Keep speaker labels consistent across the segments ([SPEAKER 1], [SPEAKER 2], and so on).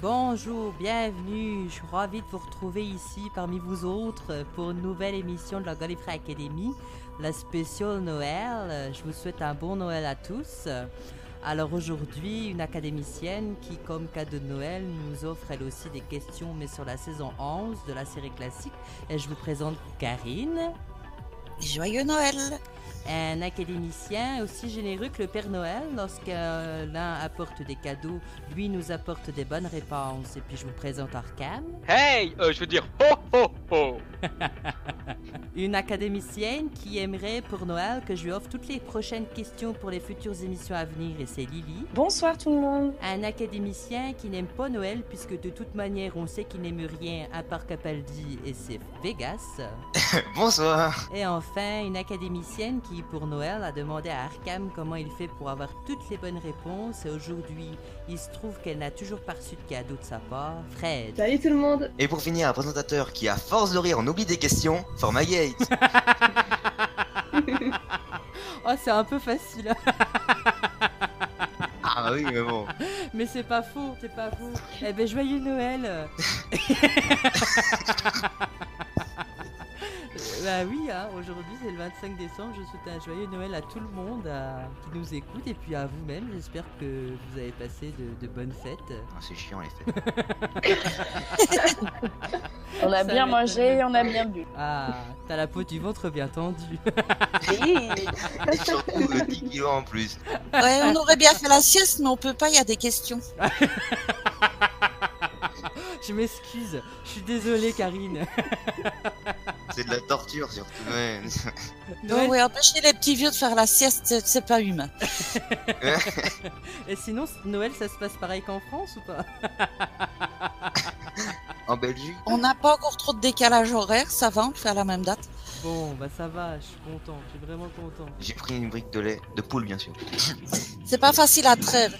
[SPEAKER 1] Bonjour, bienvenue. Je suis ravie de vous retrouver ici parmi vous autres pour une nouvelle émission de la Gallifrey Academy, la spéciale Noël. Je vous souhaite un bon Noël à tous. Alors aujourd'hui, une académicienne qui, comme cas de Noël, nous offre elle aussi des questions, mais sur la saison 11 de la série classique. Et je vous présente Karine.
[SPEAKER 2] Joyeux Noël
[SPEAKER 1] Un académicien aussi généreux que le Père Noël, lorsque euh, l'un apporte des cadeaux, lui nous apporte des bonnes réponses. Et puis je vous présente Orcam,
[SPEAKER 3] Hey euh, Je veux dire ho ho ho
[SPEAKER 1] une académicienne qui aimerait pour Noël que je lui offre toutes les prochaines questions pour les futures émissions à venir, et c'est Lily.
[SPEAKER 4] Bonsoir tout le monde.
[SPEAKER 1] Un académicien qui n'aime pas Noël puisque de toute manière on sait qu'il n'aime rien à part Capaldi et c'est Vegas.
[SPEAKER 5] Bonsoir
[SPEAKER 1] Et enfin, une académicienne qui, pour Noël, a demandé à Arkham comment il fait pour avoir toutes les bonnes réponses. Et aujourd'hui, il se trouve qu'elle n'a toujours pas reçu de cadeau de sa part. Fred.
[SPEAKER 4] Salut tout le monde.
[SPEAKER 5] Et pour finir, un présentateur qui, à force de rire, en oublie des questions, Formagate
[SPEAKER 1] Oh, c'est un peu facile.
[SPEAKER 5] Ah bah oui, mais bon.
[SPEAKER 1] Mais c'est pas faux, c'est pas faux. Eh ben, joyeux Noël. Bah oui, hein, aujourd'hui c'est le 25 décembre, je souhaite un joyeux Noël à tout le monde à- qui nous écoute et puis à vous-même, j'espère que vous avez passé de- de bonnes fêtes.
[SPEAKER 5] Ah, C'est chiant, les fêtes.
[SPEAKER 4] On a
[SPEAKER 1] Ça
[SPEAKER 4] bien
[SPEAKER 1] m'étonne.
[SPEAKER 4] mangé et on a bien bu.
[SPEAKER 1] Ah, t'as la peau du ventre bien tendue.
[SPEAKER 6] Ah.
[SPEAKER 5] Et surtout, le 10 kilos en plus.
[SPEAKER 2] Ouais, on aurait bien fait la sieste, mais on peut pas, il y a des questions.
[SPEAKER 1] Je m'excuse, je suis désolée Karine.
[SPEAKER 5] C'est de la torture, surtout. Ouais.
[SPEAKER 2] Donc,
[SPEAKER 1] Noël-
[SPEAKER 2] ouais, empêcher les petits vieux de faire la sieste, c'est- c'est pas humain.
[SPEAKER 1] Et sinon, c- Noël, ça se passe pareil qu'en France ou pas
[SPEAKER 5] En Belgique
[SPEAKER 2] On n'a pas encore trop de décalage horaire, ça va, on le fait à la même date.
[SPEAKER 1] Bon, bah ça va, je suis content, je suis vraiment content.
[SPEAKER 5] j'ai pris une brique de lait, de poule bien sûr.
[SPEAKER 2] C'est pas facile à traire.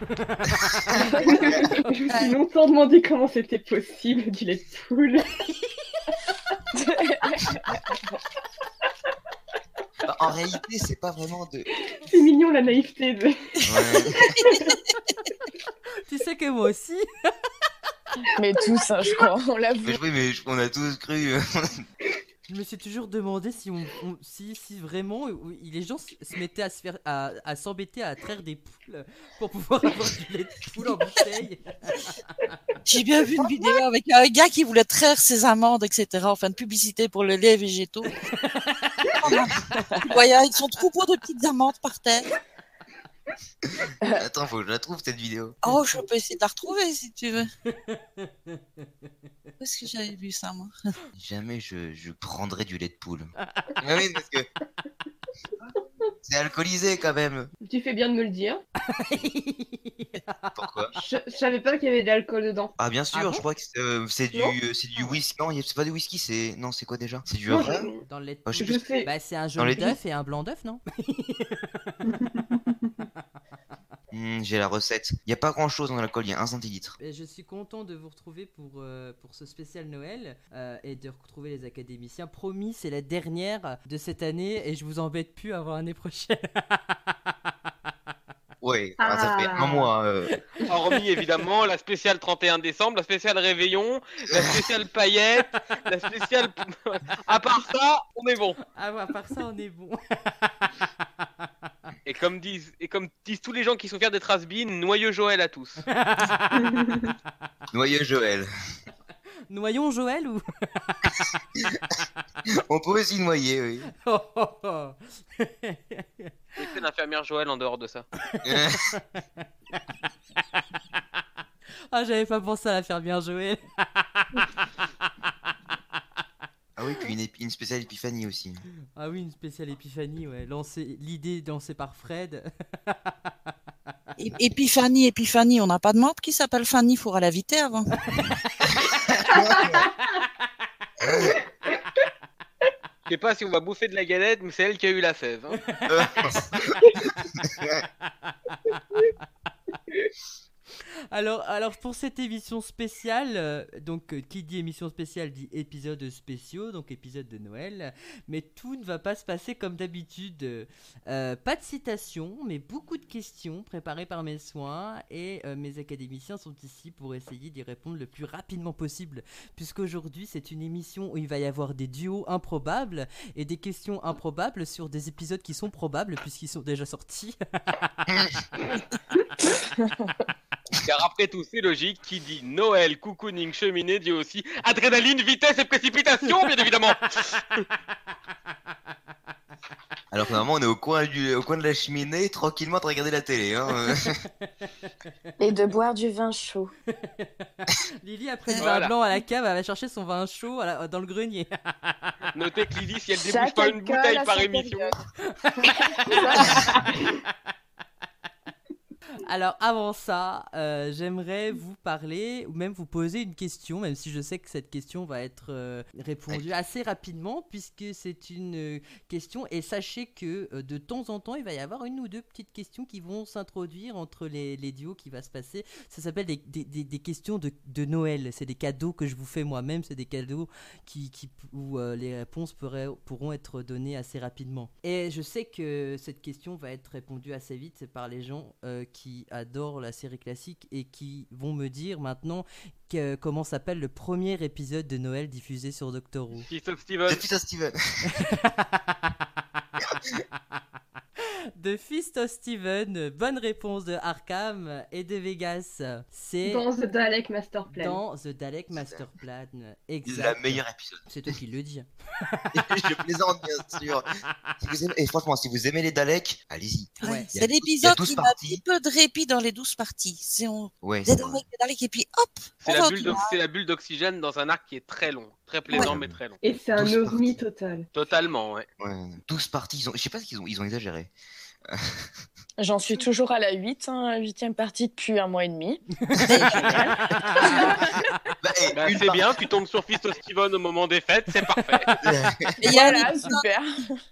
[SPEAKER 4] Je me suis longtemps demandé comment c'était possible du lait de poule.
[SPEAKER 5] Bah, en réalité, c'est pas vraiment de.
[SPEAKER 4] C'est mignon la naïveté de.
[SPEAKER 5] Ouais.
[SPEAKER 1] Tu sais que moi aussi
[SPEAKER 4] Mais tous, hein, je crois, on
[SPEAKER 5] Mais
[SPEAKER 4] l'avoue.
[SPEAKER 5] oui, mais je- on a tous cru. euh,
[SPEAKER 1] Je me suis toujours demandé si, on, on- si, si vraiment euh, il- les gens s- se mettaient à se faire, à, à s'embêter à traire des poules pour pouvoir avoir du lait de poule en bouteille.
[SPEAKER 2] J'ai bien vu une vidéo avec un gars qui voulait traire ses amandes, etc. Enfin, une publicité pour le lait végétaux. Tu voyais avec son troupeau de petites amandes par terre.
[SPEAKER 5] Attends, faut que je la trouve cette vidéo.
[SPEAKER 2] Oh, je peux essayer de la retrouver si tu veux. Où est-ce que j'avais vu ça, moi
[SPEAKER 5] Jamais je, je prendrai du lait de poule. Ah oui, parce que. C'est alcoolisé quand même.
[SPEAKER 7] Tu fais bien de me le dire.
[SPEAKER 5] Pourquoi
[SPEAKER 7] Je, je savais pas qu'il y avait de l'alcool dedans.
[SPEAKER 5] Ah bien sûr,
[SPEAKER 1] Ah bon
[SPEAKER 5] je crois que c'est, euh, c'est du
[SPEAKER 7] Non
[SPEAKER 5] euh, c'est
[SPEAKER 2] Ah
[SPEAKER 5] du whisky. Non, y a- c'est pas du whisky, c'est non, c'est quoi déjà C'est du
[SPEAKER 7] Moi,
[SPEAKER 5] rhum.
[SPEAKER 7] je-
[SPEAKER 1] Dans le lait de
[SPEAKER 5] Ah,
[SPEAKER 7] je,
[SPEAKER 5] je sais
[SPEAKER 1] poule.
[SPEAKER 5] plus.
[SPEAKER 7] sais.
[SPEAKER 1] Bah c'est un
[SPEAKER 5] les
[SPEAKER 1] jaune
[SPEAKER 5] deux.
[SPEAKER 1] d'œuf et un blanc d'œuf, non
[SPEAKER 5] Hmm, J'ai la recette. Y a pas grand chose dans l'alcool, y a un centilitre.
[SPEAKER 1] Ben, Je suis content de vous retrouver pour, euh, pour ce spécial Noël euh, et de retrouver les académiciens. Promis, c'est la dernière de cette année et je vous embête plus avant l'année prochaine.
[SPEAKER 5] Ouais, ah, ça fait
[SPEAKER 7] Ah.
[SPEAKER 5] un mois. euh.
[SPEAKER 3] Hormis évidemment la spéciale 31 décembre, la spéciale réveillon, la spéciale paillette, la spéciale. à part ça, on est bon.
[SPEAKER 1] ah ouais, à part ça, on est bon.
[SPEAKER 3] Et comme disent, et comme disent tous les gens qui sont fiers d'être Asbin, noyeux Joël à tous.
[SPEAKER 5] Noyeux Joël.
[SPEAKER 1] Noyons Joël ou
[SPEAKER 5] On peut aussi noyer, oui.
[SPEAKER 1] Oh, oh, oh.
[SPEAKER 3] Et c'est l'infirmière Joël en dehors de ça.
[SPEAKER 1] Ah, j'avais pas pensé à la faire bien Joël.
[SPEAKER 5] ah oui, puis une, épi- une spéciale épiphanie aussi.
[SPEAKER 1] Ah oui, une spéciale épiphanie, ouais. Lancée- L'idée lancée par Fred.
[SPEAKER 2] Et- Épiphanie, Épiphanie, on n'a pas de membre qui s'appelle Fanny, il faudra l'inviter avant.
[SPEAKER 3] Je sais pas si on va bouffer de la galette, mais c'est elle qui a eu la fève. hein.
[SPEAKER 1] Ah, Alors, alors pour cette émission spéciale, euh, donc euh, qui dit émission spéciale dit épisode spéciaux, donc épisode de Noël. Mais tout ne va pas se passer comme d'habitude. Euh, pas de citation, mais beaucoup de questions préparées par mes soins et euh, mes académiciens sont ici pour essayer d'y répondre le plus rapidement possible. Puisqu'aujourd'hui c'est une émission où il va y avoir des duos improbables et des questions improbables sur des épisodes qui sont probables puisqu'ils sont déjà sortis.
[SPEAKER 3] Car après tout, c'est logique. Qui dit Noël, cocooning, cheminée, dit aussi adrénaline, vitesse et précipitation, bien évidemment.
[SPEAKER 5] Alors que normalement, on est au coin, du, au coin de la cheminée, tranquillement, en train de regarder la télé. Hein. euh.
[SPEAKER 6] Et de boire du vin chaud.
[SPEAKER 1] Lily après le
[SPEAKER 3] Voilà.
[SPEAKER 1] vin blanc à la cave, elle va chercher son vin chaud à la- dans le grenier.
[SPEAKER 3] Notez que Lily, si elle débouche
[SPEAKER 7] Chaque
[SPEAKER 3] pas une
[SPEAKER 7] alcool
[SPEAKER 3] bouteille
[SPEAKER 7] à
[SPEAKER 3] par
[SPEAKER 7] sa
[SPEAKER 3] émission,
[SPEAKER 7] période.
[SPEAKER 1] Alors avant ça, euh, j'aimerais vous parler ou même vous poser une question, même si je sais que cette question va être euh, répondue assez rapidement puisque c'est une euh, question et sachez que euh, de temps en temps il va y avoir une ou deux petites questions qui vont s'introduire entre les, les duos qui va se passer. Ça s'appelle des, des- des- des questions de, de Noël, c'est des cadeaux que je vous fais moi-même, c'est des cadeaux qui, qui- où euh, les réponses pourraient- pourront être données assez rapidement. Et je sais que cette question va être répondue assez vite par les gens euh, qui adorent la série classique et qui vont me dire maintenant que- comment s'appelle le premier épisode de Noël diffusé sur Doctor Who.
[SPEAKER 3] si sauf Steven.
[SPEAKER 5] De Peter Steven.
[SPEAKER 1] De Fist of Steven, bonne réponse de Arkham et de Vegas. C'est
[SPEAKER 7] Dans The Dalek Master Plan.
[SPEAKER 1] dans The Dalek Master Plan.
[SPEAKER 5] C'est la
[SPEAKER 1] Exact.
[SPEAKER 5] meilleure épisode.
[SPEAKER 1] C'est toi qui le dis.
[SPEAKER 5] Je plaisante, bien sûr. Si vous aimez- Et franchement, si vous aimez les Daleks, allez-y.
[SPEAKER 1] Ouais.
[SPEAKER 2] Ouais,
[SPEAKER 5] Il y a
[SPEAKER 2] C'est
[SPEAKER 5] dou-
[SPEAKER 2] l'épisode
[SPEAKER 5] il y a douze
[SPEAKER 2] qui m'a un
[SPEAKER 5] parties.
[SPEAKER 2] petit peu de répit dans les 12 parties. C'est on
[SPEAKER 5] Ouais, c'est
[SPEAKER 2] Dead
[SPEAKER 5] vrai.
[SPEAKER 2] Awake, Dead Awake, et puis hop,
[SPEAKER 3] C'est
[SPEAKER 2] on
[SPEAKER 3] la
[SPEAKER 2] va
[SPEAKER 3] bulle
[SPEAKER 2] au
[SPEAKER 3] d'ox- c'est la bulle d'oxygène dans un arc qui est très long, très plaisant
[SPEAKER 5] Ouais.
[SPEAKER 3] mais très long.
[SPEAKER 7] Et c'est un
[SPEAKER 5] Douze
[SPEAKER 7] ovni
[SPEAKER 5] parties.
[SPEAKER 7] total.
[SPEAKER 3] Totalement, ouais.
[SPEAKER 5] Ouais. 12 parties, ils ont... je sais pas ce qu'ils ont... Ils ont exagéré.
[SPEAKER 6] J'en suis toujours à la 8, hein, la huitième partie depuis un mois et demi.
[SPEAKER 5] Bah, eh,
[SPEAKER 3] Bah,
[SPEAKER 5] une
[SPEAKER 3] c'est
[SPEAKER 5] par-
[SPEAKER 3] bien, tu tombes sur Fist of Steven au moment des fêtes, c'est parfait.
[SPEAKER 2] Et il y, a un
[SPEAKER 6] Voilà,
[SPEAKER 2] épisode-
[SPEAKER 6] super.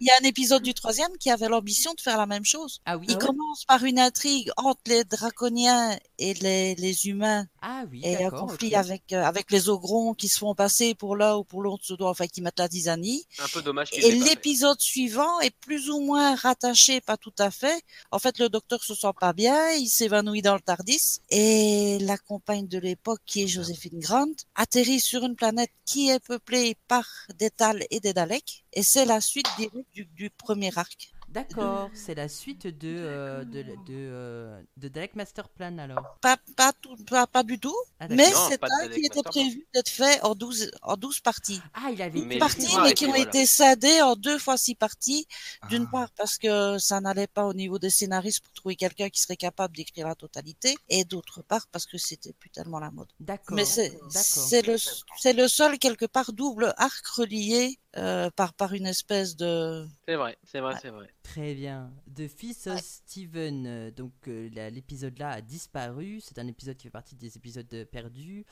[SPEAKER 2] il y a un épisode du troisième qui avait l'ambition de faire la même chose.
[SPEAKER 1] Ah oui.
[SPEAKER 2] Il commence par une intrigue entre les draconiens et les, les humains
[SPEAKER 1] Ah oui,
[SPEAKER 2] et un
[SPEAKER 1] d'accord.
[SPEAKER 2] conflit
[SPEAKER 1] ok.
[SPEAKER 2] avec, euh, avec les ogrons qui se font passer pour l'un ou pour l'autre pseudo, enfin qui mettent la tisanie.
[SPEAKER 3] Un peu dommage qu'il
[SPEAKER 2] Et
[SPEAKER 3] ait pas fait.
[SPEAKER 2] l'épisode suivant est plus ou moins rattaché, pas tout à fait. En fait, le docteur se sent pas bien, il s'évanouit dans le Tardis et la compagne de l'époque, qui est Joséphine Grant, atterrit sur une planète qui est peuplée par des Tals et des Daleks. Et c'est la suite des routes du, du premier arc.
[SPEAKER 1] D'accord, c'est la suite de, euh, de, de, euh, de Dalek Master Plan alors.
[SPEAKER 2] Pas, pas, tout, pas, pas du tout,
[SPEAKER 1] Ah,
[SPEAKER 2] mais
[SPEAKER 1] d'accord.
[SPEAKER 3] Non,
[SPEAKER 2] c'est
[SPEAKER 3] pas de
[SPEAKER 2] un
[SPEAKER 3] Daleks
[SPEAKER 2] qui était
[SPEAKER 3] Master Plan.
[SPEAKER 2] prévu d'être fait en 12, en 12 parties.
[SPEAKER 1] Ah, il avait
[SPEAKER 3] Mais
[SPEAKER 1] été-
[SPEAKER 3] Parti,
[SPEAKER 2] Parties,
[SPEAKER 3] Ouais,
[SPEAKER 2] mais
[SPEAKER 3] et
[SPEAKER 2] qui
[SPEAKER 3] puis
[SPEAKER 2] ont
[SPEAKER 3] voilà.
[SPEAKER 2] été scindées en deux fois six parties. D'une
[SPEAKER 5] Ah.
[SPEAKER 2] part parce que ça n'allait pas au niveau des scénaristes pour trouver quelqu'un qui serait capable d'écrire la totalité, et d'autre part parce que c'était plus tellement la mode.
[SPEAKER 1] D'accord.
[SPEAKER 2] Mais c'est
[SPEAKER 1] D'accord.
[SPEAKER 2] c'est le c'est le seul quelque part double arc relié euh, par par une espèce de
[SPEAKER 3] C'est vrai, c'est vrai, c'est vrai.
[SPEAKER 1] Très bien. The Fist of Steven. euh, Donc euh, la- l'épisode là a disparu. C'est un épisode qui fait partie des épisodes euh, perdus.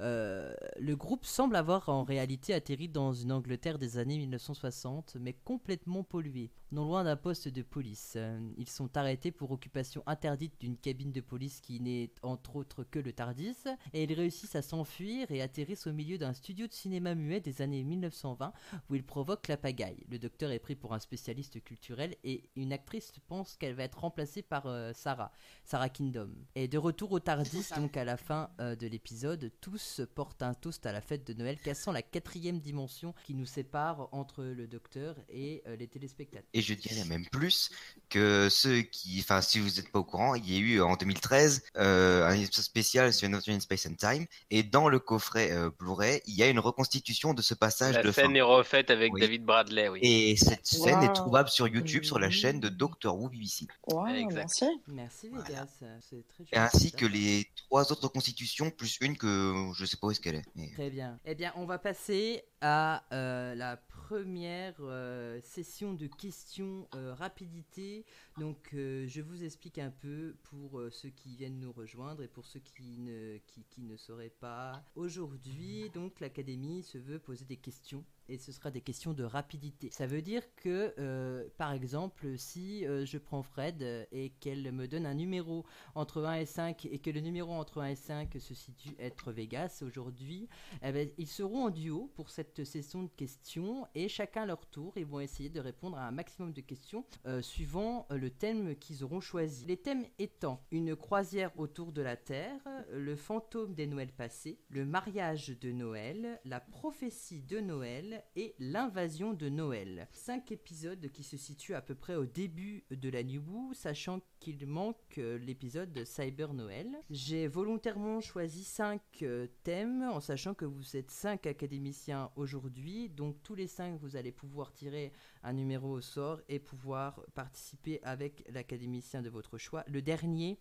[SPEAKER 1] Euh, le groupe semble avoir en réalité atterri dans une Angleterre des années 1960, mais complètement polluée, non loin d'un poste de police. Euh, ils sont arrêtés pour occupation interdite d'une cabine de police qui n'est entre autres que le Tardis, et ils réussissent à s'enfuir et atterrissent au milieu d'un studio de cinéma muet des années 1920 où il provoque la pagaille. Le docteur est pris pour un spécialiste culturel et une actrice pense qu'elle va être remplacée par euh, Sarah, Sarah Kingdom. Et de retour au Tardis, donc à la fin euh, de l'épisode, tous portent un toast à la fête de Noël, cassant la quatrième dimension qui nous sépare entre le docteur et euh, les téléspectateurs.
[SPEAKER 5] Et je dirais même plus que ceux qui, enfin, si vous n'êtes pas au courant, il y a eu en 2013 euh, un épisode spécial sur Not in Space and Time, et dans le coffret euh, Blu-ray, il y a une reconstitution de ce passage
[SPEAKER 3] La
[SPEAKER 5] de fin.
[SPEAKER 3] scène est refaite avec
[SPEAKER 5] Oui.
[SPEAKER 3] David Bradley, oui.
[SPEAKER 5] Et cette scène est
[SPEAKER 6] Wow.
[SPEAKER 5] trouvable sur YouTube sur la chaîne de Doctor Who BBC,
[SPEAKER 6] Wow,
[SPEAKER 3] Exact.
[SPEAKER 6] merci.
[SPEAKER 1] Merci Vegas, c'est très
[SPEAKER 5] Et
[SPEAKER 1] chouette, hein.
[SPEAKER 5] ainsi
[SPEAKER 1] ça.
[SPEAKER 5] que les trois autres constitutions plus une que je sais pas où est-ce qu'elle est. mais-
[SPEAKER 1] Très bien. Eh bien, on va passer à euh, la première euh, session de questions euh, rapidité. Donc, euh, je vous explique un peu pour euh, ceux qui viennent nous rejoindre et pour ceux qui ne, qui, qui ne sauraient pas. Aujourd'hui, donc, l'Académie se veut poser des questions. Et ce sera des questions de rapidité. Ça veut dire que, euh, par exemple, si euh, je prends Fred euh, et qu'elle me donne un numéro entre 1 et 5 et que le numéro entre 1 et 5 se situe être Vegas aujourd'hui, eh ben, ils seront en duo pour cette session de questions et chacun à leur tour, ils vont essayer de répondre à un maximum de questions euh, suivant euh, le thème qu'ils auront choisi. Les thèmes étant une croisière autour de la Terre, euh, le fantôme des Noëls passés, le mariage de Noël, la prophétie de Noël et l'invasion de Noël. Cinq épisodes qui se situent à peu près au début de la New sachant qu'il manque euh, l'épisode de Cyber Noël. J'ai volontairement choisi 5 thèmes en sachant que vous êtes 5 académiciens aujourd'hui, donc tous les 5 vous allez pouvoir tirer un numéro au sort et pouvoir participer avec l'académicien de votre choix. Le dernier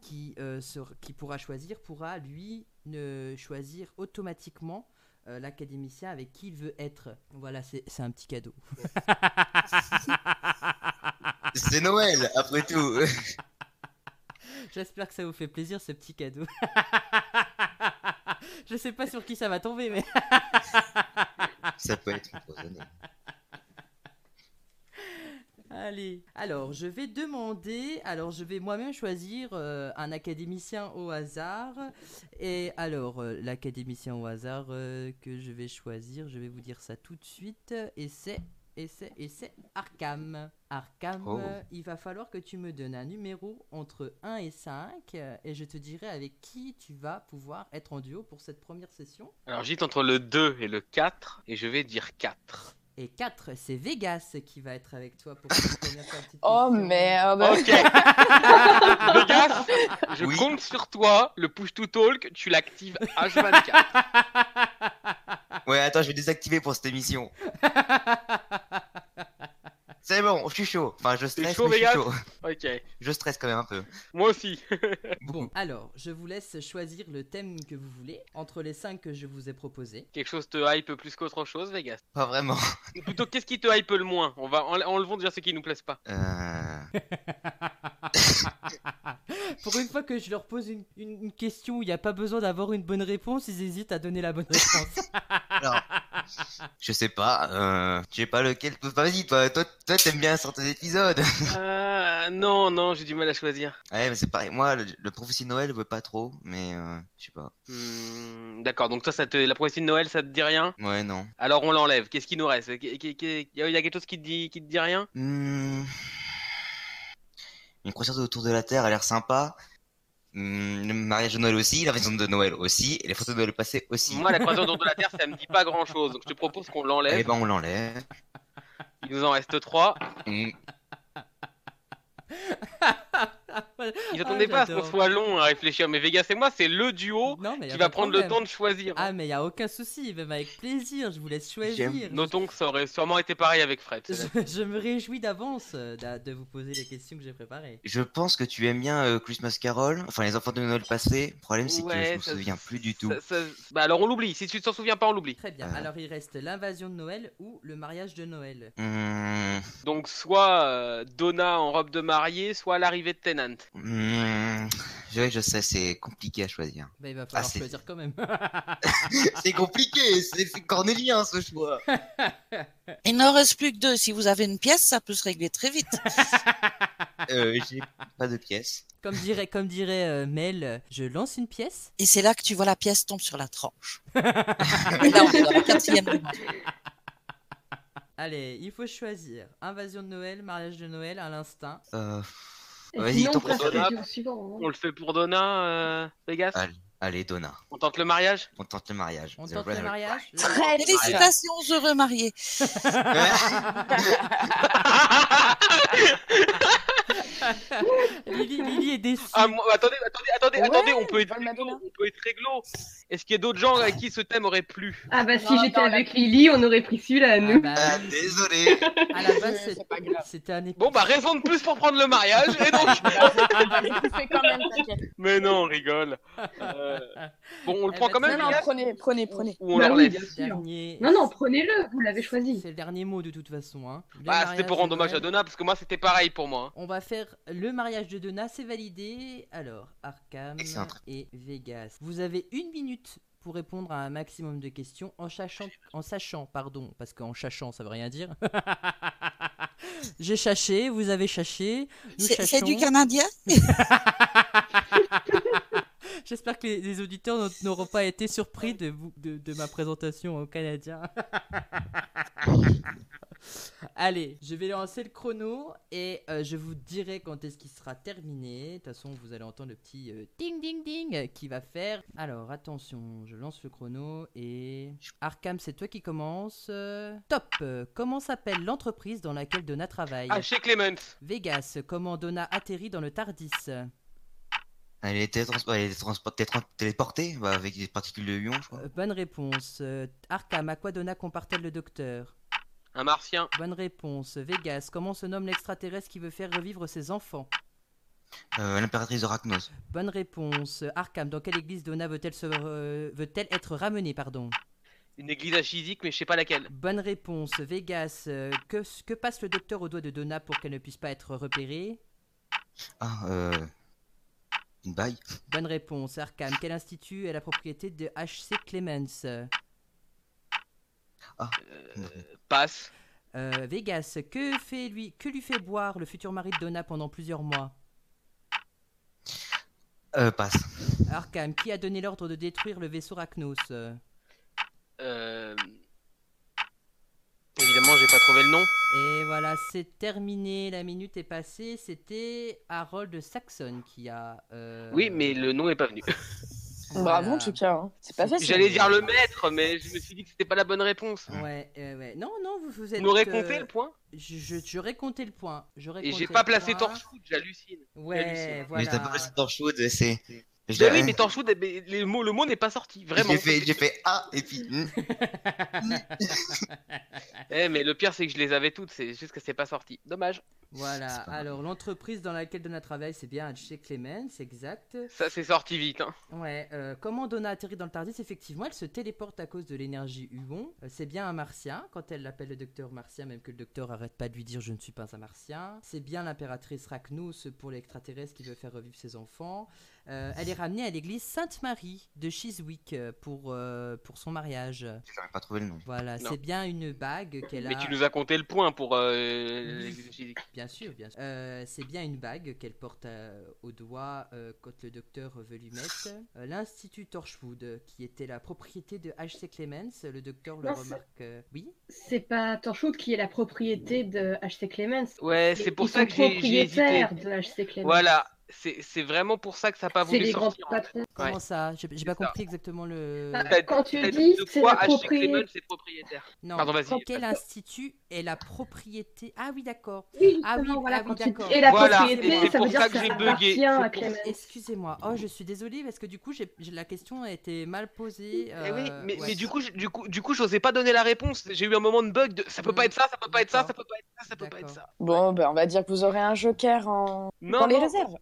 [SPEAKER 1] qui, euh, sera- qui pourra choisir pourra lui ne choisir automatiquement euh, l'académicien avec qui il veut être. Voilà, c'est c'est un petit cadeau.
[SPEAKER 5] C'est Noël, après tout.
[SPEAKER 1] J'espère que ça vous fait plaisir ce petit cadeau. Je sais pas sur qui ça va tomber, mais.
[SPEAKER 5] Ça peut être empoisonné.
[SPEAKER 1] Allez. Alors, je vais demander. Alors, je vais moi-même choisir euh, un académicien au hasard. Et alors, euh, l'académicien au hasard euh, que je vais choisir, je vais vous dire ça tout de suite. Et c'est. Et c'est, et c'est Arkham. Arkham,
[SPEAKER 5] Oh.
[SPEAKER 1] euh, il va falloir que tu me donnes un numéro entre 1 et 5 euh, et je te dirai avec qui tu vas pouvoir être en duo pour cette première session.
[SPEAKER 3] Alors j'hésite entre le 2 et le 4 et je vais dire 4.
[SPEAKER 1] Et 4, c'est Vegas qui va être avec toi pour cette première partie. de
[SPEAKER 6] Oh
[SPEAKER 1] question.
[SPEAKER 6] merde.
[SPEAKER 3] Ok. Vegas, je
[SPEAKER 5] Oui.
[SPEAKER 3] compte sur toi. Le push to talk, tu l'actives H24.
[SPEAKER 5] Ouais, attends, je vais désactiver pour cette émission. C'est bon, je suis chaud. Enfin, je stresse,
[SPEAKER 3] chaud,
[SPEAKER 5] mais je suis
[SPEAKER 3] Vegas
[SPEAKER 5] chaud.
[SPEAKER 3] Ok.
[SPEAKER 5] Je stresse quand même un peu.
[SPEAKER 3] Moi aussi.
[SPEAKER 1] Bon, alors, je vous laisse choisir le thème que vous voulez entre les 5 que je vous ai proposés.
[SPEAKER 3] Quelque chose te hype plus qu'autre chose, Vegas.
[SPEAKER 5] Pas vraiment.
[SPEAKER 3] Ou Plutôt, qu'est-ce qui te hype le moins On va en- enlevons déjà ce qui nous plaisent pas.
[SPEAKER 5] Euh...
[SPEAKER 1] Pour une fois que je leur pose une, une- une question où il n'y a pas besoin d'avoir une bonne réponse, ils hésitent à donner la bonne réponse.
[SPEAKER 5] Je sais pas, euh, je sais pas lequel. Vas-y, toi, toi, toi, t'aimes bien certains épisodes.
[SPEAKER 3] Ah non, non, j'ai du mal à choisir.
[SPEAKER 5] Ouais, mais c'est pareil. Moi, le, le prophétie de Noël veut pas trop, mais euh, je sais pas.
[SPEAKER 3] Hmm, D'accord, donc toi, ça te... la prophétie de Noël, ça te dit rien
[SPEAKER 5] Ouais, non.
[SPEAKER 3] Alors on l'enlève. Qu'est-ce qui nous reste Qu'est- qu'est- qu'est- y a y a quelque chose qui te dit, qui te dit rien
[SPEAKER 5] Hmm. Une croisière autour de la Terre a l'air sympa. Hmm, Le mariage de Noël aussi, la maison de Noël aussi, et les photos de Noël passées aussi.
[SPEAKER 3] Moi, la croisière autour de la Terre, ça me dit pas grand-chose. Donc je te propose qu'on
[SPEAKER 5] Eh
[SPEAKER 3] l'enlève.
[SPEAKER 5] ben, on l'enlève.
[SPEAKER 3] Il nous en reste trois.
[SPEAKER 5] Hmm.
[SPEAKER 3] Ils attendaient
[SPEAKER 1] Ah,
[SPEAKER 3] pas à ce qu'on
[SPEAKER 1] j'adore.
[SPEAKER 3] soit long à réfléchir. Mais Vegas et moi, c'est le duo
[SPEAKER 1] Non, mais y a
[SPEAKER 3] qui
[SPEAKER 1] pas
[SPEAKER 3] va
[SPEAKER 1] de
[SPEAKER 3] prendre le
[SPEAKER 1] problème.
[SPEAKER 3] temps de choisir.
[SPEAKER 1] Ah, mais il n'y a aucun souci, même avec plaisir, je vous laisse choisir.
[SPEAKER 3] Notons que ça aurait sûrement été pareil avec Fred.
[SPEAKER 1] Je, je me réjouis d'avance euh, d'a- de vous poser les questions que j'ai préparées.
[SPEAKER 5] Je pense que tu aimes bien euh, Christmas Carol, enfin les enfants de Noël passés. Le problème, c'est que je
[SPEAKER 3] Ouais,
[SPEAKER 5] me
[SPEAKER 3] ça-
[SPEAKER 5] souviens plus du tout.
[SPEAKER 3] ça- ça- Bah alors on l'oublie. Si tu t'en souviens pas, on l'oublie.
[SPEAKER 1] Très bien,
[SPEAKER 5] Ah.
[SPEAKER 1] alors il reste l'invasion de Noël ou le mariage de Noël.
[SPEAKER 5] Hmm.
[SPEAKER 3] Donc soit euh, Donna en robe de mariée, soit l'arrivée de Tennant.
[SPEAKER 5] Hmm. Je, je sais, c'est compliqué à choisir.
[SPEAKER 1] Bah, il
[SPEAKER 3] Ah,
[SPEAKER 1] va falloir
[SPEAKER 5] c'est-
[SPEAKER 1] choisir quand même.
[SPEAKER 5] C'est compliqué, c'est c'est cornélien ce choix.
[SPEAKER 2] Il n'en reste plus que deux. Si vous avez une pièce, ça peut se régler très vite.
[SPEAKER 5] Euh, j'ai pas de pièce.
[SPEAKER 1] comme dirait, comme dirait euh, Mel, euh, je lance une pièce.
[SPEAKER 2] Et c'est là que tu vois la pièce tombe sur la tranche. Et là, on est dans la quatrième demande.
[SPEAKER 1] Allez, il faut choisir. Invasion de Noël, mariage de Noël, à l'instinct.
[SPEAKER 5] Euh,
[SPEAKER 4] Et
[SPEAKER 5] Vas-y,
[SPEAKER 4] sinon,
[SPEAKER 5] ton
[SPEAKER 4] on passe au
[SPEAKER 3] prochain.
[SPEAKER 4] tour suivant. hein.
[SPEAKER 3] On le fait pour Donna, euh, Vegas.
[SPEAKER 5] Ah. allez, Donna,
[SPEAKER 3] On tente le mariage.
[SPEAKER 5] on tente le mariage.
[SPEAKER 1] On
[SPEAKER 5] The
[SPEAKER 1] tente le
[SPEAKER 5] Brother-
[SPEAKER 1] mariage
[SPEAKER 6] Très
[SPEAKER 2] Félicitations aux heureux mariés.
[SPEAKER 5] Ah,
[SPEAKER 3] Ah,
[SPEAKER 1] euh, Lily, Lily est déçue.
[SPEAKER 3] Ah, moi- attendez, attendez, attendez,
[SPEAKER 6] Ouais,
[SPEAKER 3] attendez, on peut être
[SPEAKER 6] Val
[SPEAKER 3] réglo,
[SPEAKER 6] Madonna.
[SPEAKER 3] on peut être réglo. Est-ce qu'il y a d'autres gens à qui ce thème aurait plu
[SPEAKER 7] Ah bah si
[SPEAKER 6] Non,
[SPEAKER 7] j'étais
[SPEAKER 6] non, la-
[SPEAKER 7] avec Lily, on aurait pris celui-là,
[SPEAKER 1] Ah
[SPEAKER 7] nous.
[SPEAKER 1] bah,
[SPEAKER 5] Ah, désolé.
[SPEAKER 1] à la base,
[SPEAKER 6] C'est
[SPEAKER 1] c'est-
[SPEAKER 6] pas grave.
[SPEAKER 1] c'était un épisode.
[SPEAKER 3] Bon bah raison de plus pour prendre le mariage et donc
[SPEAKER 6] C'est quand même, t'inquiète.
[SPEAKER 3] Mais non, on rigole. Euh, Bon, on le
[SPEAKER 1] Eh
[SPEAKER 3] prend
[SPEAKER 1] ben, très
[SPEAKER 3] quand
[SPEAKER 6] Non,
[SPEAKER 3] même
[SPEAKER 6] non,
[SPEAKER 3] Yann,
[SPEAKER 6] prenez, prenez, prenez.
[SPEAKER 3] ou on
[SPEAKER 7] Bah
[SPEAKER 3] le
[SPEAKER 7] oui,
[SPEAKER 3] relève
[SPEAKER 7] bien sûr.
[SPEAKER 5] Ah.
[SPEAKER 1] dernier.
[SPEAKER 7] Non, non, prenez-le, vous l'avez choisi.
[SPEAKER 1] C'est le dernier mot de toute façon. Hein. Le
[SPEAKER 3] Bah, c'était
[SPEAKER 1] mariage
[SPEAKER 3] pour
[SPEAKER 1] de
[SPEAKER 3] rendre hommage à
[SPEAKER 1] Noël.
[SPEAKER 3] Donna parce que moi c'était pareil pour moi. hein.
[SPEAKER 1] On va faire le mariage de Donna, c'est validé. Alors, Arkham
[SPEAKER 5] Excellent truc.
[SPEAKER 1] et Vegas. Vous avez une minute pour répondre à un maximum de questions en sachant, en sachant pardon, parce qu'en chachant ça veut rien dire. J'ai chaché, vous avez chaché. nous
[SPEAKER 2] C'est c'est du
[SPEAKER 1] chachons.
[SPEAKER 2] canadien
[SPEAKER 1] J'espère que les, les auditeurs n'ont- n'auront pas été surpris de, vous- de, de ma présentation au Canadien. Allez, je vais lancer le chrono et euh, je vous dirai quand est-ce qu'il sera terminé. De toute façon, vous allez entendre le petit euh, ding ding ding euh, qui va faire. Alors, attention, je lance le chrono et... Arkham, c'est toi qui commence. top Euh, Comment s'appelle l'entreprise dans laquelle Donna travaille
[SPEAKER 3] Ah, chez Clemens.
[SPEAKER 1] Vegas, comment Donna atterrit dans le Tardis
[SPEAKER 5] Elle était, trans- elle était transpor- télé- tran- téléportée bah, avec des particules de ion, je crois.
[SPEAKER 1] Euh, Bonne réponse. Euh, Arkham, à quoi Donna compare-t-elle le docteur
[SPEAKER 3] Un martien.
[SPEAKER 1] Bonne réponse. Vegas, comment se nomme l'extraterrestre qui veut faire revivre ses enfants
[SPEAKER 5] Euh, L'impératrice d'Orachnos.
[SPEAKER 1] Bonne réponse. Arkham, dans quelle église Donna veut-elle se re- veut-elle être ramenée pardon
[SPEAKER 3] Une église à Chizik, mais je sais pas laquelle.
[SPEAKER 1] Bonne réponse. Vegas, euh, que, que passe le docteur au doigt de Donna pour qu'elle ne puisse pas être repérée
[SPEAKER 5] Ah, euh... Une baille
[SPEAKER 1] Bonne réponse. Arkham, quel institut est la propriété de H.C. Clemens
[SPEAKER 3] Passe.
[SPEAKER 1] Euh, Vegas, que, fait lui, que lui fait boire le futur mari de Donna pendant plusieurs mois
[SPEAKER 5] Euh, passe.
[SPEAKER 1] Arkham, qui a donné l'ordre de détruire le vaisseau Rachnos Euh,
[SPEAKER 3] Euh... Évidemment, j'ai pas trouvé le nom.
[SPEAKER 1] Et voilà, c'est terminé, la minute est passée, c'était Harold Saxon qui a... euh,
[SPEAKER 3] Oui, mais le nom est pas venu.
[SPEAKER 1] voilà.
[SPEAKER 6] Bravo, en tout cas. hein. C'est pas facile.
[SPEAKER 3] J'allais dire le maître, mais je me suis dit que c'était pas la bonne réponse.
[SPEAKER 1] Ouais, ouais, ouais. Non, non, vous, vous
[SPEAKER 3] Vous
[SPEAKER 1] êtes...
[SPEAKER 3] m'aurez
[SPEAKER 1] euh,
[SPEAKER 3] compté le point
[SPEAKER 1] je, je- j'aurais compté le point. j'aurais
[SPEAKER 3] Et
[SPEAKER 1] compté
[SPEAKER 3] j'ai pas
[SPEAKER 1] le
[SPEAKER 3] placé
[SPEAKER 1] point.
[SPEAKER 3] Torchwood, j'hallucine.
[SPEAKER 1] Ouais,
[SPEAKER 3] J'hallucine.
[SPEAKER 5] Mais t'as pas
[SPEAKER 1] voilà.
[SPEAKER 5] passé torche chaude, c'est. Je
[SPEAKER 3] Mais
[SPEAKER 5] l'ai-
[SPEAKER 3] oui, mais Torchwood, eh, mais les mots, le mot n'est pas sorti, vraiment.
[SPEAKER 5] J'ai fait, j'ai fait ah et puis. hmm.
[SPEAKER 3] Eh, mais le pire, c'est que je les avais toutes, c'est juste que c'est pas sorti. Dommage.
[SPEAKER 1] Voilà,
[SPEAKER 5] C'est pas mal.
[SPEAKER 1] alors l'entreprise dans laquelle Donna travaille, c'est bien chez Clemens, c'est exact.
[SPEAKER 3] Ça, c'est sorti vite. Hein.
[SPEAKER 1] Ouais, euh, comment Donna atterrit dans le Tardis Effectivement, elle se téléporte à cause de l'énergie Huon. Euh, c'est bien un martien, quand elle l'appelle le docteur martien, même que le docteur arrête pas de lui dire je ne suis pas un martien. C'est bien l'impératrice Rachnos pour l'extraterrestre qui veut faire revivre ses enfants. Euh, elle est ramenée à l'église Sainte-Marie de Chiswick euh, pour, euh, pour son mariage.
[SPEAKER 5] J'aurais pas trouvé le nom.
[SPEAKER 1] Voilà,
[SPEAKER 3] Non.
[SPEAKER 1] c'est bien une bague qu'elle a.
[SPEAKER 3] Mais tu nous as compté le point pour euh, les physiques.
[SPEAKER 1] Bien sûr, bien sûr. Euh, c'est bien une bague qu'elle porte euh, au doigt euh, quand le docteur veut lui mettre. Euh, L'Institut Torchwood, euh, qui était la propriété de H.C. Clemens, le docteur le
[SPEAKER 7] Non, c'est-
[SPEAKER 1] remarque. euh, Oui
[SPEAKER 7] C'est pas Torchwood qui est la propriété de HC Clemens.
[SPEAKER 3] Ouais, c'est pour
[SPEAKER 7] Ils
[SPEAKER 3] ça
[SPEAKER 7] sont
[SPEAKER 3] que j'ai j'ai hésité.
[SPEAKER 7] propriétaires de HC Clemens.
[SPEAKER 3] Voilà, c'est c'est vraiment pour ça que ça n'a pas
[SPEAKER 7] C'est
[SPEAKER 3] voulu
[SPEAKER 7] les grands
[SPEAKER 3] sortir.
[SPEAKER 7] patrons.
[SPEAKER 1] Comment
[SPEAKER 3] Ouais.
[SPEAKER 1] ça J'ai j'ai
[SPEAKER 3] C'est
[SPEAKER 1] pas
[SPEAKER 3] ça.
[SPEAKER 1] compris exactement le.
[SPEAKER 7] Ah,
[SPEAKER 3] T'as-
[SPEAKER 7] Quand tu
[SPEAKER 3] T'as
[SPEAKER 7] dis
[SPEAKER 3] de
[SPEAKER 7] c'est
[SPEAKER 3] quoi
[SPEAKER 7] la
[SPEAKER 3] H.C. Clemens
[SPEAKER 7] propriété.
[SPEAKER 3] est propriétaire.
[SPEAKER 1] Non,
[SPEAKER 3] Pardon, vas-y.
[SPEAKER 1] quel institut est la propriété Ah oui, d'accord.
[SPEAKER 7] Oui,
[SPEAKER 1] Ah oui,
[SPEAKER 7] justement, voilà,
[SPEAKER 1] ah oui,
[SPEAKER 7] quand tu dis
[SPEAKER 1] d'accord.
[SPEAKER 7] et la
[SPEAKER 3] Voilà,
[SPEAKER 1] et
[SPEAKER 7] propriété,
[SPEAKER 1] c'est
[SPEAKER 7] ça
[SPEAKER 1] pour
[SPEAKER 7] veut dire
[SPEAKER 1] ça
[SPEAKER 7] que
[SPEAKER 1] que
[SPEAKER 7] ça
[SPEAKER 1] j'ai
[SPEAKER 3] bugué.
[SPEAKER 7] appartient à Clemens.
[SPEAKER 1] Excusez-moi. Oh, je suis désolée parce que du coup, j'ai- j'ai- la question a été mal posée.
[SPEAKER 3] Eh oui,
[SPEAKER 1] euh,
[SPEAKER 3] mais,
[SPEAKER 1] ouais.
[SPEAKER 3] mais du coup, je- du coup, du coup, j'osais pas donner la réponse. J'ai eu un moment de bug. De... Ça peut
[SPEAKER 1] Mm.
[SPEAKER 3] pas être ça, ça peut pas être ça, ça
[SPEAKER 1] D'accord.
[SPEAKER 3] peut pas être ça, ça peut pas être
[SPEAKER 1] D'accord.
[SPEAKER 3] ça.
[SPEAKER 6] Bon, ben, on va dire que vous aurez un joker en...
[SPEAKER 3] Non,
[SPEAKER 6] dans les
[SPEAKER 3] non.
[SPEAKER 6] réserves.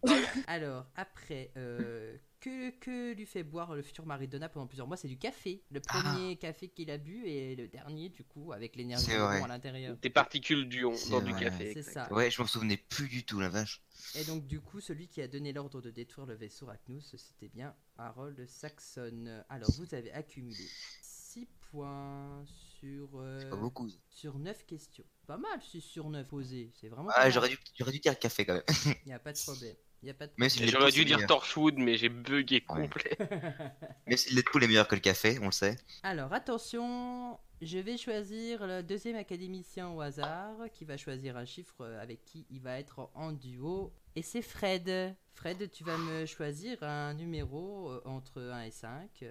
[SPEAKER 1] Alors, après, euh, que, que lui fait boire le futur mari de Donna pendant plusieurs mois C'est du café. Le
[SPEAKER 5] Ah.
[SPEAKER 1] premier café qu'il a bu et le dernier, du coup, avec l'énergie
[SPEAKER 5] C'est
[SPEAKER 1] du
[SPEAKER 5] vrai.
[SPEAKER 1] vent à l'intérieur.
[SPEAKER 3] Des particules du on
[SPEAKER 5] C'est
[SPEAKER 3] dans du
[SPEAKER 5] vrai.
[SPEAKER 3] café.
[SPEAKER 1] C'est
[SPEAKER 3] exact.
[SPEAKER 1] ça.
[SPEAKER 5] Ouais, je m'en souvenais plus du tout, la vache.
[SPEAKER 1] Et donc, du coup, celui qui a donné l'ordre de détruire le vaisseau Aknous, c'était bien Harold Saxon. Alors, vous avez accumulé 6 points sur, euh,
[SPEAKER 5] Pas beaucoup.
[SPEAKER 1] sur 9 questions. Pas mal, 6 sur 9 posées. C'est vraiment.
[SPEAKER 5] Ah, j'aurais dû, j'aurais dû dire café quand même.
[SPEAKER 1] Il n'y a pas de problème. Il y a pas de
[SPEAKER 5] Même si
[SPEAKER 3] Et
[SPEAKER 5] le lait de
[SPEAKER 3] J'aurais
[SPEAKER 5] poule
[SPEAKER 3] dû
[SPEAKER 5] est
[SPEAKER 3] dire
[SPEAKER 5] meilleur.
[SPEAKER 3] Torchwood, mais j'ai bugué complet.
[SPEAKER 5] Même si le lait de poule est meilleur que le café, on le sait.
[SPEAKER 1] Alors attention, je vais choisir le deuxième académicien au hasard qui va choisir un chiffre euh, avec qui il va être en duo. Et c'est Fred. Fred, tu vas me choisir un numéro euh, entre 1 et 5.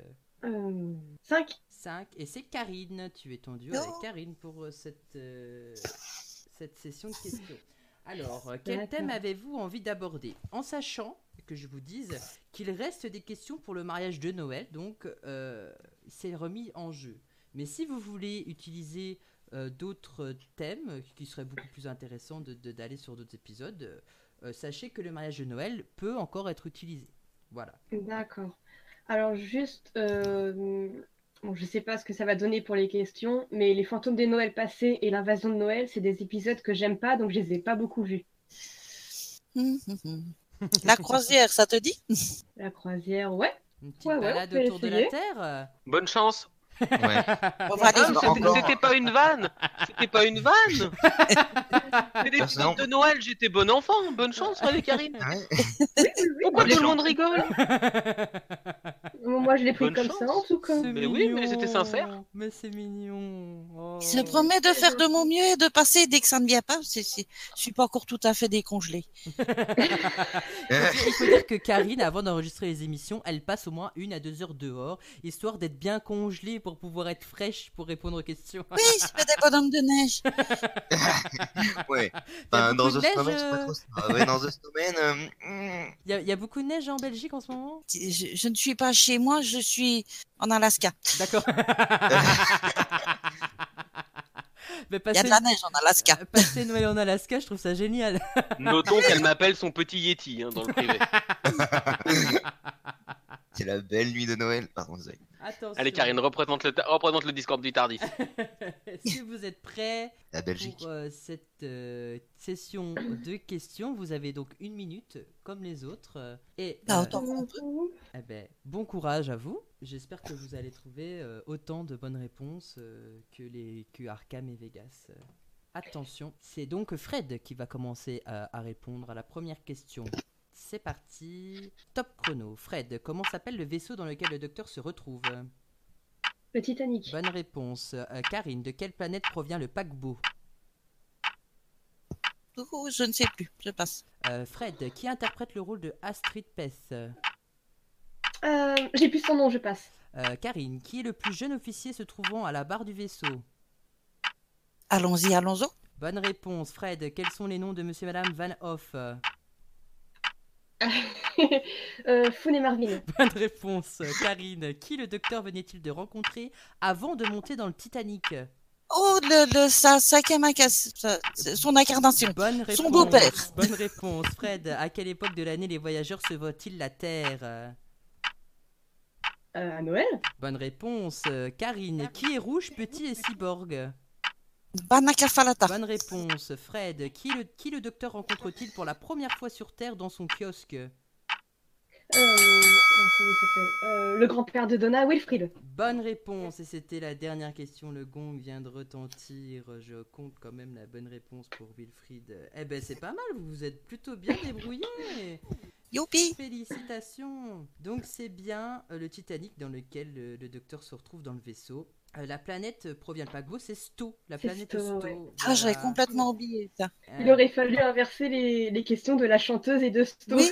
[SPEAKER 1] Euh,
[SPEAKER 7] 5
[SPEAKER 1] 5. Et c'est Karine. Tu es en duo
[SPEAKER 2] Non.
[SPEAKER 1] avec Karine pour euh, cette, euh, cette session de questions. Alors, euh, quel
[SPEAKER 7] D'accord.
[SPEAKER 1] thème avez-vous envie d'aborder En sachant que je vous dise qu'il reste des questions pour le mariage de Noël, donc euh, c'est remis en jeu. Mais si vous voulez utiliser euh, d'autres thèmes qui seraient beaucoup plus intéressants de- de- d'aller sur d'autres épisodes, euh, euh, sachez que le mariage de Noël peut encore être utilisé. Voilà.
[SPEAKER 7] D'accord. Alors juste, euh, bon, je sais pas ce que ça va donner pour les questions, mais les fantômes des Noël passés et l'invasion de Noël, c'est des épisodes que j'aime pas, donc je les ai pas beaucoup vus.
[SPEAKER 2] Hum, hum, hum. La croisière, ça te dit
[SPEAKER 7] La croisière, ouais.
[SPEAKER 1] Une petite
[SPEAKER 7] Ouais, ouais,
[SPEAKER 1] balade
[SPEAKER 7] on peut
[SPEAKER 1] autour de la
[SPEAKER 7] essayer.
[SPEAKER 1] Terre euh,
[SPEAKER 3] Bonne chance.
[SPEAKER 5] Ouais.
[SPEAKER 2] On va aller
[SPEAKER 3] Ah,
[SPEAKER 5] mais
[SPEAKER 2] voir
[SPEAKER 3] c'était-
[SPEAKER 5] encore.
[SPEAKER 3] C'était pas une vanne. C'était pas une vanne. C'est des
[SPEAKER 5] Personnellement-
[SPEAKER 3] petites de Noël. J'étais bon enfant. Bonne chance avec Karine.
[SPEAKER 5] Ouais.
[SPEAKER 3] Pourquoi tout le monde rigole
[SPEAKER 7] Bon, Moi, je l'ai pris
[SPEAKER 3] Bonne
[SPEAKER 7] comme
[SPEAKER 3] chance.
[SPEAKER 7] ça, en tout cas.
[SPEAKER 1] C'est
[SPEAKER 3] Mais oui, mais
[SPEAKER 1] mignon.
[SPEAKER 3] c'était sincère.
[SPEAKER 1] Mais c'est mignon. Oh.
[SPEAKER 2] Je promets de faire de mon mieux et de passer dès que ça ne vient pas. C'est- c'est- Je suis pas encore tout à fait décongelée.
[SPEAKER 5] Euh,
[SPEAKER 1] Il faut dire que Karine, avant d'enregistrer les émissions, elle passe au moins une à deux heures dehors, histoire d'être bien congelée pour pouvoir être fraîche pour répondre aux questions.
[SPEAKER 2] Oui, je fais des bonhommes de neige.
[SPEAKER 1] Il
[SPEAKER 5] ouais.
[SPEAKER 1] y a
[SPEAKER 5] Enfin, dans
[SPEAKER 1] beaucoup
[SPEAKER 5] The
[SPEAKER 1] de neige,
[SPEAKER 5] Snowman, c'est pas
[SPEAKER 1] euh.
[SPEAKER 5] trop ça. Ah Ouais, dans The Snowman, euh, hmm,
[SPEAKER 1] Il y, a- il y a beaucoup de neige en Belgique en ce moment
[SPEAKER 2] Je, je ne suis pas chez moi, je suis en Alaska.
[SPEAKER 1] D'accord. Mais
[SPEAKER 2] Il y
[SPEAKER 1] passer,
[SPEAKER 2] a de la neige en Alaska.
[SPEAKER 1] passer Noël en Alaska, je trouve ça génial.
[SPEAKER 3] Notons qu'elle m'appelle son petit Yeti hein, dans le privé.
[SPEAKER 5] c'est la belle nuit de Noël. Pardon, désolé.
[SPEAKER 1] Attention.
[SPEAKER 3] Allez, Karine, représente le, ta- représente le Discord du Tardis.
[SPEAKER 1] si vous êtes prêts
[SPEAKER 5] La Belgique.
[SPEAKER 1] pour euh, cette euh, session de questions, vous avez donc une minute comme les autres. euh, Et
[SPEAKER 2] Ah,
[SPEAKER 1] euh,
[SPEAKER 2] autant qu'on peut.
[SPEAKER 1] Eh ben, bon courage à vous. J'espère que vous allez trouver euh, autant de bonnes réponses euh, que les que Arkham et Vegas. Euh, attention, c'est donc Fred qui va commencer à, à répondre à la première question. C'est parti. Top chrono. Fred, comment s'appelle le vaisseau dans lequel le docteur se retrouve
[SPEAKER 7] Le Titanic.
[SPEAKER 1] Bonne réponse. Euh, Karine, de quelle planète provient le paquebot
[SPEAKER 2] Ouh, Je ne sais plus, je passe.
[SPEAKER 1] Euh, Fred, qui interprète le rôle de Astrid Pess
[SPEAKER 7] Euh, j'ai plus son nom, je passe.
[SPEAKER 1] Euh, Karine, qui est le plus jeune officier se trouvant à la barre du vaisseau
[SPEAKER 2] Allons-y, allons-y.
[SPEAKER 1] Bonne réponse, Fred. Quels sont les noms de monsieur et madame Van Hoff Euh,
[SPEAKER 7] euh, Foon et Marvin.
[SPEAKER 1] Bonne réponse, Karine. Qui le docteur venait-il de rencontrer avant de monter dans le Titanic Euh,
[SPEAKER 2] Oh, le, le, sa, sa camaca- sa- son incarnation.
[SPEAKER 1] Bonne réponse.
[SPEAKER 2] Son beau-père.
[SPEAKER 1] Bonne réponse, Fred. À quelle époque de l'année les voyageurs se voient-ils la Terre Euh,
[SPEAKER 7] Euh, à Noël
[SPEAKER 1] Bonne réponse, euh, Karine. Qui est rouge, petit et cyborg
[SPEAKER 2] Banakafalata.
[SPEAKER 1] Bonne réponse, Fred. Qui le, qui le docteur rencontre-t-il pour la première fois sur Terre dans son kiosque
[SPEAKER 7] euh, non, comment il s'appelle Euh, Le grand-père de Donna, Wilfried.
[SPEAKER 1] Bonne réponse, et c'était la dernière question. Le gong vient de retentir. Je compte quand même la bonne réponse pour Wilfried. Eh ben, c'est pas mal, vous vous êtes plutôt bien débrouillé.
[SPEAKER 2] Youpi.
[SPEAKER 1] Félicitations. Donc, c'est bien euh, le Titanic dans lequel le, le docteur se retrouve dans le vaisseau. Euh, la planète euh, provient le paquebot, c'est Sto. La
[SPEAKER 7] C'est
[SPEAKER 1] planète
[SPEAKER 7] Sto,
[SPEAKER 1] Sto.
[SPEAKER 7] ouais.
[SPEAKER 2] Ah, j'avais
[SPEAKER 1] Voilà.
[SPEAKER 2] complètement oublié ça.
[SPEAKER 1] Euh,
[SPEAKER 7] Il aurait fallu inverser les, les questions de la chanteuse et de Sto.
[SPEAKER 2] Oui,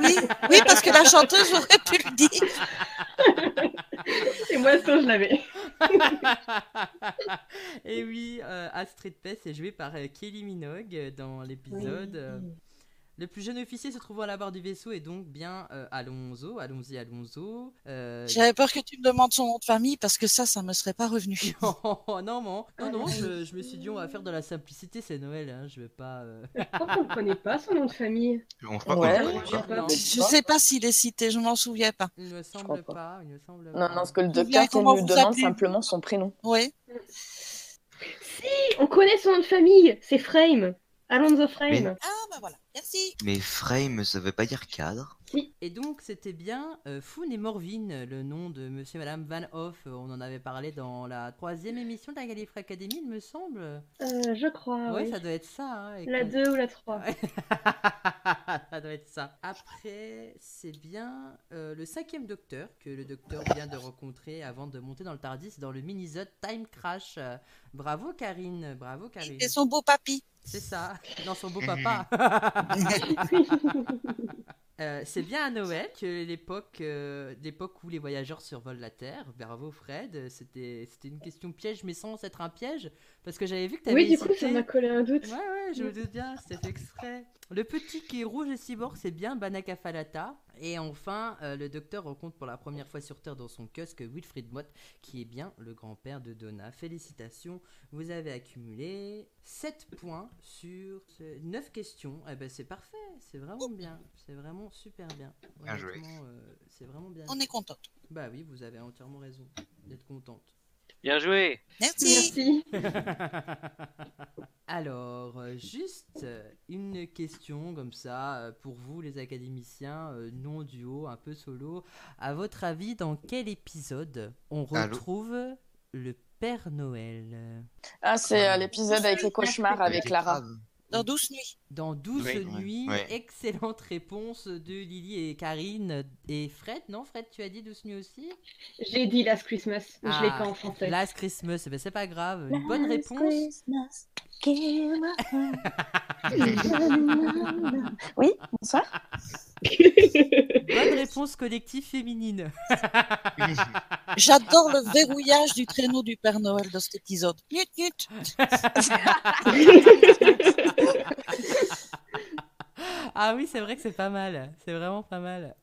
[SPEAKER 2] oui, oui, parce que la chanteuse aurait pu le dire.
[SPEAKER 7] Et moi, Sto, je l'avais.
[SPEAKER 1] et oui, euh, Astrid Pess est jouée par euh, Kelly Minogue euh, dans l'épisode. euh, Le plus jeune officier se trouvant à la barre du vaisseau est donc bien euh, Alonso. Allons-y, Alonso. Euh,
[SPEAKER 2] J'avais peur que tu me demandes son nom de famille parce que ça, ça me serait pas revenu.
[SPEAKER 1] non, non, non, non, je, je me suis dit, on va faire de la simplicité, c'est Noël, hein, je vais pas. euh,
[SPEAKER 7] Je crois qu'on ne connaît pas son nom de famille.
[SPEAKER 5] On croit qu'on
[SPEAKER 6] Ouais.
[SPEAKER 5] le connaît pas.
[SPEAKER 1] Non,
[SPEAKER 2] Je sais pas s'il est cité, je m'en souviens pas.
[SPEAKER 1] il ne me semble
[SPEAKER 6] crois pas.
[SPEAKER 1] pas, il ne semble
[SPEAKER 6] Non,
[SPEAKER 1] pas.
[SPEAKER 6] non, ce que le
[SPEAKER 2] Julien,
[SPEAKER 6] docteur il
[SPEAKER 2] comment
[SPEAKER 6] nous
[SPEAKER 2] vous
[SPEAKER 6] demande
[SPEAKER 2] appelez
[SPEAKER 6] simplement son prénom.
[SPEAKER 2] Oui.
[SPEAKER 7] Si, on connaît son nom de famille, c'est Frame. Alonso Frame.
[SPEAKER 2] Ah bah voilà, merci.
[SPEAKER 5] Mais frame, ça veut pas dire cadre.
[SPEAKER 1] Et donc, c'était bien euh, Foon et Morvin, le nom de monsieur et madame Van Hoff. On en avait parlé dans la troisième émission de la Gallifrey Academy, il me semble.
[SPEAKER 7] Euh, je
[SPEAKER 6] Ah
[SPEAKER 7] crois.
[SPEAKER 1] ouais,
[SPEAKER 7] oui.
[SPEAKER 1] ça doit être ça. hein, et
[SPEAKER 7] La
[SPEAKER 1] qu'on-
[SPEAKER 7] 2 ou la 3.
[SPEAKER 1] ça doit être ça. Après, c'est bien euh, le cinquième docteur que le docteur vient de rencontrer avant de monter dans le Tardis dans le mini-zode Time Crash. Euh, Bravo Karine, bravo Karine.
[SPEAKER 2] Et son beau papy.
[SPEAKER 1] C'est ça, dans son beau papa. Euh, c'est bien à Noël que l'époque, euh, l'époque où les voyageurs survolent la Terre. Bravo Fred, euh, c'était, c'était une question piège, mais sans être un piège, parce que j'avais vu que t'avais
[SPEAKER 4] Oui, du coup, ça
[SPEAKER 1] hésité.
[SPEAKER 4] m'a collé un doute.
[SPEAKER 1] Ouais, ouais, je me doute bien, cet extrait. Le petit qui est rouge et cyborg, c'est bien Banaka Falata. Et enfin, euh, le docteur rencontre pour la première fois sur Terre dans son casque Wilfried Mott, qui est bien le grand-père de Donna. Félicitations, vous avez accumulé 7 points sur 9 questions. Eh ben, c'est parfait, c'est vraiment bien, c'est vraiment super bien.
[SPEAKER 5] Bien joué.
[SPEAKER 1] Honnêtement, euh, c'est vraiment bien.
[SPEAKER 2] On est contente.
[SPEAKER 1] Bah oui, vous avez entièrement raison d'être contente.
[SPEAKER 3] Bien joué.
[SPEAKER 2] Merci.
[SPEAKER 4] Merci.
[SPEAKER 1] Alors, euh, juste euh, une question comme ça, euh, pour vous les académiciens, euh, non duo, un peu solo. À votre avis, dans quel épisode on
[SPEAKER 5] Allô
[SPEAKER 1] retrouve le Père Noël
[SPEAKER 6] Ah, c'est euh, l'épisode avec les cauchemars avec
[SPEAKER 5] les
[SPEAKER 6] Lara.
[SPEAKER 5] crabes.
[SPEAKER 2] Dans douce nuit.
[SPEAKER 1] Dans 12
[SPEAKER 5] Oui, oui,
[SPEAKER 1] nuits,
[SPEAKER 5] oui.
[SPEAKER 1] excellente réponse de Lily et Karine. Et Fred, non Fred, tu as dit 12 nuits aussi
[SPEAKER 7] J'ai dit Last Christmas, mais je l'ai
[SPEAKER 1] Ah,
[SPEAKER 7] pas en français.
[SPEAKER 1] Last Christmas, ben c'est pas grave, une bonne réponse.
[SPEAKER 6] Oui, bonsoir.
[SPEAKER 1] Bonne réponse collective féminine.
[SPEAKER 2] J'adore le verrouillage du traîneau du Père Noël dans cet épisode. Nut, nut.
[SPEAKER 1] Ah oui, c'est vrai que c'est pas mal. C'est vraiment pas mal.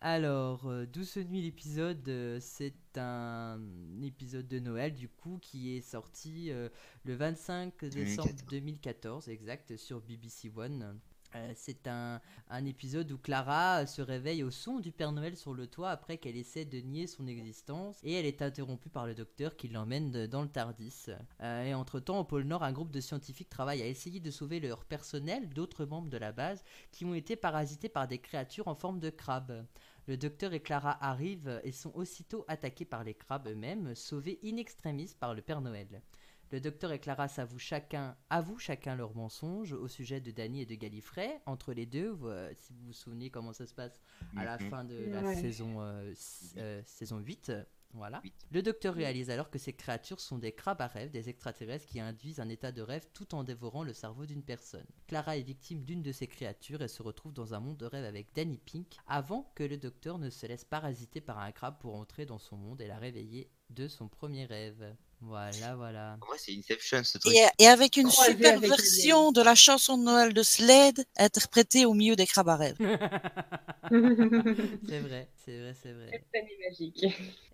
[SPEAKER 1] Alors, euh, Douce Nuit, l'épisode, euh, c'est un épisode de Noël, du coup, qui est sorti euh, le 25 décembre
[SPEAKER 5] 2014.
[SPEAKER 1] 2014, exact, sur BBC One. Euh, c'est un, un épisode où Clara euh, se réveille au son du Père Noël sur le toit après qu'elle essaie de nier son existence et elle est interrompue par le docteur qui l'emmène de- dans le Tardis. Euh, et entre-temps, au pôle Nord, un groupe de scientifiques travaille à essayer de sauver leur personnel, d'autres membres de la base, qui ont été parasités par des créatures en forme de crabes. Le docteur et Clara arrivent et sont aussitôt attaqués par les crabes eux-mêmes, sauvés in extremis par le Père Noël. Le docteur et Clara s'avouent chacun, avouent chacun leur mensonge au sujet de Danny et de Gallifrey. Entre les deux, vous, euh, si vous vous souvenez comment ça se passe à la
[SPEAKER 5] Mhm.
[SPEAKER 1] fin de la
[SPEAKER 7] Ouais.
[SPEAKER 1] saison, euh, s- euh, saison 8, euh, voilà.
[SPEAKER 5] Huit.
[SPEAKER 1] Le docteur réalise alors que ces créatures sont des crabes à rêve, des extraterrestres qui induisent un état de rêve tout en dévorant le cerveau d'une personne. Clara est victime d'une de ces créatures et se retrouve dans un monde de rêve avec Danny Pink avant que le docteur ne se laisse parasiter par un crabe pour entrer dans son monde et la réveiller de son premier rêve. Voilà, voilà.
[SPEAKER 5] En vrai, c'est Inception ce truc.
[SPEAKER 2] Et, et avec une
[SPEAKER 7] Croisé
[SPEAKER 2] super
[SPEAKER 7] avec
[SPEAKER 2] version de la chanson de Noël de Slade interprétée au milieu des crabes à rêve.
[SPEAKER 7] Cette
[SPEAKER 1] C'est vrai, c'est vrai, c'est vrai.
[SPEAKER 7] année magique.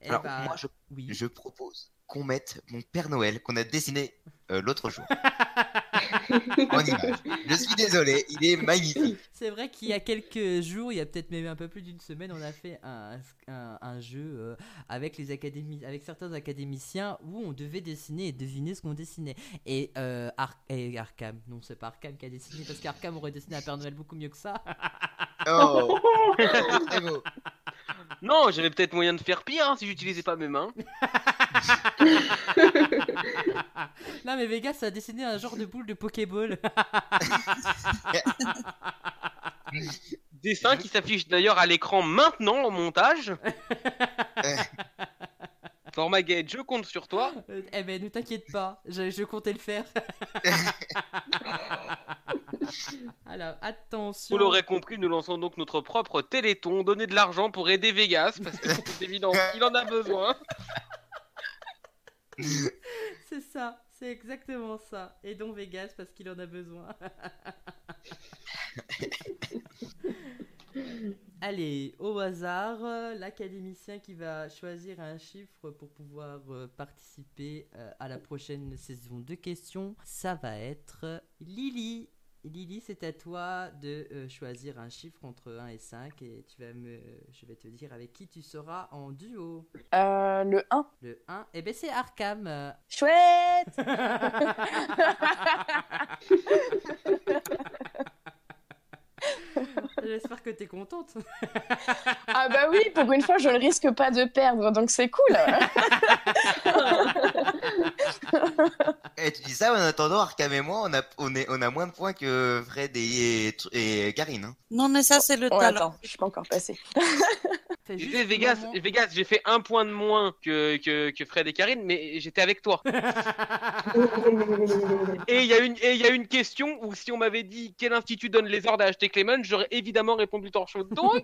[SPEAKER 1] Eh
[SPEAKER 5] Alors,
[SPEAKER 1] bah,
[SPEAKER 5] moi, je,
[SPEAKER 1] oui.
[SPEAKER 5] je propose qu'on mette mon Père Noël qu'on a dessiné euh, l'autre jour en image. Je suis désolé, il est magnifique.
[SPEAKER 1] C'est vrai qu'il y a quelques jours, il y a peut-être même un peu plus d'une semaine, on a fait un, un- un jeu euh, avec, les académi- avec certains académiciens où on devait dessiner et deviner ce qu'on dessinait. Et, euh, Ar- et Arkham, non, c'est pas Arkham qui a dessiné, parce qu'Arkham aurait dessiné un Père Noël beaucoup mieux que ça.
[SPEAKER 5] Oh, très beau.
[SPEAKER 3] Non, j'avais peut-être moyen de faire pire hein, si j'utilisais pas mes mains.
[SPEAKER 1] non, mais Vegas a dessiné un genre de boule de Pokéball.
[SPEAKER 3] Dessin qui s'affiche d'ailleurs à l'écran maintenant en montage. Norma Gate, je compte sur toi.
[SPEAKER 1] Euh, eh ben, ne t'inquiète pas, je, je comptais le faire. Alors, attention.
[SPEAKER 3] Vous l'aurez compris, nous lançons donc notre propre téléthon, donner de l'argent pour aider Vegas, parce que c'est évident, il en a besoin.
[SPEAKER 1] C'est ça, c'est exactement ça. Et donc Vegas parce qu'il en a besoin. Allez, au hasard, euh, l'académicien qui va choisir un chiffre pour pouvoir euh, participer euh, à la prochaine saison de questions, ça va être Lily. Lily, c'est à toi de euh, choisir un chiffre entre 1 et 5 et tu vas me, je vais te dire avec qui tu seras en duo.
[SPEAKER 6] Euh, le 1.
[SPEAKER 1] Le 1, eh ben c'est Arkham. euh,
[SPEAKER 6] Chouette
[SPEAKER 1] J'espère que t'es contente.
[SPEAKER 6] Ah bah oui, pour une fois, je ne risque pas de perdre, donc c'est cool.
[SPEAKER 5] Eh, tu dis ça, en attendant, Arkham et moi, on a, on est, on a moins de points que Fred et, et, et Karine. hein.
[SPEAKER 2] Non, mais ça, c'est le
[SPEAKER 6] Oh,
[SPEAKER 2] talent.
[SPEAKER 6] attends, je suis pas encore passée.
[SPEAKER 1] Fais
[SPEAKER 3] Tu
[SPEAKER 1] juste
[SPEAKER 3] sais,
[SPEAKER 1] le
[SPEAKER 3] Vegas,
[SPEAKER 1] moment-
[SPEAKER 3] Vegas j'ai fait un point de moins que, que, que Fred et Karine, mais j'étais avec toi. Et il y, a une- et il y a une question où si on m'avait dit quel institut donne les ordres à acheter Clément, j'aurais évidemment répondu torchon. Donc,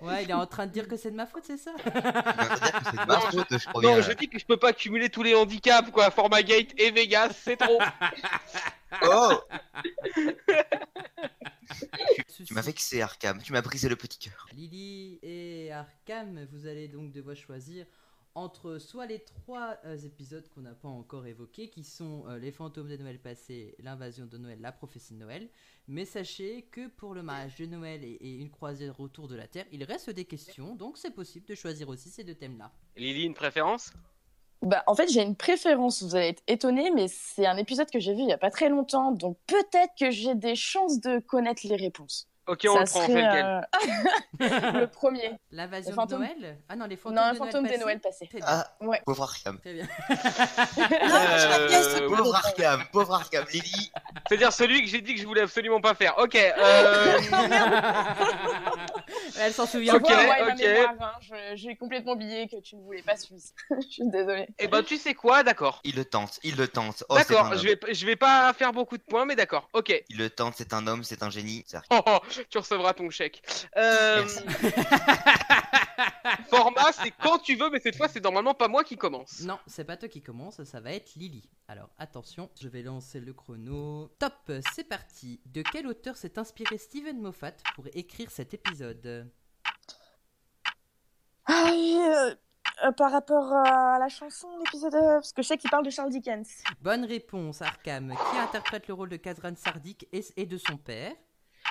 [SPEAKER 1] Ouais, il est en train de dire que c'est de ma faute, c'est ça
[SPEAKER 5] C'est-à-dire que c'est de ma
[SPEAKER 3] Non, je-
[SPEAKER 5] faute, je crois
[SPEAKER 3] non,
[SPEAKER 5] bien.
[SPEAKER 3] je dis que je peux pas cumuler tous les handicaps, quoi. Formagate et Vegas, c'est trop.
[SPEAKER 5] Oh
[SPEAKER 1] Ceci.
[SPEAKER 5] Tu m'as fait que c'est Arkham, tu m'as brisé le petit cœur.
[SPEAKER 1] Lily et Arkham, vous allez donc devoir choisir entre soit les trois euh, épisodes qu'on n'a pas encore évoqués, qui sont euh, les fantômes de Noël passé, l'invasion de Noël, la prophétie de Noël, mais sachez que pour le mariage de Noël et, et une croisière autour de la Terre, il reste des questions, donc c'est possible de choisir aussi ces deux thèmes-là.
[SPEAKER 3] Lily, une préférence
[SPEAKER 6] Bah, en fait, j'ai une préférence, vous allez être étonnés, mais c'est un épisode que j'ai vu il y a pas très longtemps, donc peut-être que j'ai des chances de connaître les réponses.
[SPEAKER 3] Ok, on
[SPEAKER 6] Ça
[SPEAKER 3] le prend, on fait lequel
[SPEAKER 6] euh, le premier.
[SPEAKER 1] L'invasion
[SPEAKER 6] Les
[SPEAKER 1] de
[SPEAKER 6] fantômes-
[SPEAKER 1] Noël Ah non, les fantômes
[SPEAKER 6] non, un
[SPEAKER 1] de
[SPEAKER 6] fantôme
[SPEAKER 1] Noël
[SPEAKER 6] des
[SPEAKER 1] passé.
[SPEAKER 6] Noël passés.
[SPEAKER 1] Très bien,
[SPEAKER 5] Ah,
[SPEAKER 6] Ouais.
[SPEAKER 5] pauvre Arkham.
[SPEAKER 1] très bien.
[SPEAKER 2] la pièce, c'est
[SPEAKER 3] Euh,
[SPEAKER 2] pour-
[SPEAKER 5] Pauvre Arkham, pauvre Arkham, Lily.
[SPEAKER 3] C'est-à-dire celui que j'ai dit que je voulais absolument pas faire. Ok, euh,
[SPEAKER 1] Ah, Elle s'en souvient
[SPEAKER 6] Tu
[SPEAKER 3] Ok,
[SPEAKER 1] pas.
[SPEAKER 6] vois, ouais, ma
[SPEAKER 3] ok.
[SPEAKER 6] mémoire, hein, je- j'ai complètement oublié que tu ne voulais pas celui-ci. je suis désolée.
[SPEAKER 3] et ben tu sais quoi, d'accord.
[SPEAKER 5] Il le tente, il le tente. Oh, c'est un
[SPEAKER 3] d'accord,
[SPEAKER 5] homme.
[SPEAKER 3] je vais, je vais pas faire beaucoup de points, mais d'accord. Ok.
[SPEAKER 5] Il le tente, c'est un homme, c'est un génie. C'est Arkham.
[SPEAKER 3] Oh, oh, tu recevras ton chèque. Euh,
[SPEAKER 5] Merci.
[SPEAKER 3] format, c'est quand tu veux, mais cette fois, c'est normalement pas moi qui commence.
[SPEAKER 1] Non, c'est pas toi qui commence, ça va être Lily. Alors attention, je vais lancer le chrono. Top, c'est parti. De quel auteur s'est inspiré Steven Moffat pour écrire cet épisode
[SPEAKER 6] Ah oui, euh, euh, par rapport à la chanson, l'épisode. euh, parce que je sais qu'il parle de Charles Dickens.
[SPEAKER 1] Bonne réponse, Arkham. Qui interprète le rôle de Kazran Sardik et, et de son père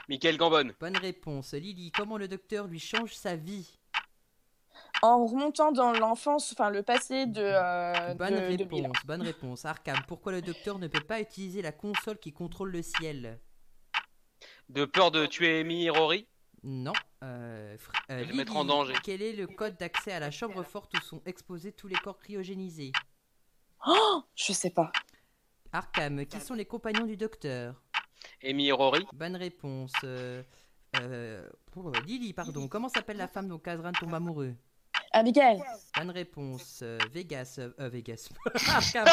[SPEAKER 3] Michael Gambon.
[SPEAKER 1] Bonne réponse, Lily. Comment le docteur lui change sa vie
[SPEAKER 6] En remontant dans l'enfance, enfin le passé de. euh,
[SPEAKER 1] Bonne
[SPEAKER 6] de- de Bill.
[SPEAKER 1] réponse, bonne réponse, Arkham. Pourquoi le docteur ne peut pas utiliser la console qui contrôle le ciel
[SPEAKER 3] De peur de tuer Amy et Rory.
[SPEAKER 1] Non. Euh, fr- euh,
[SPEAKER 3] Je vais le mettre en danger.
[SPEAKER 1] Quel est le code d'accès à la chambre forte où sont exposés tous les corps cryogénisés
[SPEAKER 6] Je sais pas.
[SPEAKER 1] Arkham, qui sont les compagnons du docteur
[SPEAKER 3] Amy et Rory.
[SPEAKER 1] Bonne réponse. Euh, euh, pour- Lily, pardon. Comment s'appelle la femme dont Kazran tombe amoureux
[SPEAKER 6] Abigail.
[SPEAKER 1] Bonne réponse. Euh, Vegas. euh, euh, Vegas. Arkham.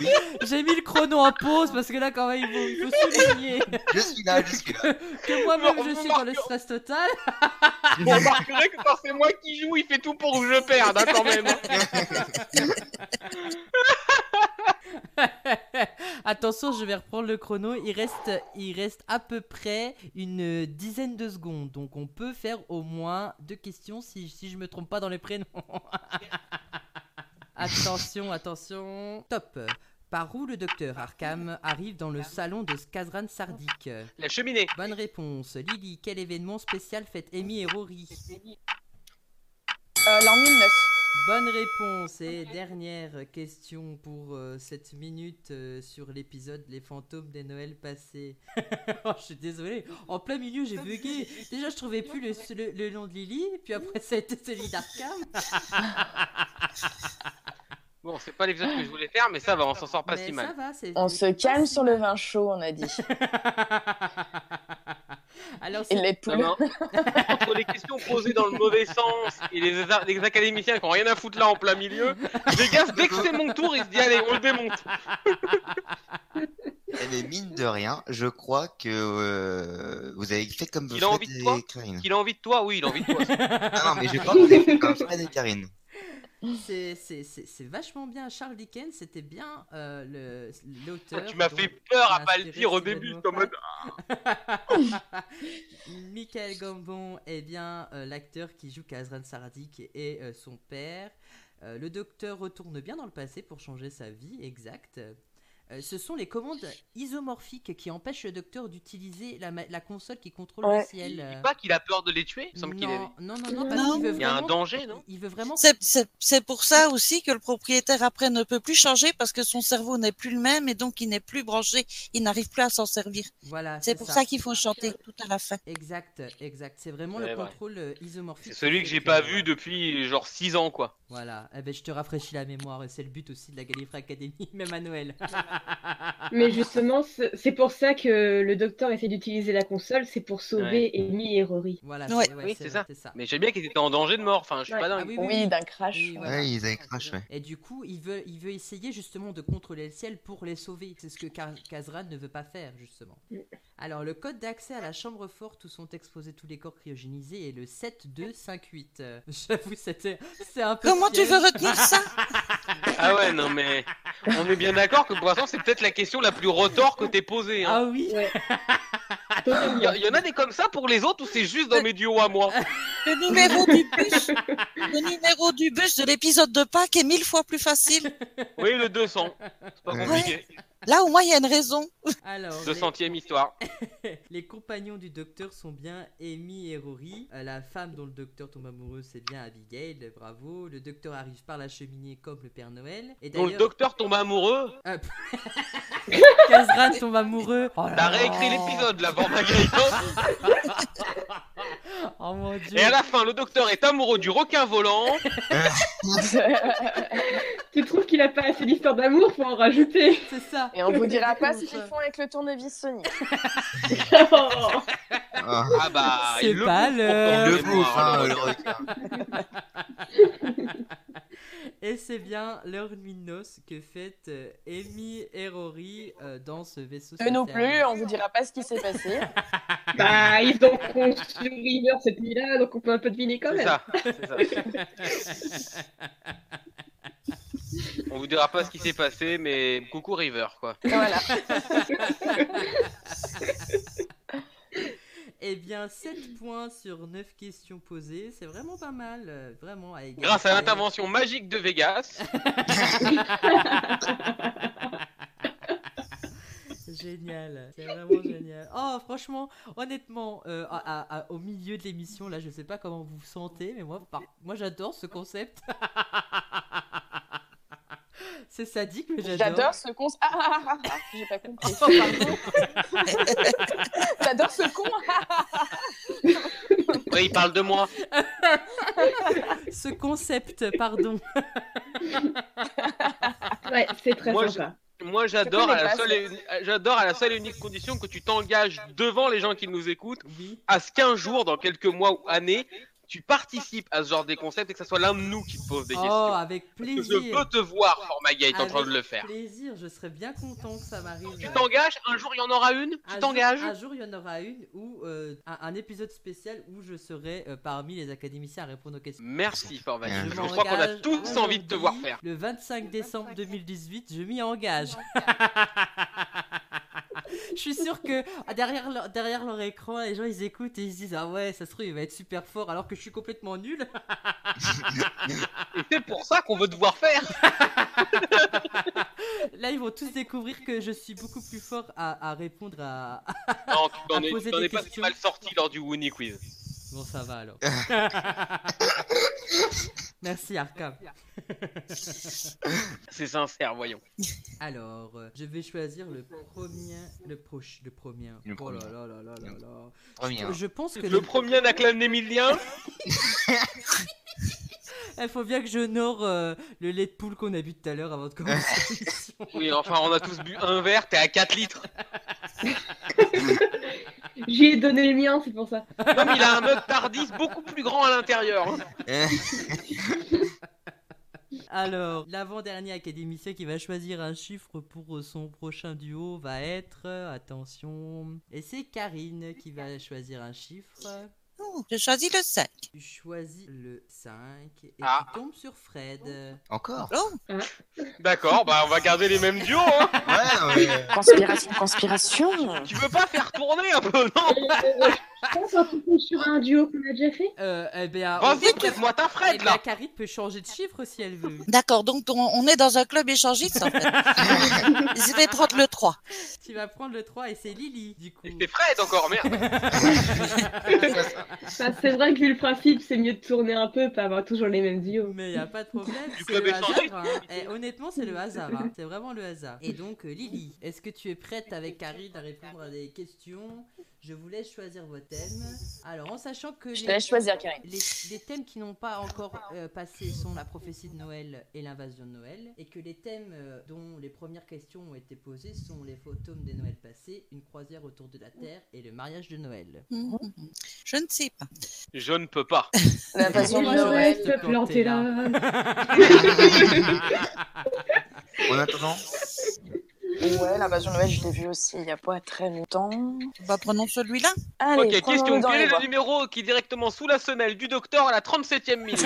[SPEAKER 5] oui,
[SPEAKER 1] J'ai mis le chrono en pause parce que là, quand même, il faut, il faut souligner
[SPEAKER 5] je suis là, je suis là.
[SPEAKER 1] que moi-même, je suis dans le stress total.
[SPEAKER 3] Vous remarquerez que quand bah, c'est moi qui joue, il fait tout pour que je perde, hein, quand même.
[SPEAKER 1] Attention, je vais reprendre le chrono. Il reste, il reste à peu près une dizaine de secondes. Donc, on peut faire au moins deux questions si, si je me trompe pas dans les prénoms. attention, attention. Top. Par où le docteur Arkham arrive dans le salon de Skazran Sardik
[SPEAKER 3] La cheminée.
[SPEAKER 1] Bonne réponse. Lily, quel événement spécial fête Amy et Rory
[SPEAKER 6] Euh, L'an 1009.
[SPEAKER 1] Bonne réponse et dernière question pour euh, cette minute euh, sur l'épisode Les fantômes des Noëls passés. Oh, je suis désolé, en plein milieu j'ai bugué. Déjà je trouvais plus le, le- le nom de Lily, puis après ça a été celui d'Arkham.
[SPEAKER 3] Bon, c'est pas l'épisode que je voulais faire, mais ça va, on s'en sort pas
[SPEAKER 1] Mais
[SPEAKER 3] si
[SPEAKER 1] ça
[SPEAKER 3] mal.
[SPEAKER 1] va, c'est...
[SPEAKER 6] On se calme sur le vin chaud, on a dit.
[SPEAKER 1] Alors c'est-
[SPEAKER 6] Et les poules.
[SPEAKER 3] Non, mais en- entre les questions posées dans le mauvais sens et les, les académiciens qui ont rien à foutre là en plein milieu, Vegas, dès que c'est mon tour, il se dit allez, on le démonte.
[SPEAKER 5] Eh, Mais mine de rien, je crois que euh, vous avez fait comme
[SPEAKER 3] Il a
[SPEAKER 5] Fred
[SPEAKER 3] envie de
[SPEAKER 5] et
[SPEAKER 3] toi
[SPEAKER 5] Karine.
[SPEAKER 3] Il a envie de toi Oui, il a envie de toi.
[SPEAKER 5] Ah non, mais je crois que vous avez fait comme Fred et Karine.
[SPEAKER 1] c'est- c'est c'est- c'est vachement bien. Charles Dickens, c'était bien euh, le- l'auteur.
[SPEAKER 3] Ah, Tu m'as
[SPEAKER 1] dont-
[SPEAKER 3] fait peur à
[SPEAKER 1] qui a
[SPEAKER 3] pas le
[SPEAKER 1] inspiré
[SPEAKER 3] dire au
[SPEAKER 1] Steven
[SPEAKER 3] début.
[SPEAKER 1] Moffat.
[SPEAKER 3] j'étais en mode,
[SPEAKER 1] Michael Gambon est bien euh, l'acteur qui joue Kazran Sardik et euh, son père. Euh, le docteur retourne bien dans le passé pour changer sa vie, exact. Euh, ce sont les commandes isomorphiques qui empêchent le docteur d'utiliser la, ma- la console qui contrôle
[SPEAKER 6] Ouais.
[SPEAKER 1] le
[SPEAKER 3] Il
[SPEAKER 1] ciel. Euh,
[SPEAKER 3] dit pas qu'il a peur de les tuer. Il me semble qu'il
[SPEAKER 1] non,
[SPEAKER 3] est-
[SPEAKER 1] non, non, non, parce
[SPEAKER 2] Non.
[SPEAKER 1] qu'il veut
[SPEAKER 3] Il y a un
[SPEAKER 1] vraiment-
[SPEAKER 3] danger, non
[SPEAKER 1] Il veut vraiment
[SPEAKER 2] C'est- C'est c'est pour ça aussi que le propriétaire après ne peut plus changer parce que son cerveau n'est plus le même et donc il n'est plus branché, il n'arrive plus à s'en servir.
[SPEAKER 1] Voilà,
[SPEAKER 2] Ah, C'est pour ça, qu'il faut chanter tout à la fin.
[SPEAKER 1] Exact, exact. C'est vraiment
[SPEAKER 3] C'est
[SPEAKER 1] le
[SPEAKER 3] vrai.
[SPEAKER 1] contrôle euh, isomorphique.
[SPEAKER 3] C'est celui que j'ai pas
[SPEAKER 1] euh,
[SPEAKER 3] vu depuis genre 6 ans, quoi.
[SPEAKER 1] Voilà, eh ben, je te rafraîchis la mémoire et c'est le but aussi de la Gallifrey Academy, même à Noël.
[SPEAKER 7] Mais justement, c'est c'est pour ça que le docteur essaie d'utiliser la console, c'est pour sauver Amy et Rory.
[SPEAKER 1] Voilà,
[SPEAKER 2] Ouais.
[SPEAKER 1] c'est ouais,
[SPEAKER 3] Oui,
[SPEAKER 1] c'est
[SPEAKER 3] c'est
[SPEAKER 1] vrai,
[SPEAKER 3] ça.
[SPEAKER 1] c'est ça.
[SPEAKER 3] Mais j'aime bien qu'ils étaient en danger de mort. Enfin, je suis
[SPEAKER 7] Ouais.
[SPEAKER 3] pas
[SPEAKER 1] Ah
[SPEAKER 3] dingue.
[SPEAKER 1] oui, oui, oui.
[SPEAKER 6] Oui, d'un crash.
[SPEAKER 1] Oui,
[SPEAKER 6] ouais.
[SPEAKER 1] voilà.
[SPEAKER 5] Ouais, ils avaient crash, ouais.
[SPEAKER 1] Et du coup, il veut, il veut essayer justement de contrôler le ciel pour les sauver. C'est ce que Ka- Kazran ne veut pas faire, justement.
[SPEAKER 7] Mm.
[SPEAKER 1] Alors, le code d'accès à la chambre forte où sont exposés tous les corps cryogénisés est le 7258. Euh, J'avoue, c'était c'est un peu.
[SPEAKER 2] Comment tu
[SPEAKER 1] piège.
[SPEAKER 2] veux retenir ça
[SPEAKER 3] Ah ouais, non mais on est bien d'accord que pour l'instant c'est peut-être la question la plus retors que t'es posée. Hein.
[SPEAKER 1] Ah oui
[SPEAKER 7] Ouais.
[SPEAKER 3] Il y, a- il y en a des comme ça pour les autres ou c'est juste dans mes duos à moi
[SPEAKER 2] Le numéro du bus, le numéro du bus de l'épisode de Pâques est mille fois plus facile.
[SPEAKER 3] Oui, le 200. C'est pas
[SPEAKER 5] Ouais.
[SPEAKER 3] compliqué.
[SPEAKER 2] Là, au moins, il y a une raison.
[SPEAKER 1] Alors, les-
[SPEAKER 3] 200ème histoire.
[SPEAKER 1] Les compagnons du docteur sont bien Amy et Rory. Euh, la femme dont le docteur tombe amoureux, c'est bien Abigail. Bravo. Le docteur arrive par la cheminée comme le Père Noël. Et
[SPEAKER 3] Dont le
[SPEAKER 1] d'ailleurs,
[SPEAKER 3] docteur tombe amoureux.
[SPEAKER 1] Kazran tombe amoureux. Oh là
[SPEAKER 3] T'as
[SPEAKER 1] là.
[SPEAKER 3] réécrit l'épisode là, Borba Gaillon.
[SPEAKER 1] Oh mon dieu.
[SPEAKER 3] Et à la fin, le docteur est amoureux du requin volant.
[SPEAKER 7] Tu trouves qu'il a pas assez d'histoire d'amour pour en rajouter
[SPEAKER 1] C'est ça.
[SPEAKER 6] Et on vous dira pas ce qu'ils font avec le tournevis Sony.
[SPEAKER 7] Oh.
[SPEAKER 5] Ah,
[SPEAKER 3] Ah bah,
[SPEAKER 1] C'est
[SPEAKER 3] il le
[SPEAKER 1] pas
[SPEAKER 3] bouffe,
[SPEAKER 1] l'heure.
[SPEAKER 5] le
[SPEAKER 3] pourtant, il est
[SPEAKER 5] bouffe,
[SPEAKER 3] mort,
[SPEAKER 5] hein,
[SPEAKER 3] alors.
[SPEAKER 5] le requin.
[SPEAKER 1] Et c'est bien leur nuit de noces que fêtent euh, Amy et Rory euh, dans ce vaisseau.
[SPEAKER 6] Eux non
[SPEAKER 1] spatial.
[SPEAKER 6] plus, on vous dira pas ce qui s'est passé.
[SPEAKER 7] Bah, ils ont construit River cette nuit-là, donc on peut un peu deviner quand
[SPEAKER 3] C'est
[SPEAKER 7] même.
[SPEAKER 3] ça, c'est ça. On vous dira pas ce qui s'est passé, mais coucou River quoi.
[SPEAKER 6] Voilà.
[SPEAKER 1] Eh bien, 7 points sur 9 questions posées. C'est vraiment pas mal. euh, Vraiment. à égalité.
[SPEAKER 3] Grâce à l'intervention magique de Vegas.
[SPEAKER 1] Génial, c'est vraiment génial. Oh, franchement, honnêtement, euh, à- à- à- au milieu de l'émission, là, je sais pas comment vous vous sentez, mais moi, par- moi j'adore ce concept. c'est sadique, mais j'adore.
[SPEAKER 6] J'adore ce con. Ah, ah, ah, ah, j'ai pas compris. J'adore ce con. Ah, ah, ah.
[SPEAKER 3] Oui, il parle de moi.
[SPEAKER 1] Ce concept, pardon.
[SPEAKER 7] Ouais, c'est très
[SPEAKER 3] Moi,
[SPEAKER 7] sympa.
[SPEAKER 3] Moi, j'adore
[SPEAKER 6] C'est quoi
[SPEAKER 3] à
[SPEAKER 6] les
[SPEAKER 3] la
[SPEAKER 6] bases
[SPEAKER 3] seule, et uni- j'adore à la seule et unique condition que tu t'engages devant les gens qui nous écoutent
[SPEAKER 1] Oui.
[SPEAKER 3] à ce qu'un jour, dans quelques mois ou années, tu participes à ce genre des concepts et que ça soit l'un de nous qui te pose des
[SPEAKER 1] Oh,
[SPEAKER 3] questions.
[SPEAKER 1] avec
[SPEAKER 3] Parce que je peux
[SPEAKER 1] plaisir.
[SPEAKER 3] te voir, Formagate, en train de
[SPEAKER 1] Avec
[SPEAKER 3] le faire.
[SPEAKER 1] Plaisir, je serais bien content que ça m'arrive.
[SPEAKER 3] Tu t'engages, un jour il y en aura une,
[SPEAKER 1] Un
[SPEAKER 3] tu
[SPEAKER 1] jour-
[SPEAKER 3] t'engages.
[SPEAKER 1] Un jour, il y en aura une où euh, un, un épisode spécial où je serai euh, parmi les académiciens à répondre aux questions.
[SPEAKER 3] Merci Formagate.
[SPEAKER 5] Je
[SPEAKER 3] Je
[SPEAKER 1] m'engage
[SPEAKER 3] crois qu'on a tous envie de te voir
[SPEAKER 1] aujourd'hui,
[SPEAKER 3] faire.
[SPEAKER 1] Le 25 décembre 2018, je m'y engage. je suis sûr que ah, derrière leur, derrière leur écran, les gens ils écoutent et ils se disent Ah ouais, ça se trouve, il va être super fort alors que je suis complètement nul.
[SPEAKER 3] Et c'est pour ça qu'on veut te voir faire.
[SPEAKER 1] Là, ils vont tous découvrir que je suis beaucoup plus fort à, à répondre à. Ah,
[SPEAKER 3] Non, tu
[SPEAKER 1] À
[SPEAKER 3] t'en es,
[SPEAKER 1] poser
[SPEAKER 3] tu t'en
[SPEAKER 1] des
[SPEAKER 3] es pas si
[SPEAKER 1] questions.
[SPEAKER 3] mal sorti lors du Winnie Quiz.
[SPEAKER 1] Bon, ça va alors. Merci Arkham.
[SPEAKER 3] C'est sincère, voyons.
[SPEAKER 1] Alors, euh, je vais choisir le premier. Le proche. Le premier.
[SPEAKER 5] Le
[SPEAKER 1] oh là
[SPEAKER 5] premier.
[SPEAKER 1] là là là là là.
[SPEAKER 5] Premier.
[SPEAKER 1] Je pense que.
[SPEAKER 3] hein. Le premier Naklan Emilien,
[SPEAKER 1] Il Eh, faut bien que j'honore euh, le lait de poule qu'on a bu tout à l'heure avant de commencer l'émission.
[SPEAKER 3] Oui, enfin, on a tous bu un verre, t'es à 4 litres.
[SPEAKER 7] J'y ai donné le mien, c'est pour ça.
[SPEAKER 3] Non, mais il a un mug Tardis beaucoup plus grand à l'intérieur.
[SPEAKER 1] Alors, l'avant-dernier académicien qui va choisir un chiffre pour euh, son prochain duo va être. euh, Attention. Et c'est Karine qui va choisir un chiffre.
[SPEAKER 2] Oh, Je choisis le 5.
[SPEAKER 1] Tu choisis le 5 et
[SPEAKER 3] Ah.
[SPEAKER 1] tu tombes sur Fred.
[SPEAKER 5] Encore
[SPEAKER 2] Oh,
[SPEAKER 3] D'accord, bah on va garder les mêmes duos. Hein.
[SPEAKER 5] Ouais, ouais.
[SPEAKER 6] ah. Conspiration, conspiration.
[SPEAKER 3] Tu veux pas faire tourner un peu, non
[SPEAKER 7] Euh, je pense qu'on se trouve sur un duo qu'on a déjà fait.
[SPEAKER 1] Euh, eh
[SPEAKER 6] Ah,
[SPEAKER 1] bien.
[SPEAKER 3] Vas-y, trouve-moi ta
[SPEAKER 1] eh
[SPEAKER 3] Fred
[SPEAKER 1] bien,
[SPEAKER 3] là.
[SPEAKER 1] Karine peut changer de chiffre si elle veut.
[SPEAKER 2] D'accord, donc on, on est dans un club échangiste, en fait. Je vais prendre le 3.
[SPEAKER 1] Tu vas prendre le 3 et c'est Lily, du coup.
[SPEAKER 3] Et C'est Fred encore, merde.
[SPEAKER 7] Enfin, c'est vrai que vu le principe, c'est mieux de tourner un peu, pas avoir toujours les mêmes duos.
[SPEAKER 1] Mais y a pas de problème,
[SPEAKER 3] Du
[SPEAKER 1] c'est
[SPEAKER 3] club
[SPEAKER 1] le
[SPEAKER 3] échangiste.
[SPEAKER 1] hasard. hein. Eh, honnêtement, c'est le hasard. hein. C'est vraiment le hasard. Et donc, euh, Lily, est-ce que tu es prête avec Karine à répondre à des questions Je vous laisse choisir vos thèmes. Alors, en sachant que
[SPEAKER 6] Je
[SPEAKER 1] les-
[SPEAKER 6] te laisse choisir, Karine.
[SPEAKER 1] les, les thèmes qui n'ont pas encore euh, passé sont la prophétie de Noël et l'invasion de Noël, et que les thèmes euh, dont les premières questions ont été posées sont les fantômes des Noëls passés, une croisière autour de la Terre et le mariage de Noël.
[SPEAKER 2] Hmm. Je ne sais pas.
[SPEAKER 3] Je ne peux pas.
[SPEAKER 6] L'invasion de
[SPEAKER 1] Moi,
[SPEAKER 6] Noël.
[SPEAKER 1] j'aurais-
[SPEAKER 4] te planter là.
[SPEAKER 5] En attendant,
[SPEAKER 6] Ouais, l'invasion de Noël, je l'ai vu aussi il y a pas très longtemps.
[SPEAKER 2] Bah, prenons celui-là.
[SPEAKER 6] Allez,
[SPEAKER 3] Ok,
[SPEAKER 6] prenons-le
[SPEAKER 3] question.
[SPEAKER 6] dans
[SPEAKER 3] Quel
[SPEAKER 6] les
[SPEAKER 3] est le
[SPEAKER 6] bras.
[SPEAKER 3] numéro qui est directement sous la semelle du docteur à la 37 e minute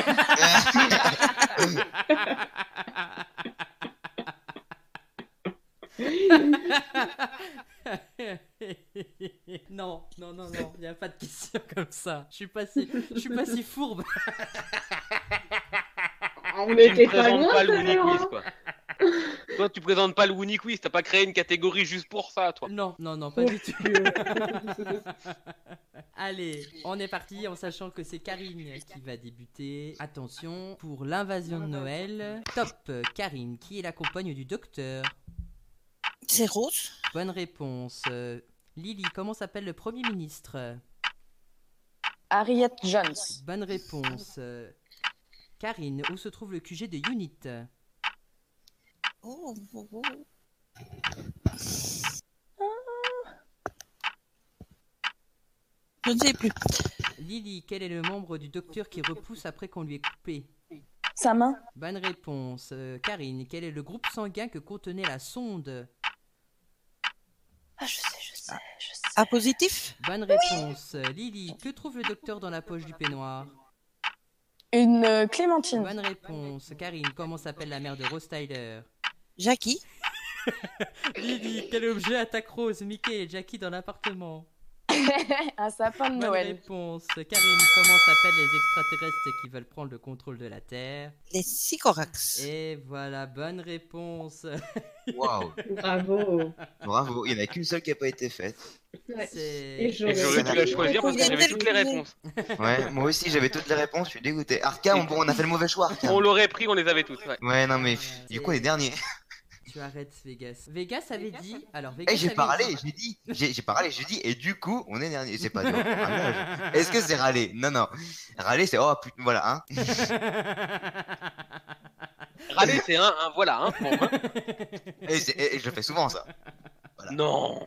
[SPEAKER 1] non, non, non, non, il n'y a pas de question comme ça. Je suis pas si, je suis pas si fourbe.
[SPEAKER 4] Ah, On
[SPEAKER 3] Tu ne
[SPEAKER 4] était pas
[SPEAKER 3] présentes
[SPEAKER 4] loin,
[SPEAKER 3] pas le
[SPEAKER 4] ça,
[SPEAKER 3] Winnie Quiz,
[SPEAKER 4] Laurent.
[SPEAKER 3] quoi. Toi, tu présentes pas le Winnie Quiz, t'as pas créé une catégorie juste pour ça, toi.
[SPEAKER 1] Non, non, non, pas du tout. Allez, on est parti en sachant que c'est Karine qui va débuter. Attention, pour l'invasion de Noël. Top, Karine, qui est la compagne du docteur
[SPEAKER 2] C'est Rose.
[SPEAKER 1] Bonne réponse. Euh, Lily, comment s'appelle le Premier ministre
[SPEAKER 6] Harriet Jones.
[SPEAKER 1] Bonne réponse. Euh, Karine, où se trouve le QG de Unit
[SPEAKER 2] Oh, oh, oh. Je ne sais plus.
[SPEAKER 1] Lily, quel est le membre du docteur qui repousse après qu'on lui ait coupé
[SPEAKER 6] Sa main.
[SPEAKER 1] Bonne réponse. Euh, Karine, quel est le groupe sanguin que contenait la sonde
[SPEAKER 6] Ah, je sais, je sais, je sais.
[SPEAKER 2] A positif
[SPEAKER 1] Bonne réponse. Euh, Lily, que trouve le docteur dans la poche du peignoir
[SPEAKER 6] Une euh, clémentine.
[SPEAKER 1] Bonne réponse. Karine, comment s'appelle la mère de Rose Tyler
[SPEAKER 2] Jackie.
[SPEAKER 1] Lily, quel objet attaque Rose, Mickey et Jackie dans l'appartement
[SPEAKER 6] Un sapin de
[SPEAKER 1] Bonne
[SPEAKER 6] Noël.
[SPEAKER 1] réponse. Karine, comment s'appellent les extraterrestres qui veulent prendre le contrôle de la Terre
[SPEAKER 2] Les Sycorax.
[SPEAKER 1] Et voilà, bonne réponse.
[SPEAKER 5] waouh,
[SPEAKER 4] Bravo.
[SPEAKER 5] bravo. Il n'y en a qu'une seule qui n'a pas été faite.
[SPEAKER 7] Ouais.
[SPEAKER 1] C'est-
[SPEAKER 4] Et
[SPEAKER 3] Et j'aurais
[SPEAKER 5] j'aurais
[SPEAKER 3] pu
[SPEAKER 5] pu
[SPEAKER 3] la choisir parce que
[SPEAKER 2] j'aurais
[SPEAKER 3] j'avais
[SPEAKER 2] pu
[SPEAKER 3] toutes les
[SPEAKER 2] le-
[SPEAKER 3] réponses.
[SPEAKER 5] Ouais, moi aussi j'avais toutes les réponses, je suis dégoûté. Arca, on, bon, on a fait le mauvais choix. Arca.
[SPEAKER 3] On l'aurait pris, on les avait toutes. ouais.
[SPEAKER 5] Ouais, non mais du coup on est dernier.
[SPEAKER 1] Tu arrêtes Vegas. Vegas avait dit. Alors Vegas.
[SPEAKER 5] Eh, j'ai
[SPEAKER 1] avait
[SPEAKER 5] parlé,
[SPEAKER 1] dit-
[SPEAKER 5] j'ai dit, j'ai j'ai parlé, j'ai dit, et du coup on est dernier. C'est pas. Ah, du râlage. Est-ce que c'est râler Non, non. Râler c'est oh putain, voilà, hein.
[SPEAKER 3] Râler, c'est un, un, voilà, un point. hein.
[SPEAKER 5] Et, c'est- et- et je le fais souvent ça.
[SPEAKER 3] Non.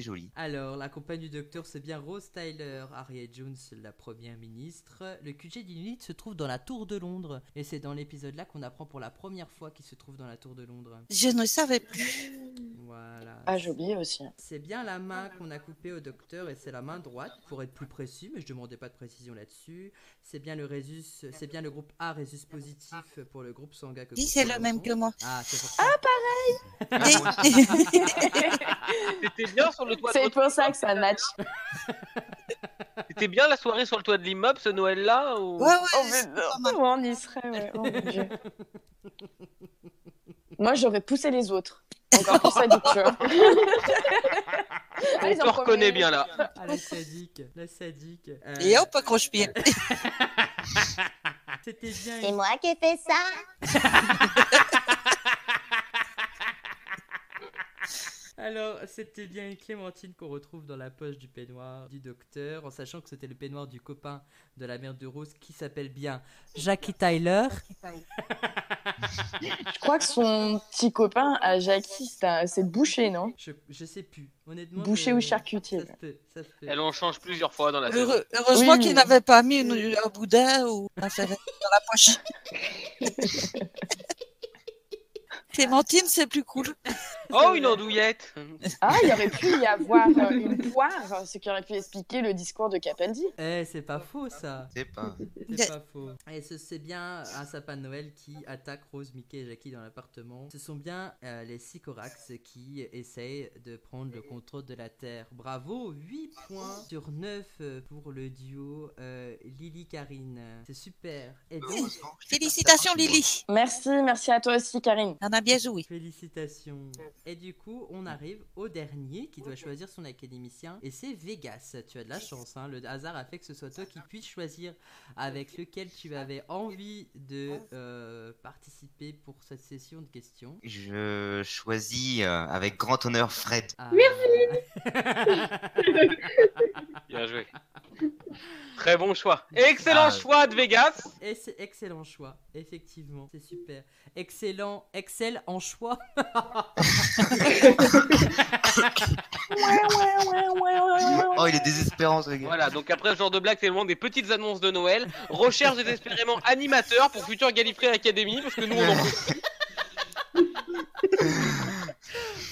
[SPEAKER 5] joli.
[SPEAKER 1] Alors, la compagne du docteur, c'est bien Rose Tyler, Harriet Jones, la première ministre. Le QG d'Inuit se trouve dans la Tour de Londres. Et c'est dans l'épisode là qu'on apprend pour la première fois qu'il se trouve dans la Tour de Londres.
[SPEAKER 2] Je ne savais plus.
[SPEAKER 1] Voilà.
[SPEAKER 6] Ah, j'ai oublié aussi.
[SPEAKER 1] C'est bien la main qu'on a coupée au docteur et c'est la main droite, pour être plus précis, mais je demandais pas de précision là-dessus. C'est bien le résus, c'est bien le groupe A résus positif pour le groupe sanguin que.
[SPEAKER 2] Dis, c'est le même que moi.
[SPEAKER 1] Ah, c'est pour ça.
[SPEAKER 5] Ah,
[SPEAKER 2] Des-
[SPEAKER 3] C'était bien sur le toit. de
[SPEAKER 6] C'est pour ça que ça match.
[SPEAKER 3] votre- C'était bien la soirée sur le toit de l'immeuble ce Noël-là. ou-
[SPEAKER 2] Ouais, ouais,
[SPEAKER 6] Oh, mais
[SPEAKER 2] c'est
[SPEAKER 6] non.
[SPEAKER 2] pas mal.
[SPEAKER 6] Ouais, on y serait, ouais. Oh, mon Dieu. Moi, j'aurais poussé les autres. Encore plus sadique, tu vois.
[SPEAKER 3] On
[SPEAKER 6] Allez,
[SPEAKER 3] te
[SPEAKER 6] en premier.
[SPEAKER 3] reconnaît bien là.
[SPEAKER 1] Ah, la sadique, la sadique. Euh,
[SPEAKER 2] Et hop, accroche-pied.
[SPEAKER 1] C'était bien.
[SPEAKER 8] C'est moi qui ai fait ça
[SPEAKER 1] Alors, c'était bien une Clémentine qu'on retrouve dans la poche du peignoir du docteur, en sachant que c'était le peignoir du copain de la mère de Rose qui s'appelle bien Jackie Tyler.
[SPEAKER 6] Je crois que son petit copain à Jackie, c'est un- c'est bouché, non
[SPEAKER 1] Je, je sais plus, honnêtement.
[SPEAKER 6] Boucher
[SPEAKER 1] je-
[SPEAKER 6] ou charcutier
[SPEAKER 1] Ça se peut, ça se peut.
[SPEAKER 3] Elle en change plusieurs fois dans la saison.
[SPEAKER 2] Heureux- heureusement
[SPEAKER 6] Oui.
[SPEAKER 2] qu'il n'avait pas mis une- un boudin ou un ferret dans la poche. Clémentine, c'est plus cool.
[SPEAKER 3] Oh, une andouillette.
[SPEAKER 6] Ah, il aurait pu y avoir euh, une poire, ce qui aurait pu expliquer le discours de Capaldi.
[SPEAKER 1] Eh, c'est pas faux ça.
[SPEAKER 5] C'est pas.
[SPEAKER 1] C'est
[SPEAKER 2] Mais-
[SPEAKER 1] pas faux. Et ce, c'est bien un sapin de Noël qui attaque Rose, Mickey et Jackie dans l'appartement. Ce sont bien euh, les Sycorax qui essayent de prendre le contrôle de la Terre. Bravo, 8 points sur 9 pour le duo euh, Lily-Karine. C'est super. Et donc,
[SPEAKER 6] Ah,
[SPEAKER 5] Heureusement, je l'ai pas fait.
[SPEAKER 2] Félicitations, Lily.
[SPEAKER 6] Merci, merci à toi aussi, Karine.
[SPEAKER 2] On a bien joué.
[SPEAKER 1] félicitations. Et du coup, on arrive au dernier qui doit choisir son académicien. Et c'est Vegas. Tu as de la chance. hein. Le hasard a fait que ce soit toi qui puisse choisir avec lequel tu avais envie de euh, participer pour cette session de questions.
[SPEAKER 5] Je choisis euh, avec grand honneur Fred.
[SPEAKER 1] Ah. Merci
[SPEAKER 3] Bien joué. Très bon choix. Excellent
[SPEAKER 5] Ah.
[SPEAKER 3] choix de Vegas.
[SPEAKER 1] Et c'est excellent choix, effectivement. C'est super. Excellent, excel en choix.
[SPEAKER 5] Oh, il est désespérant ce gars.
[SPEAKER 3] Voilà, donc après ce genre de blague, c'est le moment des petites annonces de Noël. Recherche désespérément animateur pour Future Gallifrey Academy, parce que nous, on en peut.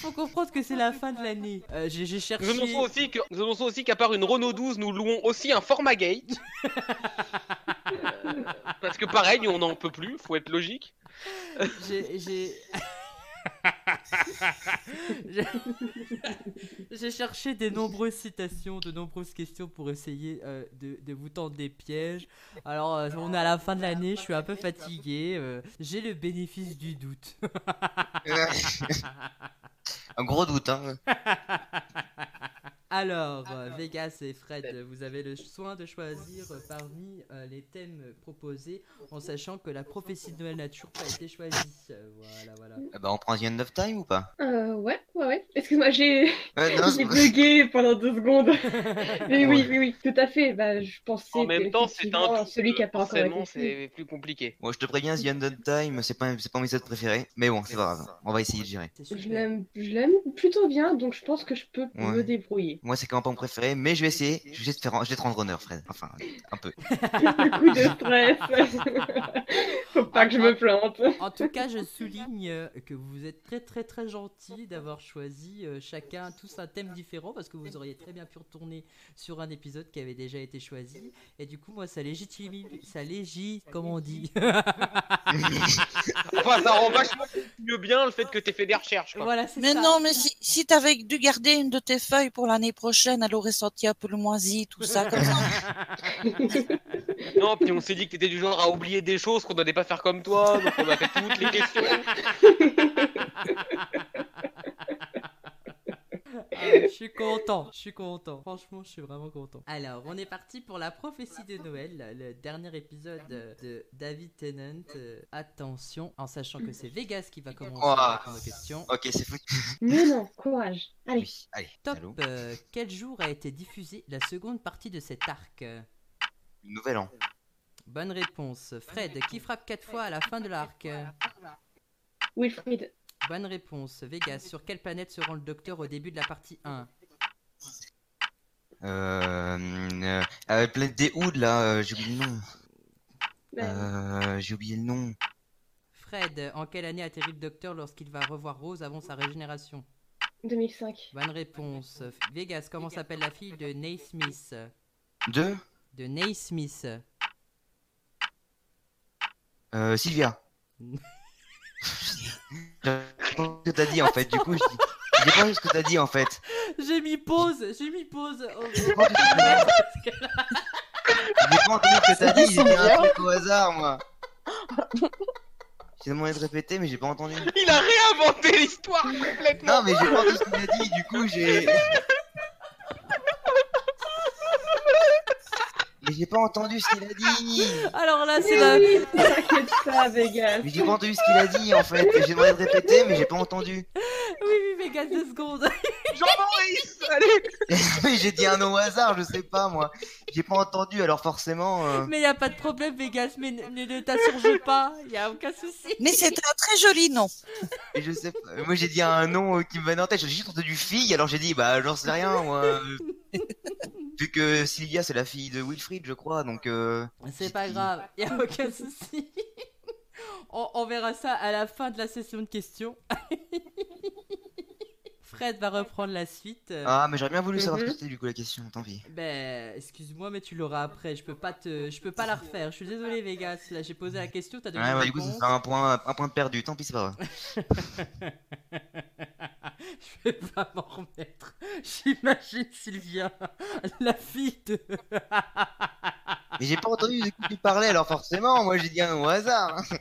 [SPEAKER 1] Faut comprendre que c'est la fin de l'année. Euh, J'ai j'ai cherché.
[SPEAKER 3] Nous annonçons aussi que- nous annonçons aussi qu'à part une Renault 12, nous louons aussi un Formagate. Euh, Parce que pareil, on n'en peut plus, faut être logique.
[SPEAKER 1] J'ai- J'ai. J'ai- J'ai cherché de nombreuses citations, de nombreuses questions pour essayer euh, de, de vous tendre des pièges. Alors, euh, on est à la fin de l'année, je suis un peu fatigué. euh, J'ai le bénéfice du doute.
[SPEAKER 5] Un gros doute, hein.
[SPEAKER 1] Alors, euh, Vegas et Fred, euh, vous avez le soin de choisir euh, parmi euh, les thèmes euh, proposés en sachant que la prophétie de Noël n'a toujours pas été choisie. Euh, Voilà, voilà.
[SPEAKER 5] Ah Bah, on prend The End of Time ou pas
[SPEAKER 7] Euh, ouais, ouais, ouais. Excuse-moi, j'ai
[SPEAKER 5] Euh, non,
[SPEAKER 7] j'ai
[SPEAKER 5] c'est-
[SPEAKER 7] bugué pendant deux secondes. Mais oui, oui, oui, tout à fait. Bah, je pensais
[SPEAKER 3] En même
[SPEAKER 7] que,
[SPEAKER 3] temps, c'est un.
[SPEAKER 7] effectivement,
[SPEAKER 3] doute,
[SPEAKER 7] celui qui a pas encore
[SPEAKER 3] forcément,
[SPEAKER 7] été fait.
[SPEAKER 3] c'est plus compliqué.
[SPEAKER 5] Bon, je te préviens, The End of Time, c'est pas, c'est pas mon épisode préféré. Mais bon, c'est pas grave. On va essayer de gérer.
[SPEAKER 1] C'est
[SPEAKER 7] Je
[SPEAKER 1] super.
[SPEAKER 7] l'aime, je l'aime plutôt bien, donc je pense que je peux
[SPEAKER 5] Ouais.
[SPEAKER 7] me débrouiller.
[SPEAKER 5] Moi, c'est quand même pas mon préféré, mais je vais essayer. Je vais te, faire, je vais te rendre honneur, Fred. Enfin, un peu.
[SPEAKER 7] Le coup de stress. Faut pas que je me plante.
[SPEAKER 1] En tout cas, je souligne euh, que vous êtes très très très gentil d'avoir choisi euh, chacun tous un thème différent parce que vous auriez très bien pu retourner sur un épisode qui avait déjà été choisi. Et du coup, moi, ça légitime, ça légit, comment on dit
[SPEAKER 3] Enfin, ça rend vachement mieux bien le fait que t'aies fait des recherches. Quoi.
[SPEAKER 1] Voilà, c'est
[SPEAKER 2] Mais
[SPEAKER 1] ça.
[SPEAKER 2] non, mais si, si t'avais dû garder une de tes feuilles pour l'année prochaine, elle aurait sorti un peu le moisi, tout ça, comme ça.
[SPEAKER 3] Non, puis on s'est dit que t'étais du genre à oublier des choses qu'on devait pas faire comme toi, donc on a fait toutes les questions.
[SPEAKER 1] Ah, je suis content, je suis content. Franchement, je suis vraiment content. Alors, on est parti pour la prophétie de Noël, le dernier épisode euh, de David Tennant. Euh, attention, en sachant que c'est Vegas qui va commencer à répondre aux questions.
[SPEAKER 5] Ok, c'est foutu.
[SPEAKER 7] Mais non, courage. Allez,
[SPEAKER 5] Oui, allez,
[SPEAKER 1] Top,
[SPEAKER 5] salaud.
[SPEAKER 1] euh, quel jour a été diffusée la seconde partie de cet arc
[SPEAKER 5] Nouvel an.
[SPEAKER 1] Bonne réponse. Fred, qui frappe 4 fois à la fin de l'arc
[SPEAKER 7] Wilfried,
[SPEAKER 1] Bonne réponse. Vegas, sur quelle planète se rend le docteur au début de la partie 1
[SPEAKER 5] Euh, euh, euh, Planète des Houds, là, euh, j'ai oublié le nom.
[SPEAKER 7] bah,
[SPEAKER 5] Euh, j'ai oublié le nom.
[SPEAKER 1] Fred, en quelle année atterrit le docteur lorsqu'il va revoir Rose avant sa régénération
[SPEAKER 7] 2005.
[SPEAKER 1] Bonne réponse. Vegas, comment s'appelle la fille de Naismith
[SPEAKER 5] Deux
[SPEAKER 1] De Naismith.
[SPEAKER 5] euh, Sylvia. J'ai pas ce que t'as dit en fait, du coup, je dis. J'ai pas ce que t'as dit en fait.
[SPEAKER 1] J'ai mis pause, j'ai mis pause. Oh.
[SPEAKER 5] J'ai pas entendu ce que t'as dit, j'ai dit un truc au hasard moi. J'ai demandé de répéter, mais j'ai pas entendu.
[SPEAKER 3] Il a réinventé l'histoire complètement.
[SPEAKER 5] Non, mais j'ai pas entendu ce qu'il a dit, du coup, j'ai. Mais j'ai pas entendu ce qu'il a dit!
[SPEAKER 1] Alors là, c'est la...
[SPEAKER 7] Oui, t'inquiète pas, Vegas.
[SPEAKER 5] Mais j'ai pas entendu ce qu'il a dit en fait! J'ai demandé de répéter, mais j'ai pas entendu!
[SPEAKER 1] Oui, oui, Vegas, deux secondes.
[SPEAKER 3] Jean-Maurice, allez.
[SPEAKER 5] Mais j'ai dit un nom au hasard, je sais pas moi. J'ai pas entendu, alors forcément. euh,
[SPEAKER 1] Mais y a pas de problème, Vegas, mais ne, ne- ne t'insurge pas, y a aucun souci.
[SPEAKER 2] Mais c'était un très joli nom.
[SPEAKER 5] je sais pas. Moi j'ai dit un nom euh, qui me venait en tête. J'ai juste entendu fille, alors j'ai dit bah j'en sais rien moi. euh. Vu que Sylvia c'est la fille de Wilfried, je crois, donc. euh,
[SPEAKER 1] C'est pas grave, y a aucun souci. On, on verra ça à la fin de la session de questions. Fred va reprendre la suite.
[SPEAKER 5] Ah, mais j'aurais bien voulu savoir ce que
[SPEAKER 7] Mhm.
[SPEAKER 5] c'était du coup la question, tant pis.
[SPEAKER 1] Ben, excuse-moi, mais tu l'auras après. Je peux pas te, je peux pas la refaire. Je suis désolé, Vegas. Là, j'ai posé la question, t'as donné
[SPEAKER 5] Ouais,
[SPEAKER 1] la
[SPEAKER 5] ouais, du coup ça
[SPEAKER 1] réponse.
[SPEAKER 5] sera un point, un point de perdu, tant pis c'est pas grave.
[SPEAKER 1] je vais pas m'en remettre. J'imagine Sylvia, la fille de.
[SPEAKER 5] Mais j'ai pas entendu de qui tu parlais, alors forcément, moi j'ai dit un nom au hasard. hein.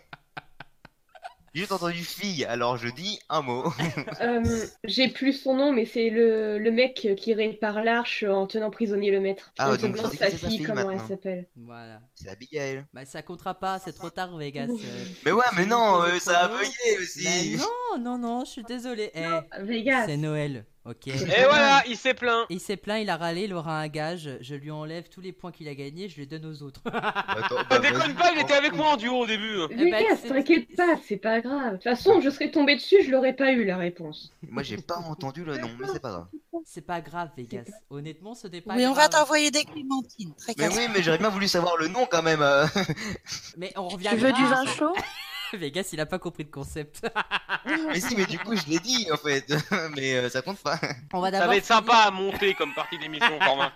[SPEAKER 5] J'ai juste entendu fille, alors je dis un mot.
[SPEAKER 7] Euh, J'ai plus son nom, mais c'est le, le mec qui répare l'arche en tenant prisonnier le maître.
[SPEAKER 5] Ah,
[SPEAKER 7] On se
[SPEAKER 5] donc
[SPEAKER 7] demande
[SPEAKER 5] c'est-
[SPEAKER 7] sa
[SPEAKER 5] c'est sa
[SPEAKER 7] fille,
[SPEAKER 5] fille
[SPEAKER 7] comment
[SPEAKER 5] maintenant.
[SPEAKER 7] elle s'appelle.
[SPEAKER 1] Voilà.
[SPEAKER 5] C'est Abigail.
[SPEAKER 1] Bah, ça comptera pas, c'est trop tard, Vegas. Euh,
[SPEAKER 5] Mais ouais, mais non,
[SPEAKER 1] Mais
[SPEAKER 5] euh, ça a
[SPEAKER 1] non.
[SPEAKER 5] bugué
[SPEAKER 1] mais
[SPEAKER 5] aussi.
[SPEAKER 1] Bah non, non, non, je suis désolé. Eh,
[SPEAKER 7] Vegas.
[SPEAKER 1] c'est Noël, ok
[SPEAKER 3] Et voilà, il s'est plaint.
[SPEAKER 1] Il s'est plaint, il a râlé, il aura un gage. Je lui enlève tous les points qu'il a gagnés, je les donne aux autres.
[SPEAKER 5] Attends,
[SPEAKER 3] Ne
[SPEAKER 5] bah,
[SPEAKER 3] déconne
[SPEAKER 5] vas-y,
[SPEAKER 3] pas, il était
[SPEAKER 5] prends-
[SPEAKER 3] avec moi en duo au début.
[SPEAKER 1] bah,
[SPEAKER 7] Vegas,
[SPEAKER 1] c'est-
[SPEAKER 7] t'inquiète pas, c'est pas grave. De toute façon, je serais tombé dessus, je l'aurais pas eu la réponse.
[SPEAKER 5] Moi, j'ai pas entendu le nom, mais c'est pas grave.
[SPEAKER 1] c'est pas grave, Vegas. Honnêtement, ce n'est pas
[SPEAKER 2] Oui, on va
[SPEAKER 1] grave.
[SPEAKER 2] t'envoyer des clémentines. Très
[SPEAKER 5] Mais
[SPEAKER 2] casse-
[SPEAKER 5] oui, mais j'aurais bien voulu savoir le nom quand même. euh.
[SPEAKER 1] Mais on revient
[SPEAKER 6] Tu veux du vin chaud
[SPEAKER 1] Vegas, il a pas compris le concept.
[SPEAKER 5] Mais si, mais du coup, je l'ai dit en fait. Mais euh, ça compte pas.
[SPEAKER 1] On va
[SPEAKER 3] Ça
[SPEAKER 1] d'abord
[SPEAKER 3] va être sympa à monter comme partie d'émission, Cormac.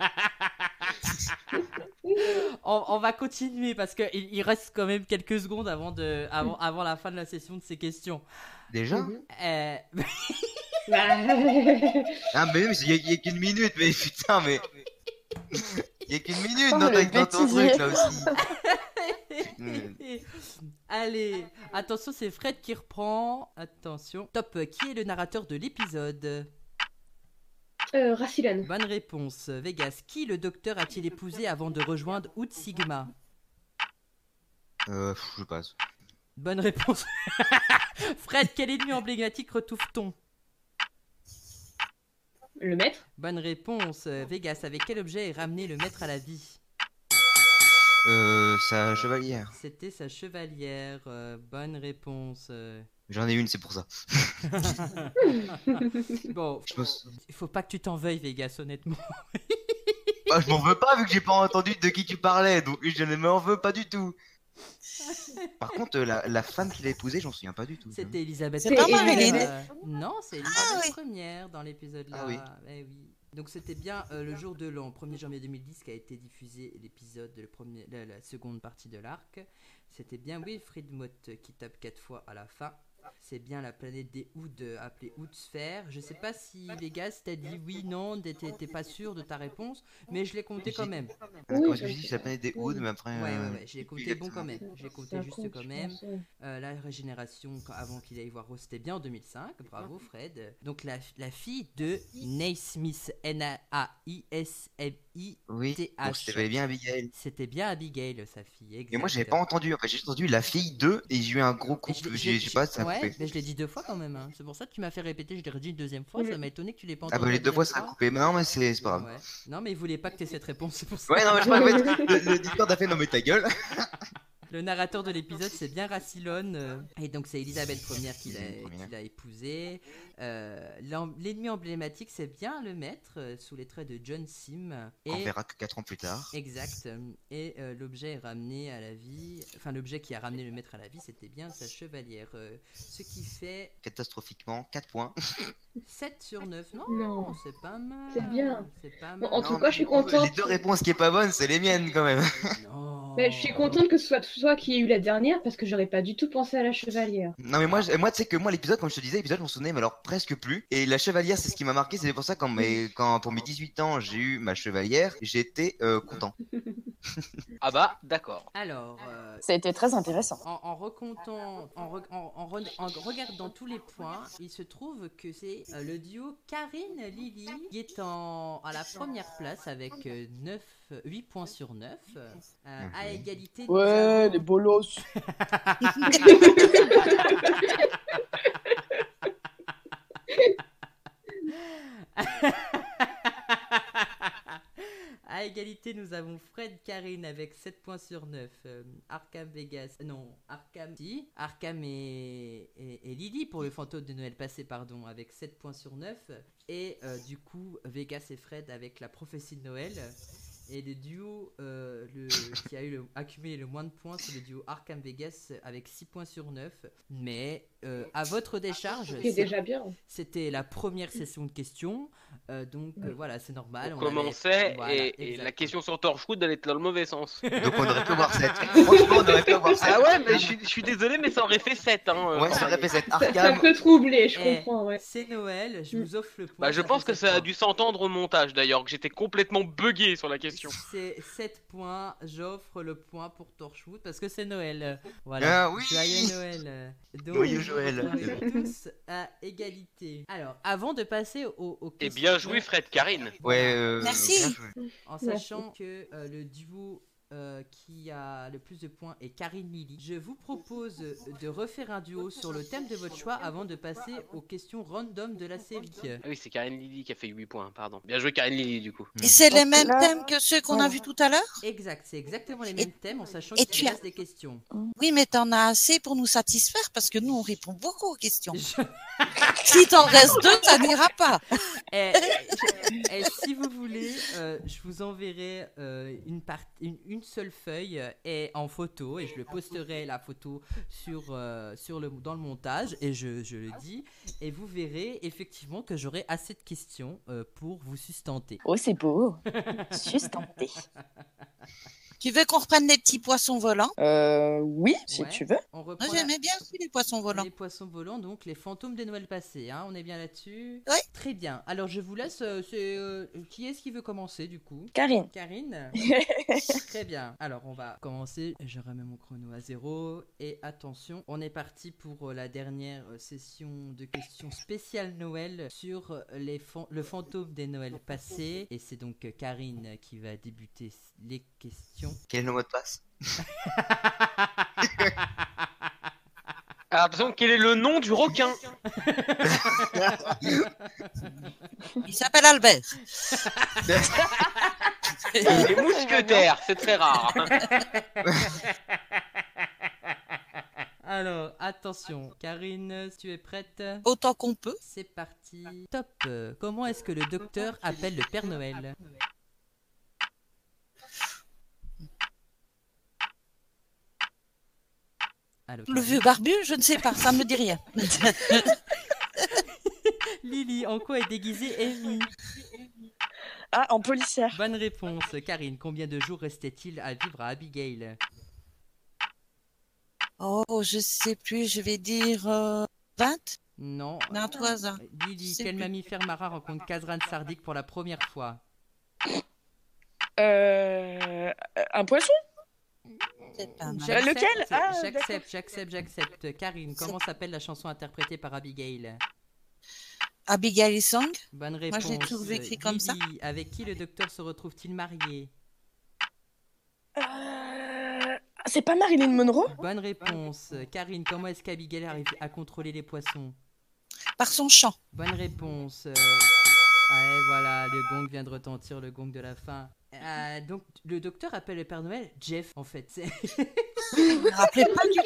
[SPEAKER 1] on, on va continuer parce que il, il reste quand même quelques secondes avant de avant,
[SPEAKER 6] Mm.
[SPEAKER 1] avant la fin de la session de ces questions.
[SPEAKER 5] Déjà
[SPEAKER 1] Euh,
[SPEAKER 7] Mhm. Bah,
[SPEAKER 5] Ah, mais oui, il y a- il y a, qu'une minute, mais putain, mais. Il y a qu'une minute
[SPEAKER 6] Oh,
[SPEAKER 5] dans, ta-
[SPEAKER 6] le
[SPEAKER 5] dans ton
[SPEAKER 6] bêtisier.
[SPEAKER 5] truc là aussi.
[SPEAKER 6] Mm.
[SPEAKER 5] Hmm.
[SPEAKER 1] Eh, Allez, attention, c'est Fred qui reprend. Attention. Top, euh, qui est le narrateur de l'épisode
[SPEAKER 7] euh, Rassilane.
[SPEAKER 1] Bonne réponse, Vegas. Qui le docteur a-t-il épousé avant de rejoindre Out Sigma
[SPEAKER 5] Euh, pff, je passe.
[SPEAKER 1] Bonne réponse. Fred, quel ennemi emblématique retrouve-t-on
[SPEAKER 7] Le maître
[SPEAKER 1] Bonne réponse, Vegas. Avec quel objet est ramené le maître à la vie
[SPEAKER 5] Euh, sa chevalière.
[SPEAKER 1] C'était sa chevalière. euh, bonne réponse. euh.
[SPEAKER 5] J'en ai une, c'est pour ça.
[SPEAKER 1] Bon,
[SPEAKER 5] Je pense-
[SPEAKER 1] il faut pas que tu t'en veuilles, Vegas, honnêtement.
[SPEAKER 5] Ah, je m'en veux pas vu que j'ai pas entendu de qui tu parlais, donc je ne m'en veux pas du tout. Par contre, euh, la, la femme qu'il a épousée, j'en souviens pas du tout.
[SPEAKER 1] C'était Elisabeth.
[SPEAKER 7] C'est pas Ah
[SPEAKER 1] première.
[SPEAKER 2] Marilyn.
[SPEAKER 1] Euh, Non, c'est Elisabeth
[SPEAKER 2] oui.
[SPEAKER 1] première dans l'épisode là.
[SPEAKER 5] Ah oui.
[SPEAKER 1] Eh oui. Donc c'était bien euh, le jour de l'an, 1er janvier 2010, qu'a été diffusé l'épisode de le premier- la, la seconde partie de l'arc. C'était bien Wilfried Mott qui tape quatre fois à la fin. C'est bien la planète des Ouds, euh, appelée Oudsphère. Je sais pas si Vegas t'a dit oui, non, t'es- t'es t'es pas sûr de ta réponse, mais je l'ai compté quand même.
[SPEAKER 5] Ah, D'accord,
[SPEAKER 7] Oui,
[SPEAKER 5] parce que je dis que ça planète des Houds, mais après.
[SPEAKER 1] Ouais,
[SPEAKER 5] euh,
[SPEAKER 1] ouais, ouais, je l'ai compté bon quand même. Eh, Je l'ai compté
[SPEAKER 7] C'est un
[SPEAKER 1] juste
[SPEAKER 7] con,
[SPEAKER 1] quand
[SPEAKER 7] je
[SPEAKER 1] même.
[SPEAKER 7] pense, ouais.
[SPEAKER 1] Euh, la régénération quand- avant qu'il aille voir Rose, c'était bien en 2005. Bravo Fred. Donc la, la fille de Naismith, N-A-I-S-M-I,
[SPEAKER 5] Oui,
[SPEAKER 1] TH.
[SPEAKER 5] donc c'était bien Abigail.
[SPEAKER 1] c'était bien Abigail, sa fille. Exact.
[SPEAKER 5] Et moi, j'avais pas entendu, en fait, j'ai juste entendu la fille d'eux et j'ai eu un gros coup.
[SPEAKER 1] Et je l'ai-
[SPEAKER 5] J'ai
[SPEAKER 1] je-
[SPEAKER 5] j'ai pas, ça a
[SPEAKER 1] ouais,
[SPEAKER 5] coupé.
[SPEAKER 1] mais je l'ai dit deux fois quand même. hein. C'est pour ça que tu m'as fait répéter, je l'ai redit une deuxième fois. Ça m'a étonné que tu l'aies pas
[SPEAKER 5] Ah
[SPEAKER 1] entendu.
[SPEAKER 5] bah,
[SPEAKER 1] la
[SPEAKER 5] les deux fois, ça a
[SPEAKER 1] deuxième
[SPEAKER 5] coupé. Mais non, mais c'est c'est pas grave.
[SPEAKER 1] Ouais. Non, mais il voulait pas que tu aies cette réponse, c'est pour ça.
[SPEAKER 5] Ouais, non, mais je crois que en fait, le, le Discord a fait non, mais ta gueule.
[SPEAKER 1] Le narrateur de l'épisode, c'est bien Rassilon. euh, et donc, c'est Elisabeth Ier qui l'a
[SPEAKER 5] Élisabeth Ier.
[SPEAKER 1] qui l'a épousée. Euh, l'em- L'ennemi emblématique, c'est bien le maître, euh, sous les traits de John Sim.
[SPEAKER 5] On
[SPEAKER 1] Et,
[SPEAKER 5] verra que 4 ans plus tard.
[SPEAKER 1] exact. euh, Et euh, l'objet est ramené à la vie. Enfin, l'objet qui a ramené le maître à la vie, c'était bien sa chevalière. euh, ce qui fait
[SPEAKER 5] Catastrophiquement, 4 points.
[SPEAKER 1] 7 sur 9. Non,
[SPEAKER 7] Non.
[SPEAKER 1] c'est pas mal.
[SPEAKER 7] C'est bien.
[SPEAKER 1] C'est pas mal.
[SPEAKER 7] Bon, en
[SPEAKER 5] Non,
[SPEAKER 7] tout cas, je suis
[SPEAKER 5] Les
[SPEAKER 7] contente.
[SPEAKER 5] deux réponses qui est pas bonne, c'est les miennes quand même.
[SPEAKER 1] Non.
[SPEAKER 7] Mais Bah, je suis contente que ce soit toi qui ai eu la dernière parce que j'aurais pas du tout pensé à la chevalière.
[SPEAKER 5] Non mais moi, je- moi tu sais que moi l'épisode comme je te disais l'épisode je m'en souvenais mais alors presque plus et la chevalière c'est ce qui m'a marqué c'est pour ça quand, mes, quand pour mes 18 ans j'ai eu ma chevalière j'étais euh, content
[SPEAKER 3] Ah bah, d'accord.
[SPEAKER 1] Alors, euh,
[SPEAKER 6] Ça a été très intéressant.
[SPEAKER 1] En, en recomptant, en, re- en- en re- en regardant tous les points, il se trouve que c'est euh, le duo Karine Lily qui est en, à la première place avec 9, 8 points sur 9, euh, à
[SPEAKER 5] Mhm.
[SPEAKER 1] égalité. nous
[SPEAKER 6] Ouais,
[SPEAKER 1] avons-
[SPEAKER 6] les bolos.
[SPEAKER 1] à égalité, nous avons Fred Karine avec 7 points sur 9. euh, Arkham Vegas. euh, Non, Arkham. si, Arkham et, et- et Lily pour le fantôme de Noël passé, pardon, avec 7 points sur 9. Et euh, du coup, Vegas et Fred avec la prophétie de Noël. Et le duo euh, le- qui a eu le- accumulé le moins de points, c'est le duo Arkham Vegas avec 6 points sur 9. Mais euh, à votre décharge,
[SPEAKER 7] Ah, C'est
[SPEAKER 1] c'est-
[SPEAKER 7] déjà bien.
[SPEAKER 1] c'était la première session de questions. Euh, donc euh, voilà, c'est
[SPEAKER 5] Ah,
[SPEAKER 1] normal.
[SPEAKER 3] On
[SPEAKER 1] on allait-
[SPEAKER 3] commençait
[SPEAKER 1] voilà,
[SPEAKER 3] et, et
[SPEAKER 1] exact.
[SPEAKER 3] la question sur Torchwood allait dans le mauvais sens.
[SPEAKER 5] Donc on aurait pu voir 7. Franchement, on aurait pu voir 7.
[SPEAKER 3] ah ouais, mais je suis- je suis désolé, mais ça aurait fait 7. Hein,
[SPEAKER 5] Ouais,
[SPEAKER 3] quand
[SPEAKER 5] ça aurait
[SPEAKER 3] même.
[SPEAKER 5] fait 7.
[SPEAKER 4] Ça, ça
[SPEAKER 5] Arkham,
[SPEAKER 4] peut troubler, je
[SPEAKER 1] Eh.
[SPEAKER 4] comprends, ouais.
[SPEAKER 1] C'est Noël, je
[SPEAKER 4] Mm.
[SPEAKER 1] vous offre le point.
[SPEAKER 3] Bah, je pense que ça a dû s'entendre au montage d'ailleurs, que j'étais complètement bugué sur la question.
[SPEAKER 1] C'est 7 points, j'offre le point pour Torchwood parce que c'est Noël. Voilà.
[SPEAKER 5] Ah oui
[SPEAKER 1] Joyeux Noël. Donc,
[SPEAKER 5] Joyeux Joël.
[SPEAKER 1] vous êtes tous à égalité. Alors, avant de passer au, au
[SPEAKER 3] Et Eh bien joué, Fred Karine.
[SPEAKER 5] Ouais, euh,
[SPEAKER 2] Merci.
[SPEAKER 5] bien joué.
[SPEAKER 1] En sachant que euh, le duo euh, qui a le plus de points est Karine Lily, je vous propose de refaire un duo sur le thème de votre choix avant de passer aux questions random de la série.
[SPEAKER 3] Ah oui, c'est Karine Lily qui a fait 8 points, pardon. Bien joué, Karine Lily, du coup.
[SPEAKER 2] Et c'est les
[SPEAKER 6] Ok,
[SPEAKER 2] mêmes
[SPEAKER 6] là-
[SPEAKER 2] thèmes que ceux qu'on a vus tout à l'heure
[SPEAKER 1] Exact, c'est exactement les mêmes thèmes en sachant
[SPEAKER 2] et
[SPEAKER 1] qu'il
[SPEAKER 2] tu as-
[SPEAKER 1] reste des questions.
[SPEAKER 2] Oui, mais t'en as assez pour nous satisfaire parce que nous, on répond beaucoup aux questions.
[SPEAKER 1] Je-
[SPEAKER 2] si t'en restes deux, ça n'ira pas.
[SPEAKER 1] Eh, eh, eh, si vous voulez, euh, je vous enverrai euh, une, part- une, une seule feuille euh, et en photo et je le posterai la photo sur, euh, sur le, dans le montage et je, je le dis et vous verrez effectivement que j'aurai assez de questions euh, pour vous sustenter.
[SPEAKER 6] Oh, c'est beau. Sustenté.
[SPEAKER 2] Tu veux qu'on reprenne les petits poissons volants
[SPEAKER 6] Euh, oui, si
[SPEAKER 1] Ouais.
[SPEAKER 6] tu veux.
[SPEAKER 1] On reprend
[SPEAKER 2] Moi,
[SPEAKER 1] la-
[SPEAKER 2] j'aimais bien aussi les poissons volants.
[SPEAKER 1] les poissons volants, donc les fantômes des Noëls passés. hein, on est bien là-dessus
[SPEAKER 2] Ouais.
[SPEAKER 1] Très bien. Alors je vous laisse. euh, c'est, euh, qui est-ce qui veut commencer du coup
[SPEAKER 6] Karine.
[SPEAKER 1] Karine Très bien. Alors, on va commencer. Je remets mon chrono à zéro. Et attention, on est parti pour euh, la dernière euh, session de questions spéciales Noël sur euh, les fan- le fantôme des Noëls passés. Et c'est donc euh, Karine qui va débuter s- les questions.
[SPEAKER 5] Quel est le mot de passe
[SPEAKER 3] Alors, attention, quel est le nom du requin
[SPEAKER 2] Il s'appelle Albert.
[SPEAKER 3] Les mousquetaires, c'est très rare. hein.
[SPEAKER 1] Alors, attention. Karine, tu es prête
[SPEAKER 2] Autant qu'on peut.
[SPEAKER 1] C'est parti. Top. Euh, Comment est-ce que le docteur appelle le Père Noël Allô,
[SPEAKER 2] Le
[SPEAKER 1] Karine
[SPEAKER 2] vieux barbu, je ne sais pas, ça ne me dit rien.
[SPEAKER 1] Lily, en quoi est déguisée Amy
[SPEAKER 6] Ah, en policière.
[SPEAKER 1] Bonne réponse. Karine, combien de jours restait-il à vivre à Abigail
[SPEAKER 2] Oh, je sais plus, je vais dire euh, 20
[SPEAKER 1] Non.
[SPEAKER 2] Non, toi, ça.
[SPEAKER 1] Lily,
[SPEAKER 2] Je sais
[SPEAKER 1] quel
[SPEAKER 2] plus.
[SPEAKER 1] mammifère marin rencontre Kazran Sardik pour la première fois
[SPEAKER 6] Euh, un poisson
[SPEAKER 2] C'est pas mal.
[SPEAKER 1] J'accepte,
[SPEAKER 6] lequel Ah, d'accord.
[SPEAKER 1] J'accepte, j'accepte, j'accepte. Karine, comment s'appelle la chanson interprétée par Abigail
[SPEAKER 2] Abigail Song,
[SPEAKER 1] Bonne
[SPEAKER 2] l'ai
[SPEAKER 1] réponse.
[SPEAKER 2] toujours écrit comme ça.
[SPEAKER 1] Lily, Avec qui le docteur se retrouve-t-il marié
[SPEAKER 6] Euh, C'est pas Marilyn Monroe
[SPEAKER 1] Bonne réponse. Karine, comment est-ce qu'Abigail arrive à contrôler les poissons
[SPEAKER 2] par son chant.
[SPEAKER 1] Bonne réponse. Euh, Ouais, voilà, le gong vient de retentir, le gong de la fin. Euh, donc, le docteur appelle le Père Noël Jeff, en fait. C'est-
[SPEAKER 2] Vous vous rappelez pas du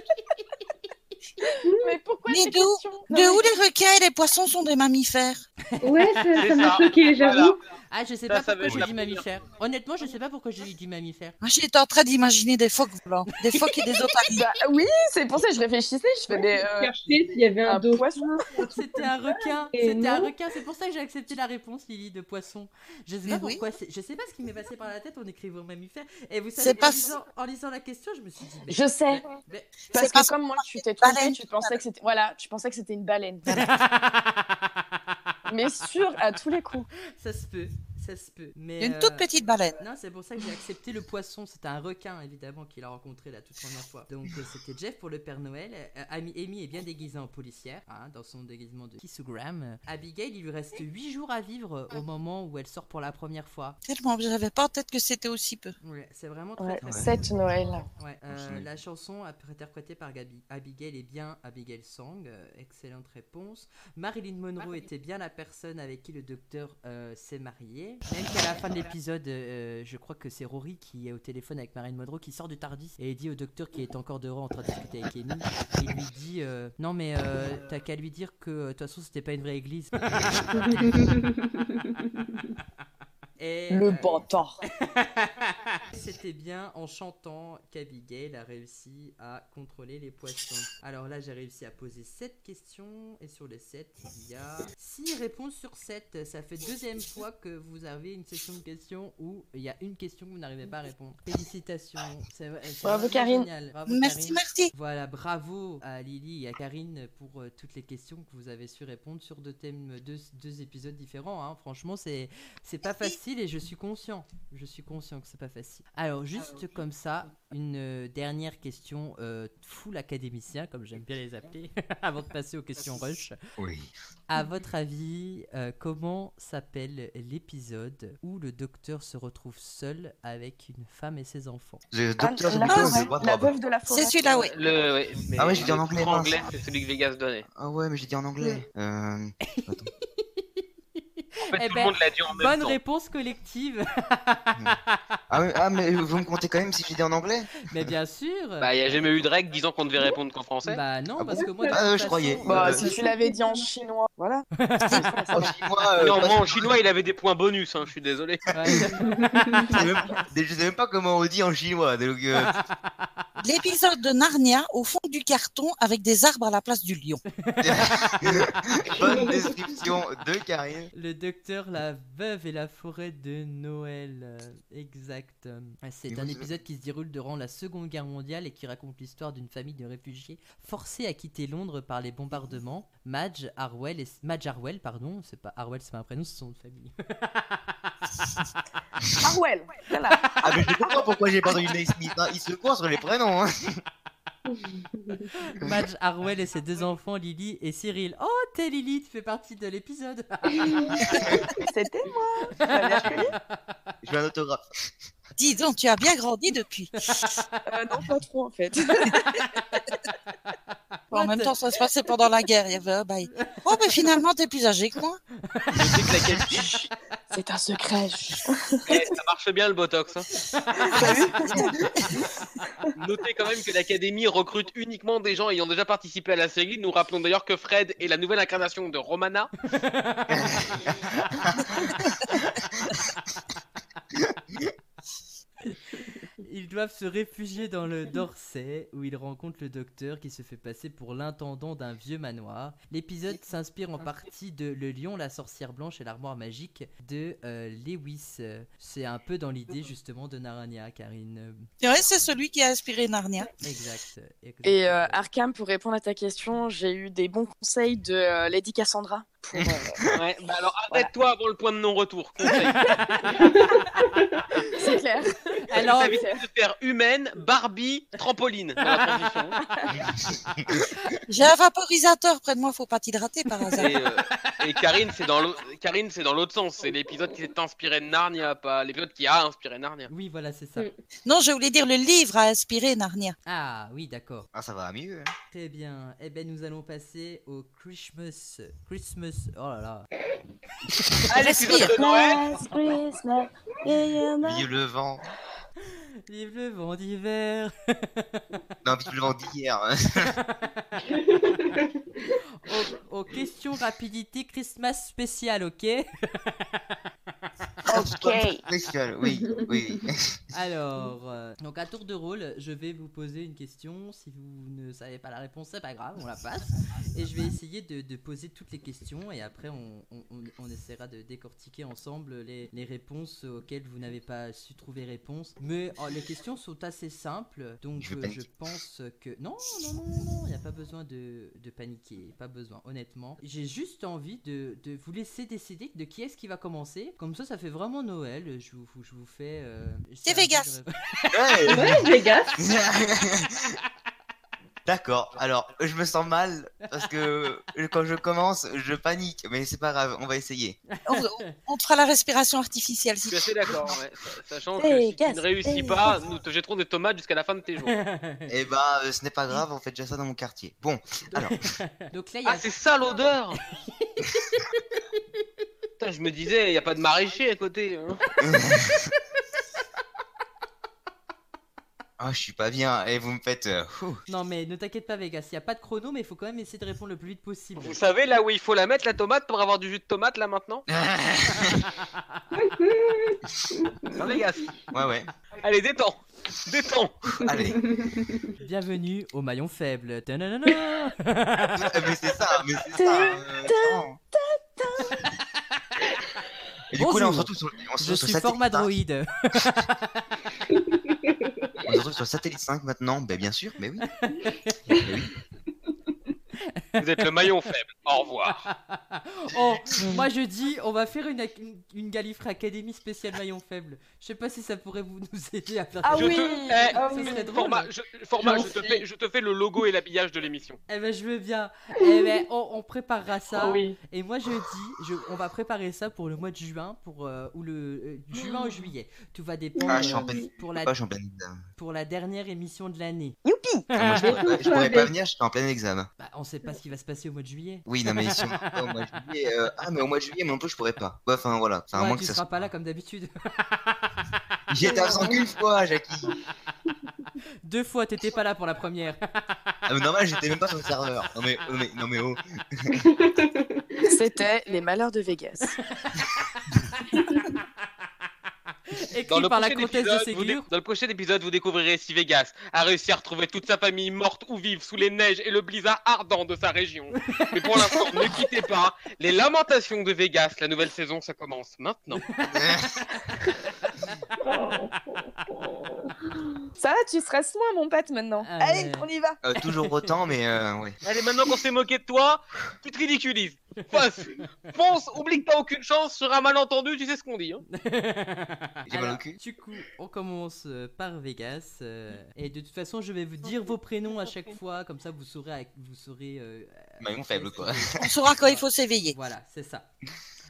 [SPEAKER 6] Mais pourquoi
[SPEAKER 2] Mais
[SPEAKER 6] ces
[SPEAKER 2] d'où-
[SPEAKER 6] questions
[SPEAKER 2] De où les requins et les poissons sont des mammifères
[SPEAKER 4] Ouais, ça
[SPEAKER 3] C'est
[SPEAKER 4] ça m'a
[SPEAKER 3] ça.
[SPEAKER 4] choqué, j'avoue.
[SPEAKER 1] Ah, je sais
[SPEAKER 3] Ça,
[SPEAKER 1] pas
[SPEAKER 3] ça
[SPEAKER 1] pourquoi
[SPEAKER 3] veut
[SPEAKER 1] je
[SPEAKER 3] la
[SPEAKER 1] dis mammifère. Honnêtement, je sais pas pourquoi je dis mammifère.
[SPEAKER 2] Moi, j'étais en train d'imaginer des phoques volants, des phoques et des otaries.
[SPEAKER 6] Bah oui, c'est pour ça que je réfléchissais. Je fais mais, euh,
[SPEAKER 4] Chercher s'il y avait un
[SPEAKER 6] un
[SPEAKER 4] dos.
[SPEAKER 6] poisson.
[SPEAKER 1] C'était un requin.
[SPEAKER 4] Et
[SPEAKER 1] C'était un
[SPEAKER 4] non.
[SPEAKER 1] requin. C'est pour ça que j'ai accepté la réponse, Lily, de poisson. Je sais
[SPEAKER 2] Mais
[SPEAKER 1] pas
[SPEAKER 2] Eh oui.
[SPEAKER 1] pourquoi. c'est- Je sais pas ce qui m'est passé par la tête en écrivant mammifère. Et vous savez,
[SPEAKER 2] C'est pas-
[SPEAKER 1] en, lisant, en lisant la question, je me suis dit. mais-
[SPEAKER 6] Je sais.
[SPEAKER 1] mais-
[SPEAKER 6] Parce
[SPEAKER 2] C'est pas
[SPEAKER 6] que comme moi, tu t'es
[SPEAKER 2] baleine,
[SPEAKER 6] trompé,
[SPEAKER 2] tout
[SPEAKER 6] tu pensais que c'était voilà, tu pensais que c'était une baleine. Mais sûr à tous les coups.
[SPEAKER 1] ça se peut. Ça se peut. Mais
[SPEAKER 2] Une
[SPEAKER 1] euh,
[SPEAKER 2] toute petite baleine.
[SPEAKER 1] Non, c'est pour ça que j'ai accepté le poisson. C'était un requin, évidemment, qu'il a rencontré la toute première fois. Donc, euh, c'était Jeff pour le Père Noël. Euh, Amy, Amy est bien déguisée en policière, hein, dans son déguisement de kissogram. Euh, Abigail, il lui reste 8 jours à vivre euh, au moment où elle sort pour la première fois.
[SPEAKER 2] Tellement, j'avais pas en tête que c'était aussi peu.
[SPEAKER 1] Ouais, c'est vraiment très,
[SPEAKER 6] Ouais,
[SPEAKER 1] très bien.
[SPEAKER 6] 7 Noël.
[SPEAKER 1] Ouais, euh,
[SPEAKER 5] Enchaîné.
[SPEAKER 1] la chanson a- interprétée par Gabi- Abigail est bien Abigail Sang. euh, excellente réponse. Marilyn Monroe était bien la personne avec qui le docteur euh, s'est marié. Même qu'à la fin de l'épisode, euh, je crois que c'est Rory qui est au téléphone avec Marilyn Monroe qui sort du Tardis et dit au docteur qui est encore dehors en train de discuter avec Amy. Il lui dit euh, Non, mais euh, t'as qu'à lui dire que euh, de toute façon c'était pas une vraie église. Et,
[SPEAKER 6] Le
[SPEAKER 1] euh,
[SPEAKER 6] bâtard.
[SPEAKER 1] C'était bien en chantant qu'Abigail a réussi à contrôler les poissons. Alors là, j'ai réussi à poser 7 questions et sur les 7, il y a 6 réponses sur 7. Ça fait deuxième fois que vous avez une session de questions où il y a une question que vous n'arrivez pas à répondre. Félicitations. C'est- c'est vraiment
[SPEAKER 6] Bravo, Karine.
[SPEAKER 1] génial. Bravo,
[SPEAKER 2] Merci,
[SPEAKER 1] Karine.
[SPEAKER 2] merci.
[SPEAKER 1] Voilà, bravo à Lily et à Karine pour euh, toutes les questions que vous avez su répondre sur deux thèmes, euh, deux, deux épisodes différents. hein. Franchement, c'est c'est pas facile et je suis conscient. Je suis conscient que c'est pas facile. Alors juste comme ça, une euh, dernière question euh, full académicien, comme j'aime bien les appeler, avant de passer aux questions rush.
[SPEAKER 5] Oui.
[SPEAKER 1] À votre avis, euh, comment s'appelle l'épisode où le docteur se retrouve seul avec une femme et ses enfants
[SPEAKER 5] The
[SPEAKER 6] Ah,
[SPEAKER 5] Doctor
[SPEAKER 6] la,
[SPEAKER 5] Who Goes
[SPEAKER 6] forêt,
[SPEAKER 5] Abroad.
[SPEAKER 6] la veuve de la forêt.
[SPEAKER 2] C'est celui-là, oui.
[SPEAKER 3] Le, ouais, mais
[SPEAKER 5] Ah ouais, j'ai dit en
[SPEAKER 3] le
[SPEAKER 5] anglais,
[SPEAKER 3] titre
[SPEAKER 5] mince.
[SPEAKER 3] anglais, c'est celui que Vegas donnait.
[SPEAKER 5] Ah ouais, mais j'ai dit en anglais. Euh,
[SPEAKER 3] En fait,
[SPEAKER 1] Eh
[SPEAKER 3] tout
[SPEAKER 1] ben,
[SPEAKER 3] le monde l'a dit en même
[SPEAKER 1] Bonne
[SPEAKER 3] temps.
[SPEAKER 1] réponse collective.
[SPEAKER 5] Ah, ouais, ah, mais vous me comptez quand même si j'ai dit en anglais
[SPEAKER 1] Mais bien sûr.
[SPEAKER 3] Bah, il n'y a jamais eu de règle disant qu'on devait répondre qu'en français.
[SPEAKER 1] Bah non,
[SPEAKER 5] Ah
[SPEAKER 1] parce
[SPEAKER 5] bon
[SPEAKER 1] que moi. de
[SPEAKER 5] Ah,
[SPEAKER 1] toute
[SPEAKER 5] euh, je
[SPEAKER 1] façon,
[SPEAKER 5] croyais.
[SPEAKER 1] euh,
[SPEAKER 6] Bah,
[SPEAKER 5] Euh,
[SPEAKER 6] si tu l'avais dit en chinois, voilà.
[SPEAKER 5] En chinois, euh,
[SPEAKER 3] non,
[SPEAKER 5] parce
[SPEAKER 3] moi en
[SPEAKER 5] que-
[SPEAKER 3] chinois, il avait des points bonus, hein, je suis désolé.
[SPEAKER 1] ouais.
[SPEAKER 5] Je sais, même, pas- je sais même pas comment on dit en chinois. donc, euh,
[SPEAKER 2] L'épisode de Narnia au fond du carton avec des arbres à la place du lion.
[SPEAKER 5] bonne description de Karine.
[SPEAKER 1] Le docteur, la veuve et la forêt de Noël. euh, Exact. Ah,
[SPEAKER 5] Mais
[SPEAKER 1] C'est
[SPEAKER 5] moi,
[SPEAKER 1] un
[SPEAKER 5] je-
[SPEAKER 1] épisode qui se déroule durant la Seconde Guerre mondiale et qui raconte l'histoire d'une famille de réfugiés forcés à quitter Londres par les bombardements. Madge Harwell, et... Madge Harwell pardon, c'est pas Harwell, c'est pas un prénom, c'est son nom de famille.
[SPEAKER 6] Ah ouais, voilà.
[SPEAKER 5] Ah, mais je comprends pourquoi j'ai pas une Smith. hein. Il se court sur les prénoms. hein.
[SPEAKER 1] Madge Harwell et ses deux enfants, Lily et Cyril. Oh, t'es Lily, tu fais partie de l'épisode.
[SPEAKER 6] C'était moi. Fallait que je le dise.
[SPEAKER 5] Je veux un autographe.
[SPEAKER 2] Dis donc, tu as bien grandi depuis.
[SPEAKER 6] Euh, non, pas trop en fait.
[SPEAKER 2] en même temps, ça se passait pendant la guerre. Il y avait un bail. Oh, mais finalement, t'es plus âgé que moi.
[SPEAKER 3] Je sais que la qualité-
[SPEAKER 6] C'est un secret.
[SPEAKER 3] Eh, ça marche bien le Botox. hein. Notez quand même que l'Académie recrute uniquement des gens ayant déjà participé à la série. Nous rappelons d'ailleurs que Fred est la nouvelle incarnation de Romana.
[SPEAKER 1] Ils doivent se réfugier dans le Dorset où ils rencontrent le docteur qui se fait passer pour l'intendant d'un vieux manoir. L'épisode s'inspire en partie de Le lion, la sorcière blanche et l'armoire magique de euh, Lewis. C'est un peu dans l'idée justement de Narania, Karine.
[SPEAKER 2] Ouais, c'est celui qui a inspiré Narnia.
[SPEAKER 1] Exact. exact.
[SPEAKER 6] Et euh, Arkham, pour répondre à ta question, j'ai eu des bons conseils de euh, Lady Cassandra. Pour, euh,
[SPEAKER 3] Ouais, bah alors arrête-toi avant le point de non-retour. Conseil.
[SPEAKER 6] C'est clair. Ah
[SPEAKER 1] Alors,
[SPEAKER 3] T'as évité de faire humaine, Barbie, trampoline. dans la transition.
[SPEAKER 5] Ah,
[SPEAKER 2] J'ai un vaporisateur près de moi, faut pas t'hydrater par hasard.
[SPEAKER 3] Et, euh, et Karine, c'est dans l'au- Karine, c'est dans l'autre sens. C'est l'épisode qui s'est inspiré de Narnia, pas l'épisode qui a inspiré Narnia.
[SPEAKER 1] oui, voilà, c'est ça.
[SPEAKER 4] Mm.
[SPEAKER 2] Non, je voulais dire le livre a inspiré Narnia.
[SPEAKER 1] Ah oui, d'accord.
[SPEAKER 5] Ah, ça va mieux. hein.
[SPEAKER 1] Très bien. Eh ben, nous allons passer au Christmas. Christmas. Oh là là.
[SPEAKER 3] Ah, l'épisode de Noël.
[SPEAKER 6] Last Christmas, yeah, yeah, yeah.
[SPEAKER 5] Vive le vent.
[SPEAKER 1] Vive le vent d'hiver.
[SPEAKER 5] Non, vive le vent d'hier. hein.
[SPEAKER 1] Aux, aux questions rapidité Christmas spécial, ok
[SPEAKER 6] Ok.
[SPEAKER 5] Spécial, oui, oui. oui.
[SPEAKER 1] Alors, euh, donc à tour de rôle, je vais vous poser une question. Si vous ne savez pas la réponse, c'est pas grave, on la passe. Et je vais essayer de, de poser toutes les questions et après on, on- on- on essaiera de décortiquer ensemble les, les réponses auxquelles vous n'avez pas su trouver réponse. Mais oh, les questions sont assez simples, donc
[SPEAKER 5] Je
[SPEAKER 1] euh, je,
[SPEAKER 5] panique.
[SPEAKER 1] pense que... Non, non, non, non, non, il n'y a pas besoin de, de paniquer, pas besoin, honnêtement. J'ai juste envie de, de vous laisser décider de qui est-ce qui va commencer. Comme ça, ça fait vraiment Noël, je vous, je vous fais... euh, c'est un peu
[SPEAKER 2] Vegas.
[SPEAKER 1] de-
[SPEAKER 5] Ouais.
[SPEAKER 4] Ouais, Vegas.
[SPEAKER 5] D'accord, alors je me sens mal parce que quand je commence, je panique, mais c'est pas grave, on va essayer.
[SPEAKER 2] On, on te fera la respiration artificielle si
[SPEAKER 3] Je suis
[SPEAKER 2] tu
[SPEAKER 3] assez d'accord, ouais. Sachant que
[SPEAKER 6] Hey,
[SPEAKER 3] si tu
[SPEAKER 6] Gas,
[SPEAKER 3] ne réussis
[SPEAKER 6] hey,
[SPEAKER 3] pas, nous te jetterons des tomates jusqu'à la fin de tes jours.
[SPEAKER 5] Eh bah, euh, ce n'est pas grave, on fait déjà ça dans mon quartier. Bon, alors,
[SPEAKER 1] Donc là, il y a...
[SPEAKER 3] Ah, c'est ça l'odeur Putain, je me disais, il n'y a pas de maraîcher à côté. hein.
[SPEAKER 5] euh, Ah, je suis pas bien. Et vous me faites. euh, ouh.
[SPEAKER 1] Non, mais ne t'inquiète pas, Vegas, il n'y a pas de chrono, mais il faut quand même essayer de répondre le plus vite possible.
[SPEAKER 3] Vous savez là où il faut la mettre, la tomate, pour avoir du jus de tomate là maintenant Ça Vegas.
[SPEAKER 5] ouais, ouais.
[SPEAKER 3] Allez, détends Détends
[SPEAKER 5] Allez.
[SPEAKER 1] Bienvenue au maillon faible. Tananana.
[SPEAKER 5] mais c'est ça, mais c'est ça. euh, non. Et du coup, là, on se
[SPEAKER 1] Bonjour.
[SPEAKER 5] retrouve sur, le- on se
[SPEAKER 1] Je
[SPEAKER 5] retrouve sur
[SPEAKER 1] suis
[SPEAKER 5] satellite
[SPEAKER 1] format
[SPEAKER 5] 5.
[SPEAKER 1] droïde.
[SPEAKER 5] On se retrouve sur Satellite 5 maintenant. Ben, bien sûr, mais oui. Mais oui.
[SPEAKER 3] Vous êtes le maillon faible. Au revoir.
[SPEAKER 1] Oh, moi je dis, on va faire une, ac- une, une Gallifrey Academy spéciale maillon faible. Je sais pas si ça pourrait vous nous aider à faire
[SPEAKER 6] Ah
[SPEAKER 1] ça.
[SPEAKER 3] je
[SPEAKER 6] oui,
[SPEAKER 3] te- eh,
[SPEAKER 6] ah
[SPEAKER 1] ça
[SPEAKER 6] oui.
[SPEAKER 1] serait drôle.
[SPEAKER 3] Format, je, format,
[SPEAKER 4] J'en
[SPEAKER 3] je, te
[SPEAKER 4] suis.
[SPEAKER 3] fais, je te fais le logo et l'habillage de l'émission.
[SPEAKER 1] Eh ben je veux bien. Eh ben on, on préparera ça.
[SPEAKER 4] Ah oui.
[SPEAKER 1] Et moi je dis, je, on va préparer ça pour le mois de juin, pour euh, ou le euh, juin ou juillet. Tout va dépendre
[SPEAKER 5] Ah, je suis en
[SPEAKER 1] euh,
[SPEAKER 5] peine.
[SPEAKER 1] pour la
[SPEAKER 5] Pas, je suis en plein examen.
[SPEAKER 1] pour la dernière émission de l'année.
[SPEAKER 6] Youpi
[SPEAKER 5] Moi, je
[SPEAKER 1] ah,
[SPEAKER 4] Mais
[SPEAKER 5] pourrais, pas- je
[SPEAKER 4] pourquoi,
[SPEAKER 5] pourrais pas
[SPEAKER 4] mais-
[SPEAKER 5] venir, je suis en plein examen.
[SPEAKER 1] Bah, on sait pas ce qui va se passer au mois de juillet.
[SPEAKER 5] Oui, non, mais si on peut pas au mois de juillet. euh, Ah, mais au mois de juillet, moi non plus, je pourrais pas. Ouais, Enfin, voilà. Enfin, à
[SPEAKER 1] Ouais,
[SPEAKER 5] moins
[SPEAKER 1] tu
[SPEAKER 5] que ça
[SPEAKER 1] seras pas là comme d'habitude.
[SPEAKER 5] soit- J'étais absent qu'une fois, Jackie.
[SPEAKER 1] Deux fois, t'étais pas là pour la première.
[SPEAKER 5] Ah, mais normal, j'étais même pas sur le serveur. Non, mais, non, mais, non, mais oh.
[SPEAKER 6] C'était les malheurs de Vegas.
[SPEAKER 3] Dans
[SPEAKER 1] Écrit
[SPEAKER 3] le,
[SPEAKER 1] par la
[SPEAKER 3] prochain
[SPEAKER 1] comtesse de
[SPEAKER 3] épisode, vous dé-
[SPEAKER 1] Ségur.
[SPEAKER 3] dans le prochain épisode, vous découvrirez si Vegas a réussi à retrouver toute sa famille morte ou vive sous les neiges et le blizzard ardent de sa région. Mais pour l'instant, ne quittez pas. Les lamentations de Vegas, la nouvelle saison, ça commence maintenant.
[SPEAKER 6] Ça va, tu stresses moins, mon pote, maintenant.
[SPEAKER 1] Ah,
[SPEAKER 6] Allez,
[SPEAKER 1] ouais.
[SPEAKER 6] on y va.
[SPEAKER 5] Euh, toujours autant, mais euh, ouais.
[SPEAKER 3] Allez, maintenant qu'on s'est moqué de toi, tu te ridiculises. Fonce, fonce, oublie que t'as aucune chance, sur un malentendu, tu sais ce qu'on dit. Hein.
[SPEAKER 5] J'ai mal au
[SPEAKER 1] Alors,
[SPEAKER 5] cul.
[SPEAKER 1] Du coup, on commence euh, par Vegas. euh, et de toute façon, je vais vous dire vos prénoms à chaque fois, comme ça vous saurez. à- Vous saurez euh,
[SPEAKER 5] Maillon faible, quoi.
[SPEAKER 2] On saura quand il faut s'éveiller.
[SPEAKER 1] Voilà, c'est ça.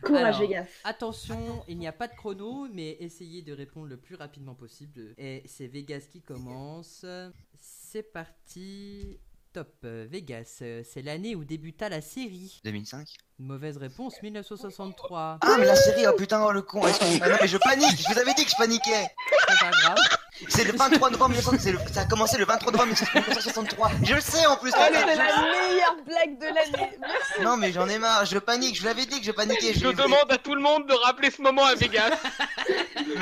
[SPEAKER 4] Courage,
[SPEAKER 1] Alors.
[SPEAKER 4] Vegas.
[SPEAKER 1] Attention, il n'y a pas de chrono, mais essayez de répondre le plus rapidement possible. Et c'est Vegas qui commence. C'est parti. Top. Euh, Vegas, euh, c'est l'année où débuta la série.
[SPEAKER 5] 2005
[SPEAKER 1] Une mauvaise réponse, 1963.
[SPEAKER 5] Ah, mais la série, oh putain, oh le con. Excuse-moi, non, mais je panique. Je vous avais dit que je paniquais.
[SPEAKER 1] C'est pas grave.
[SPEAKER 5] C'est le 23 novembre 1900, c'est le- ça a commencé le 23 novembre 1963. Je le sais en plus.
[SPEAKER 6] Allez,
[SPEAKER 5] Je-
[SPEAKER 6] c'est la meilleure blague de l'année. Merci.
[SPEAKER 5] Non mais j'en ai marre, je panique, je vous l'avais dit que je paniquais.
[SPEAKER 3] Je
[SPEAKER 5] l'ai-
[SPEAKER 3] demande à tout le monde de rappeler ce moment à Vegas.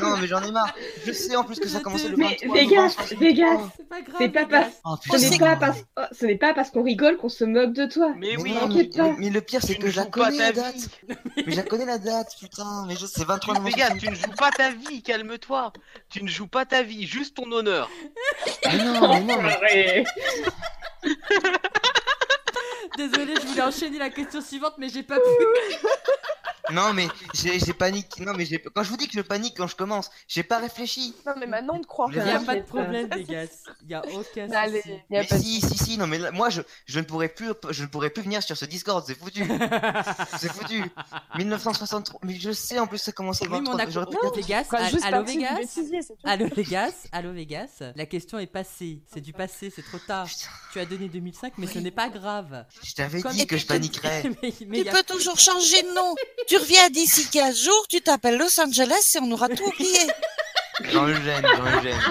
[SPEAKER 5] Non mais j'en ai marre. Je sais en plus que ça a commencé le
[SPEAKER 4] Mais
[SPEAKER 5] 23
[SPEAKER 4] Vegas,
[SPEAKER 5] novembre.
[SPEAKER 4] Vegas,
[SPEAKER 1] C'est pas grave.
[SPEAKER 4] c'est pas
[SPEAKER 1] Vegas.
[SPEAKER 4] parce,
[SPEAKER 5] Oh,
[SPEAKER 4] ce
[SPEAKER 5] putain.
[SPEAKER 4] n'est pas parce, oh, ce n'est pas parce qu'on rigole qu'on se moque de toi.
[SPEAKER 3] Mais Eh oui,
[SPEAKER 5] non,
[SPEAKER 4] t'inquiète pas.
[SPEAKER 5] mais, mais le pire c'est
[SPEAKER 3] tu
[SPEAKER 5] que
[SPEAKER 3] ne
[SPEAKER 5] je la
[SPEAKER 3] joues pas
[SPEAKER 5] connais la
[SPEAKER 3] ta
[SPEAKER 5] date.
[SPEAKER 3] vie.
[SPEAKER 5] Mais je la connais la date, putain. Mais je c'est 23 novembre.
[SPEAKER 3] Vegas, tu ne joues pas ta vie, calme-toi. Tu ne joues pas ta vie, juste ton honneur.
[SPEAKER 5] Mais non, mais non.
[SPEAKER 4] Oh,
[SPEAKER 5] mais-
[SPEAKER 4] Arrête.
[SPEAKER 1] Désolé, je voulais enchaîner la question suivante, mais j'ai pas pu.
[SPEAKER 5] Non mais j'ai j'ai paniqué. Non mais j'ai quand je vous dis que je panique quand je commence, j'ai pas réfléchi.
[SPEAKER 6] Non, mais maintenant, on te croit.
[SPEAKER 5] Il y
[SPEAKER 1] Il y a
[SPEAKER 4] Ah,
[SPEAKER 1] pas
[SPEAKER 4] c'est
[SPEAKER 1] de
[SPEAKER 4] ça.
[SPEAKER 1] problème, Vegas. Il y a aucun
[SPEAKER 6] Allez,
[SPEAKER 1] souci.
[SPEAKER 6] y a
[SPEAKER 5] mais
[SPEAKER 6] pas de-
[SPEAKER 5] si, si, si, non, mais là, moi, je, je ne pourrais plus, je ne pourrais plus venir sur ce Discord, c'est foutu. c'est foutu. 1963, mais je sais en plus ça commence le
[SPEAKER 1] Oui, mais on
[SPEAKER 5] 23.
[SPEAKER 1] a
[SPEAKER 5] j'aurais pu-
[SPEAKER 1] compris. Vegas,
[SPEAKER 6] Enfin,
[SPEAKER 1] all-
[SPEAKER 6] juste
[SPEAKER 1] allô
[SPEAKER 6] parti du
[SPEAKER 1] Vegas
[SPEAKER 6] bêtisier, c'est tout.
[SPEAKER 1] Allô Vegas Allô Vegas La question est passée. C'est du passé, c'est trop tard.
[SPEAKER 5] Putain,
[SPEAKER 1] Tu as donné 2005, mais ce n'est pas grave.
[SPEAKER 5] je t'avais
[SPEAKER 1] Comme-
[SPEAKER 5] dit que je paniquerais.
[SPEAKER 1] mais mais
[SPEAKER 2] Tu
[SPEAKER 1] y a-
[SPEAKER 2] peux toujours changer de nom. Tu reviens d'ici 15 jours, tu t'appelles Los Angeles et on aura tout oublié.
[SPEAKER 5] Jean Eugène, Jean Eugène.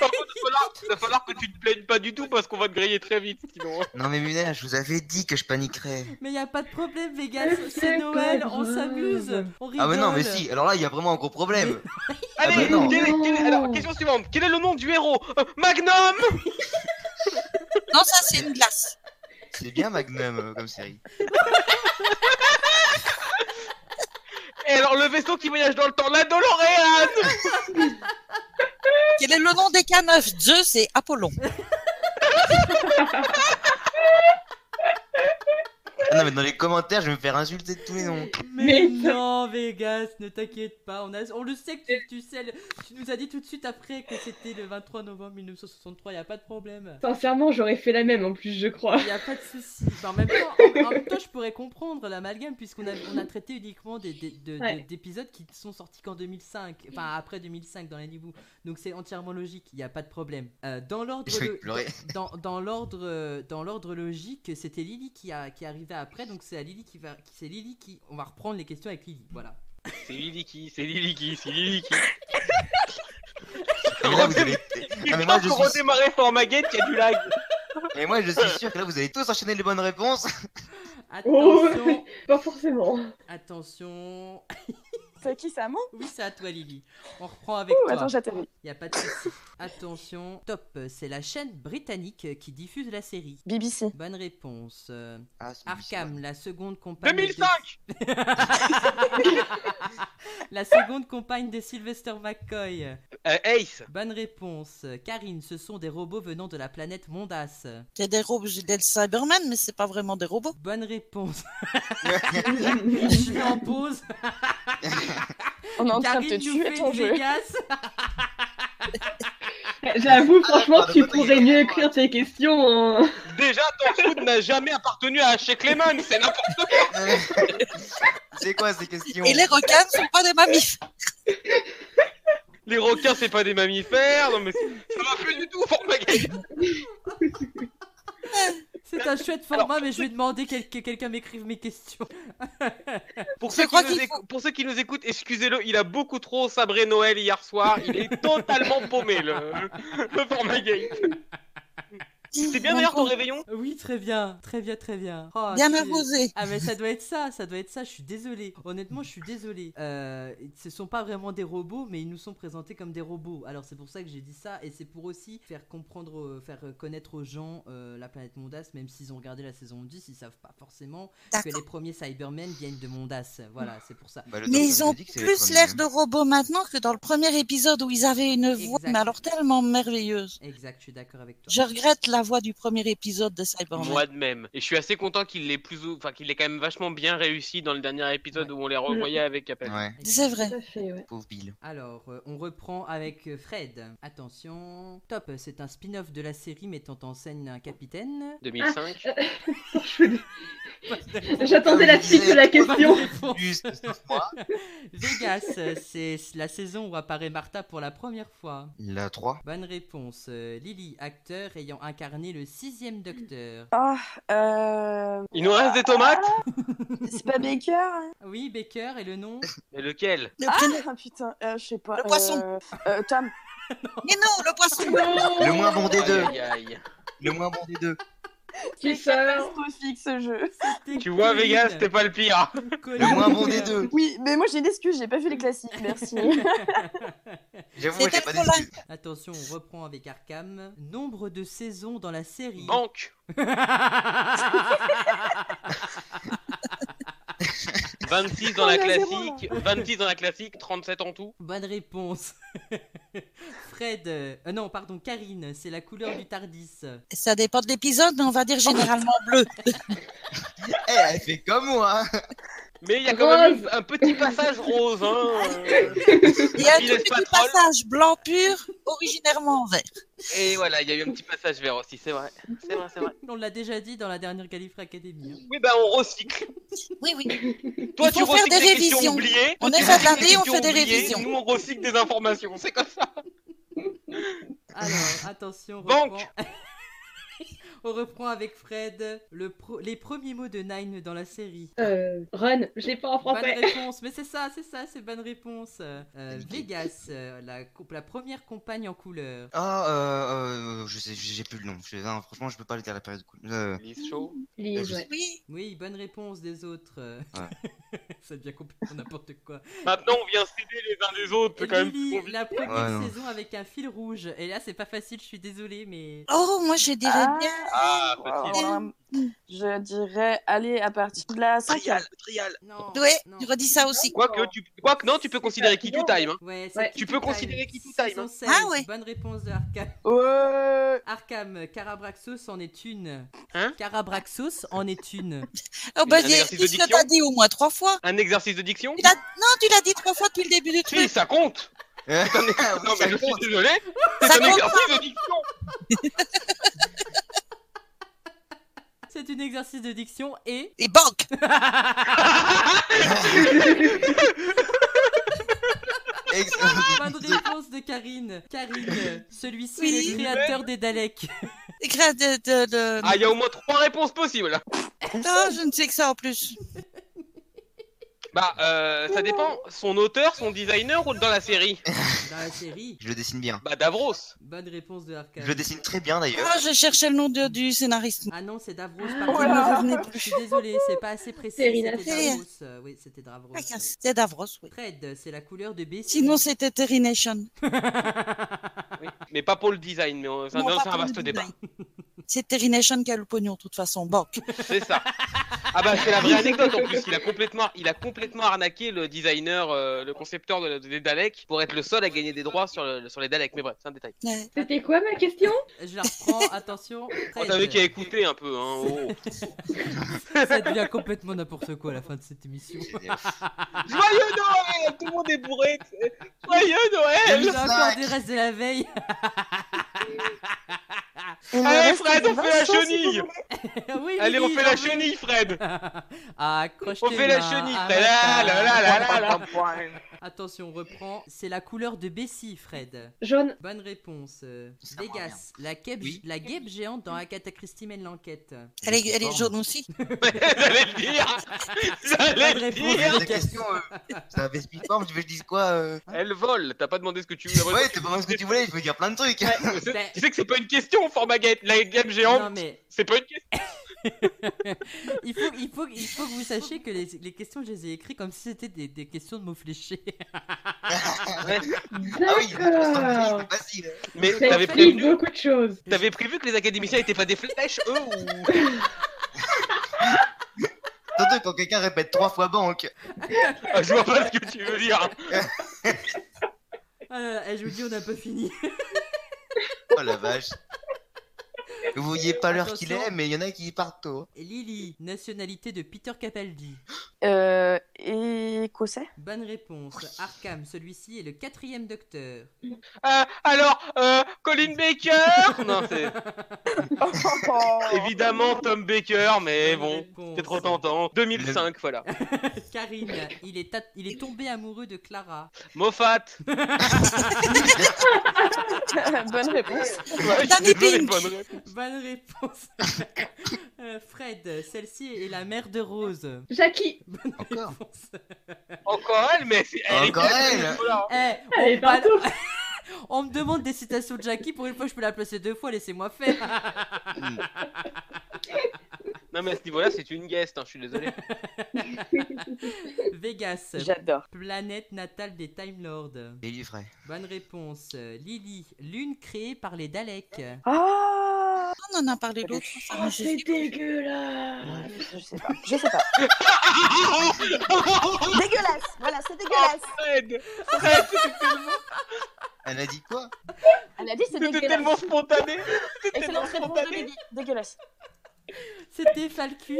[SPEAKER 3] Par contre, il va falloir- il va falloir que tu te plaignes pas du tout parce qu'on va te griller très vite sinon.
[SPEAKER 5] Non, mais Muna, je vous avais dit que je paniquerais.
[SPEAKER 1] mais il n'y a pas de problème, Vegas. C'est Noël, on s'amuse. On rigole.
[SPEAKER 5] Ah, mais non, mais si, alors là, il y a vraiment un gros problème.
[SPEAKER 3] Allez,
[SPEAKER 5] bah non.
[SPEAKER 3] quel est- quel est- alors, question suivante. Quel est le nom du héros Euh, Magnum
[SPEAKER 2] Non, ça c'est une glace.
[SPEAKER 5] C'est bien Magnum euh, comme série.
[SPEAKER 3] Et alors, le vaisseau qui voyage dans le temps, la DeLorean
[SPEAKER 2] Quel est le nom des caneufs Zeus et Apollon.
[SPEAKER 5] Ah, non, mais dans les commentaires, je vais me faire insulter de tous les noms.
[SPEAKER 1] Mais
[SPEAKER 4] Mais-
[SPEAKER 1] non, Vegas, ne t'inquiète pas. On, a- on le sait que tu, tu sais. le- Tu nous as dit tout de suite après que c'était le 23 novembre 1963. Il n'y a pas de problème.
[SPEAKER 4] Sincèrement, j'aurais fait la même en plus, je crois.
[SPEAKER 1] Il n'y a pas de souci. Enfin, en, même temps, en- en même temps, je pourrais comprendre l'amalgame puisqu'on a, on a traité uniquement des, des- de- de-
[SPEAKER 4] Ouais.
[SPEAKER 1] d'épisodes qui ne sont sortis qu'en 2005, enfin après 2005 dans les niveaux. Donc c'est entièrement logique, il n'y a pas de problème. Euh, dans l'ordre
[SPEAKER 5] Je vais
[SPEAKER 1] de-
[SPEAKER 5] pleurer.
[SPEAKER 1] dans, dans l'ordre euh, dans l'ordre logique, c'était Lily qui a qui arrivait après, donc c'est à Lily qui va qui- c'est Lily qui on va reprendre les questions avec Lily. Voilà.
[SPEAKER 3] C'est Liliki, c'est Liliki, c'est Liliki.
[SPEAKER 5] mais là, vous allez-
[SPEAKER 3] Il
[SPEAKER 5] Ah, mais
[SPEAKER 3] faut
[SPEAKER 5] moi, je
[SPEAKER 3] encore
[SPEAKER 5] suis- Ah,
[SPEAKER 3] redémarrer Formaguette, il y a du lag.
[SPEAKER 5] mais moi, je suis sûr que là, vous allez tous enchaîner les bonnes réponses.
[SPEAKER 1] Attention,
[SPEAKER 4] Pas forcément.
[SPEAKER 1] attention.
[SPEAKER 6] C'est qui ça, moi
[SPEAKER 1] Oui, c'est à toi, Lily. On reprend avec
[SPEAKER 6] Ouh,
[SPEAKER 1] toi.
[SPEAKER 6] Oh, Attends, j'atterris.
[SPEAKER 1] Il y a pas de souci. Attention. Top, c'est la chaîne britannique qui diffuse la série.
[SPEAKER 6] BBC.
[SPEAKER 1] Bonne réponse. Euh,
[SPEAKER 5] Ah, c'est
[SPEAKER 1] Arkham, la seconde compagne. de-
[SPEAKER 3] 2005
[SPEAKER 1] La seconde compagne de Sylvester McCoy.
[SPEAKER 3] Euh, Ace
[SPEAKER 1] Bonne réponse. Karine, ce sont des robots venant de la planète Mondas.
[SPEAKER 2] C'est des robots, j'ai des Cybermen, mais c'est pas vraiment des robots.
[SPEAKER 1] Bonne réponse.
[SPEAKER 4] J'ai
[SPEAKER 1] Je suis en pause.
[SPEAKER 6] On est en train
[SPEAKER 1] Karine
[SPEAKER 6] de te
[SPEAKER 1] nous
[SPEAKER 6] tuer
[SPEAKER 1] fait
[SPEAKER 6] ton
[SPEAKER 1] une
[SPEAKER 6] jeu.
[SPEAKER 1] Vegas.
[SPEAKER 4] J'avoue, franchement,
[SPEAKER 5] pardon,
[SPEAKER 4] tu
[SPEAKER 5] pardon,
[SPEAKER 4] pourrais mieux
[SPEAKER 5] excusez-moi.
[SPEAKER 4] écrire tes questions. hein.
[SPEAKER 3] Déjà, ton foot n'a jamais appartenu à Chez Clemens, c'est n'importe quoi.
[SPEAKER 5] C'est quoi ces questions
[SPEAKER 2] Et les requins ne sont pas des mammifères.
[SPEAKER 3] Les requins, c'est pas des mammifères, non mais c'est- ça va plus du tout, Formaguette.
[SPEAKER 1] C'est un chouette format, mais je vais demander quel- que quelqu'un m'écrive mes questions.
[SPEAKER 3] Pour
[SPEAKER 2] Je
[SPEAKER 3] ceux, qui
[SPEAKER 2] crois
[SPEAKER 3] nous
[SPEAKER 2] qu'il
[SPEAKER 3] écou-
[SPEAKER 2] faut-
[SPEAKER 3] pour ceux qui nous écoutent, excusez-le, il a beaucoup trop sabré Noël hier soir, il est totalement paumé, le, le Formaguette. C'est bien d'ailleurs ton réveillon
[SPEAKER 1] Oui, très bien, très bien, très bien. Oh,
[SPEAKER 2] Bien
[SPEAKER 1] c'est-
[SPEAKER 2] arrosé.
[SPEAKER 1] Ah mais ça doit être ça, ça doit être ça, je suis désolé. Honnêtement, je suis désolé. Euh, ce sont pas vraiment des robots, mais ils nous sont présentés comme des robots. Alors c'est pour ça que j'ai dit ça, et c'est pour aussi faire comprendre, euh, faire connaître aux gens euh, la planète Mondas, même s'ils ont regardé la saison 10, ils savent pas forcément que
[SPEAKER 2] D'accord.
[SPEAKER 1] les premiers Cybermen viennent de Mondas. Voilà, c'est pour ça.
[SPEAKER 5] Bah, le
[SPEAKER 2] Mais ils
[SPEAKER 5] docteur nous
[SPEAKER 2] ont
[SPEAKER 5] dit que c'est les
[SPEAKER 2] plus
[SPEAKER 5] premiers,
[SPEAKER 2] l'air
[SPEAKER 5] hein.
[SPEAKER 2] de robots maintenant que dans le premier épisode où ils avaient une voix,
[SPEAKER 1] Exact.
[SPEAKER 2] mais alors tellement merveilleuse.
[SPEAKER 1] euh, Exact, je suis d'accord avec toi.
[SPEAKER 2] Je regrette la voix du premier épisode de Cybermen.
[SPEAKER 3] Moi de même. Et je suis assez content qu'il l'ait plus, ou- enfin qu'il l'ait quand même vachement bien réussi dans le dernier épisode où on les revoyait avec Appel.
[SPEAKER 5] Ouais,
[SPEAKER 2] C'est vrai.
[SPEAKER 4] Tout à fait, ouais.
[SPEAKER 5] pauvre Bill.
[SPEAKER 1] Alors, euh, on reprend avec euh, Fred. Attention. Top, c'est un spin-off de la série mettant en scène un capitaine.
[SPEAKER 3] 2005.
[SPEAKER 4] J'attendais la suite de la question.
[SPEAKER 5] Juste, moi,
[SPEAKER 1] Vegas, euh, c'est la saison où apparaît Martha pour la première fois.
[SPEAKER 5] la 3.
[SPEAKER 1] Bonne réponse. Euh, Lily, acteur ayant incarné le sixième docteur.
[SPEAKER 6] Ah, euh.
[SPEAKER 3] Il nous reste des tomates
[SPEAKER 6] C'est pas Baker hein
[SPEAKER 1] Oui, Baker, et le nom
[SPEAKER 3] Mais lequel
[SPEAKER 2] Le
[SPEAKER 6] Ah,
[SPEAKER 2] prénom-
[SPEAKER 6] putain, euh, je sais pas.
[SPEAKER 2] Le
[SPEAKER 6] euh,
[SPEAKER 2] poisson.
[SPEAKER 6] euh, Tom.
[SPEAKER 2] Ah, Mais non, le poisson.
[SPEAKER 5] Le moins bon des
[SPEAKER 3] Aïe,
[SPEAKER 5] deux.
[SPEAKER 3] aïe, aïe.
[SPEAKER 5] Le moins bon des deux.
[SPEAKER 4] Tu
[SPEAKER 6] C'est
[SPEAKER 4] sors.
[SPEAKER 6] catastrophique ce jeu.
[SPEAKER 1] C'était
[SPEAKER 3] Tu vois,
[SPEAKER 1] Colin.
[SPEAKER 3] Vegas, t'es pas le pire.
[SPEAKER 1] Colin.
[SPEAKER 5] Le moins bon des deux.
[SPEAKER 6] Oui, mais moi j'ai une excuse, j'ai pas vu les classiques, merci.
[SPEAKER 5] J'avoue,
[SPEAKER 2] C'était
[SPEAKER 5] j'ai pas
[SPEAKER 2] trop
[SPEAKER 5] d'excuses.
[SPEAKER 1] Attention, on reprend avec Arkham. Nombre de saisons dans la série.
[SPEAKER 3] Banque. 26 dans la
[SPEAKER 6] Oh, il y a zéro,
[SPEAKER 3] classique, 26 dans la classique, 37 en tout.
[SPEAKER 1] Bonne réponse. Fred, euh, euh, non, pardon, Karine, c'est la couleur du Tardis.
[SPEAKER 2] Ça dépend de l'épisode, mais on va dire généralement bleu.
[SPEAKER 5] Eh, elle fait comme moi.
[SPEAKER 3] Mais il y a quand même
[SPEAKER 4] Rose.
[SPEAKER 3] un petit passage rose. Hein. euh,
[SPEAKER 2] Il y a un
[SPEAKER 3] Il
[SPEAKER 2] tout
[SPEAKER 3] laisse pas
[SPEAKER 2] petit
[SPEAKER 3] de troll.
[SPEAKER 2] passage blanc pur, originairement vert.
[SPEAKER 3] Et voilà, il y a eu un petit passage vert aussi, c'est vrai. C'est vrai, c'est vrai.
[SPEAKER 1] On l'a déjà dit dans la dernière Califre Academy. hein.
[SPEAKER 3] Oui, bah on recycle.
[SPEAKER 2] Oui, oui.
[SPEAKER 3] Toi,
[SPEAKER 2] Il
[SPEAKER 3] tu
[SPEAKER 2] faut faire
[SPEAKER 3] recycles
[SPEAKER 2] des
[SPEAKER 3] des questions
[SPEAKER 2] révisions.
[SPEAKER 3] oubliées.
[SPEAKER 2] On est
[SPEAKER 3] Tu
[SPEAKER 2] fait de
[SPEAKER 3] recycles des
[SPEAKER 2] l'indé, on
[SPEAKER 3] questions
[SPEAKER 2] fait des
[SPEAKER 3] oubliées,
[SPEAKER 2] révisions.
[SPEAKER 3] Nous, on recycle des informations, c'est comme ça.
[SPEAKER 1] Alors, attention, on
[SPEAKER 3] Banque.
[SPEAKER 1] reprend. on reprend avec Fred le pro- les premiers mots de Nine dans la série.
[SPEAKER 4] Euh, run, je l'ai pas en
[SPEAKER 1] Bonne
[SPEAKER 4] français.
[SPEAKER 1] réponse, mais c'est ça, c'est ça, c'est bonne réponse. Euh, Vegas, euh, la, co- la première compagne en couleur.
[SPEAKER 5] Ah, euh, euh, je sais, j'ai plus le nom. Je- non, franchement, je peux pas le dire la période. cool. Euh,
[SPEAKER 4] Lise,
[SPEAKER 5] Je
[SPEAKER 4] ouais.
[SPEAKER 2] Oui.
[SPEAKER 1] Oui, bonne réponse des autres. euh. ça devient complètement n'importe quoi.
[SPEAKER 3] Maintenant, on vient s'aider les uns des autres. C'est quand même plus
[SPEAKER 1] Lily,
[SPEAKER 3] convivial.
[SPEAKER 1] la première
[SPEAKER 5] Ouais, non.
[SPEAKER 1] saison avec un fil rouge. Et là, c'est pas facile, je suis désolée, mais.
[SPEAKER 2] Oh, moi, je dirais
[SPEAKER 6] Ah.
[SPEAKER 2] bien.
[SPEAKER 3] Ah, facile.
[SPEAKER 6] Euh, Je dirais, allez, à partir de la cinquième.
[SPEAKER 3] Trial, trial.
[SPEAKER 1] Non.
[SPEAKER 2] Ouais,
[SPEAKER 1] non.
[SPEAKER 2] je redis ça aussi.
[SPEAKER 3] Quoique, tu... Quoique, non, tu peux considérer qui tout time. hein.
[SPEAKER 4] Ouais.
[SPEAKER 1] Ouais, c'est
[SPEAKER 3] Tu
[SPEAKER 1] Key
[SPEAKER 3] peux
[SPEAKER 1] to Time.
[SPEAKER 3] considérer Key to Time,
[SPEAKER 1] Saison
[SPEAKER 3] hein.
[SPEAKER 1] 16,
[SPEAKER 2] Ah ouais.
[SPEAKER 1] Bonne réponse de Arkham.
[SPEAKER 6] Ouais.
[SPEAKER 1] Arkham, Carabraxos en est une.
[SPEAKER 3] Hein
[SPEAKER 1] Carabraxos en est une.
[SPEAKER 2] Oh, bah,
[SPEAKER 3] un
[SPEAKER 2] dis
[SPEAKER 3] exercice de
[SPEAKER 2] dis ce que
[SPEAKER 3] diction.
[SPEAKER 2] t'as dit au moins trois fois.
[SPEAKER 3] Un exercice de diction
[SPEAKER 2] Tu l'as- Non, tu l'as dit trois fois depuis le début du
[SPEAKER 3] Si,
[SPEAKER 2] truc.
[SPEAKER 3] ça compte
[SPEAKER 5] Ah oui,
[SPEAKER 3] Non,
[SPEAKER 5] ça
[SPEAKER 3] mais je suis
[SPEAKER 5] compte.
[SPEAKER 3] désolé
[SPEAKER 2] Ça
[SPEAKER 3] C'est un
[SPEAKER 2] compte
[SPEAKER 3] exercice de diction
[SPEAKER 1] C'est un exercice de diction et.
[SPEAKER 2] Et banque.
[SPEAKER 1] Bonne
[SPEAKER 5] Excellent.
[SPEAKER 1] réponse de Karine. Karine, celui-ci
[SPEAKER 2] Oui.
[SPEAKER 1] est le créateur des Daleks.
[SPEAKER 2] Et grâce de, de, de-
[SPEAKER 3] Ah, il y a au moins trois réponses possibles
[SPEAKER 2] Ah, je ne sais que ça en plus.
[SPEAKER 3] Bah, euh, ça dépend, son auteur, son designer ou dans la série
[SPEAKER 1] Dans la série.
[SPEAKER 5] Je le dessine bien.
[SPEAKER 3] Bah Davros
[SPEAKER 1] Bonne réponse de Arcane.
[SPEAKER 5] Je le dessine très bien
[SPEAKER 3] Euh.
[SPEAKER 5] d'ailleurs.
[SPEAKER 2] Ah, j'ai cherché le nom de- du scénariste.
[SPEAKER 1] Ah non, c'est Davros.
[SPEAKER 2] Il
[SPEAKER 1] pardon.
[SPEAKER 2] ne revenait
[SPEAKER 1] Je
[SPEAKER 2] plus.
[SPEAKER 1] suis désolée, c'est pas assez précis.
[SPEAKER 4] Série
[SPEAKER 1] C'était
[SPEAKER 2] d'affaires.
[SPEAKER 1] Davros. euh, oui, c'était Davros.
[SPEAKER 2] Ah, tiens, C'était Davros, oui.
[SPEAKER 1] Fred, c'est la couleur de B.
[SPEAKER 2] Sinon, c'était Terry Nation.
[SPEAKER 3] Oui, Mais pas pour le design, mais euh, c'est un,
[SPEAKER 2] Non, pas
[SPEAKER 3] c'est
[SPEAKER 2] pour
[SPEAKER 3] un
[SPEAKER 2] le
[SPEAKER 3] vaste débat.
[SPEAKER 2] design. C'est Terry Nation qui a le pognon, de toute façon. Banque.
[SPEAKER 3] C'est ça. Ah bah c'est la vraie anecdote en plus. Il a complètement, il a complètement arnaqué le designer, euh, le concepteur de, des Daleks pour être le seul à gagner des droits sur, le- sur les Daleks. Mais bref, c'est un détail.
[SPEAKER 2] Ouais.
[SPEAKER 7] C'était quoi ma question
[SPEAKER 1] Je la reprends, attention.
[SPEAKER 3] On
[SPEAKER 1] Fred,
[SPEAKER 3] t'avait qu'à écouter un peu. Hein. oh.
[SPEAKER 1] ça devient complètement n'importe quoi à la fin de cette émission.
[SPEAKER 5] euh,
[SPEAKER 3] Joyeux Noël Tout le monde est bourré. Joyeux Noël
[SPEAKER 1] J'ai encore
[SPEAKER 5] sac.
[SPEAKER 1] des restes de la veille.
[SPEAKER 6] Il me
[SPEAKER 3] Allez
[SPEAKER 6] reste
[SPEAKER 3] Ah, Fred, on
[SPEAKER 6] vingt
[SPEAKER 3] fait la
[SPEAKER 6] choses, si vous
[SPEAKER 3] chenille
[SPEAKER 1] Ah oui,
[SPEAKER 3] Allez, on
[SPEAKER 1] Lily,
[SPEAKER 3] fait la
[SPEAKER 1] j'en veux.
[SPEAKER 3] chenille, Fred
[SPEAKER 1] Ah, accroche
[SPEAKER 3] On
[SPEAKER 1] tes
[SPEAKER 3] fait la
[SPEAKER 1] mains,
[SPEAKER 3] chenille,
[SPEAKER 1] arrête
[SPEAKER 3] Fred Ah
[SPEAKER 1] ta-
[SPEAKER 3] là là là là là
[SPEAKER 1] Attention, on reprend. C'est la couleur de Bessie, Fred.
[SPEAKER 7] Jaune.
[SPEAKER 1] Bonne réponse. euh,
[SPEAKER 5] Ça me
[SPEAKER 1] Vegas, la guêpe,
[SPEAKER 5] Oui.
[SPEAKER 1] la guêpe géante dans Agatha Christie mène l'enquête.
[SPEAKER 2] Elle est, elle est jaune aussi.
[SPEAKER 3] J'allais le dire J'allais
[SPEAKER 1] Bonne
[SPEAKER 3] le
[SPEAKER 1] réponse.
[SPEAKER 3] dire
[SPEAKER 5] La question, euh, c'est un vespi forme, je veux que je dise quoi euh
[SPEAKER 3] Elle vole T'as Hein pas demandé ce que tu voulais
[SPEAKER 5] Ouais, t'as pas vraiment ce que tu voulais, je peux dire plein de trucs.
[SPEAKER 1] Ben-
[SPEAKER 3] Tu sais que c'est pas une question, Formaguette La game
[SPEAKER 1] Non
[SPEAKER 3] géante,
[SPEAKER 1] mais
[SPEAKER 3] c'est pas une question
[SPEAKER 1] il faut, il faut, il faut que vous sachiez que les, les questions je les ai écrites comme si c'était des, des questions de mots fléchés.
[SPEAKER 5] Ah oui,
[SPEAKER 7] D'accord.
[SPEAKER 5] c'est facile.
[SPEAKER 3] Mais
[SPEAKER 7] Ça
[SPEAKER 3] t'avais
[SPEAKER 7] explique
[SPEAKER 3] prévu,
[SPEAKER 7] beaucoup de choses.
[SPEAKER 3] t'avais prévu que les académiciens étaient pas des flèches, eux ou...
[SPEAKER 5] Surtout quand quelqu'un répète trois fois banque.
[SPEAKER 3] Ah, Je vois pas ce que tu veux dire
[SPEAKER 1] Ah là là, eh, je vous dis on a pas fini.
[SPEAKER 5] Oh la vache. Vous voyez pas l'heure qu'il
[SPEAKER 1] Attention.
[SPEAKER 5] est, mais il y en a qui partent tôt.
[SPEAKER 1] Lily, nationalité de Peter Capaldi.
[SPEAKER 6] Euh, écossais
[SPEAKER 1] Bonne réponse. Arkham, celui-ci est le quatrième docteur.
[SPEAKER 3] Euh, Alors, euh, Colin Baker Non, c'est évidemment Tom Baker,
[SPEAKER 1] Bonne
[SPEAKER 3] mais Eh bon,
[SPEAKER 1] réponse.
[SPEAKER 3] c'est trop tentant. 2005, voilà.
[SPEAKER 1] Karine, il est, ta- il est tombé amoureux de Clara.
[SPEAKER 3] Moffat
[SPEAKER 6] Bonne réponse.
[SPEAKER 3] Ouais, je
[SPEAKER 2] Danny
[SPEAKER 3] suis désolé,
[SPEAKER 2] Pink.
[SPEAKER 3] bonne réponse.
[SPEAKER 1] Bonne réponse. Euh, Fred, celle-ci est la mère de Rose.
[SPEAKER 4] Jackie
[SPEAKER 1] Bonne
[SPEAKER 5] hein. Encore
[SPEAKER 1] réponse.
[SPEAKER 3] Encore elle, mais c'est... Elle est-
[SPEAKER 5] Encore elle
[SPEAKER 1] Eh,
[SPEAKER 4] Elle
[SPEAKER 1] on,
[SPEAKER 4] est partout.
[SPEAKER 1] bal- on me demande des citations de Jackie. Pour une fois, je peux la placer deux fois. Laissez-moi faire.
[SPEAKER 3] Non mais à ce niveau-là, c'est une guest, hein, je suis désolé.
[SPEAKER 1] Vegas,
[SPEAKER 6] J'adore.
[SPEAKER 1] planète natale des Time Lords.
[SPEAKER 5] Délivré.
[SPEAKER 1] Bonne réponse. Lily, lune créée par les Daleks.
[SPEAKER 6] Ah
[SPEAKER 2] On en a parlé l'autre. fois, ça,
[SPEAKER 7] Oh,
[SPEAKER 2] Ah, mais
[SPEAKER 7] c'est
[SPEAKER 2] c'est-
[SPEAKER 7] dégueulasse.
[SPEAKER 6] Je sais pas. Je sais pas. dégueulasse. Voilà, c'est dégueulasse.
[SPEAKER 3] Fred Fred, c'était tellement,
[SPEAKER 5] Elle a dit quoi
[SPEAKER 6] Elle a dit c'est
[SPEAKER 3] c'était
[SPEAKER 6] dégueulasse.
[SPEAKER 3] tellement spontané C'était tellement
[SPEAKER 6] Excellente réponse de
[SPEAKER 3] spontané
[SPEAKER 6] Lily. Dégueulasse.
[SPEAKER 1] C'était Falcus.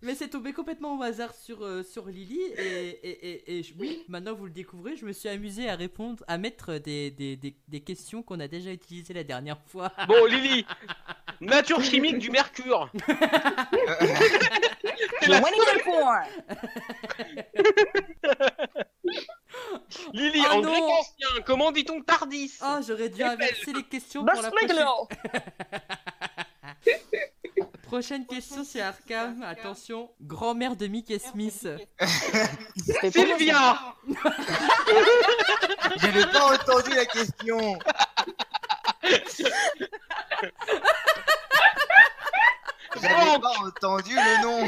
[SPEAKER 1] Mais c'est tombé complètement au hasard sur, euh, sur Lily. Et, et, et, et je- oui, maintenant vous le découvrez, je me suis amusée à répondre, à mettre des, des, des, des questions qu'on a déjà utilisées la dernière fois.
[SPEAKER 3] Bon, Lily, nature chimique du mercure. C'est la
[SPEAKER 6] Winning
[SPEAKER 3] seule-
[SPEAKER 6] the point.
[SPEAKER 3] Lily,
[SPEAKER 1] Oh
[SPEAKER 3] en
[SPEAKER 1] non.
[SPEAKER 3] grec ancien, comment dit-on tardis
[SPEAKER 1] Ah, j'aurais dû inverser les questions pour la prochaine.
[SPEAKER 6] Basmiglo.
[SPEAKER 1] Prochaine question, c'est Arkham. Attention, grand-mère de Mickey Smith.
[SPEAKER 6] C'était pour moi, ça.
[SPEAKER 3] Sylvia
[SPEAKER 5] J'avais pas entendu la question. J'avais pas entendu le nom.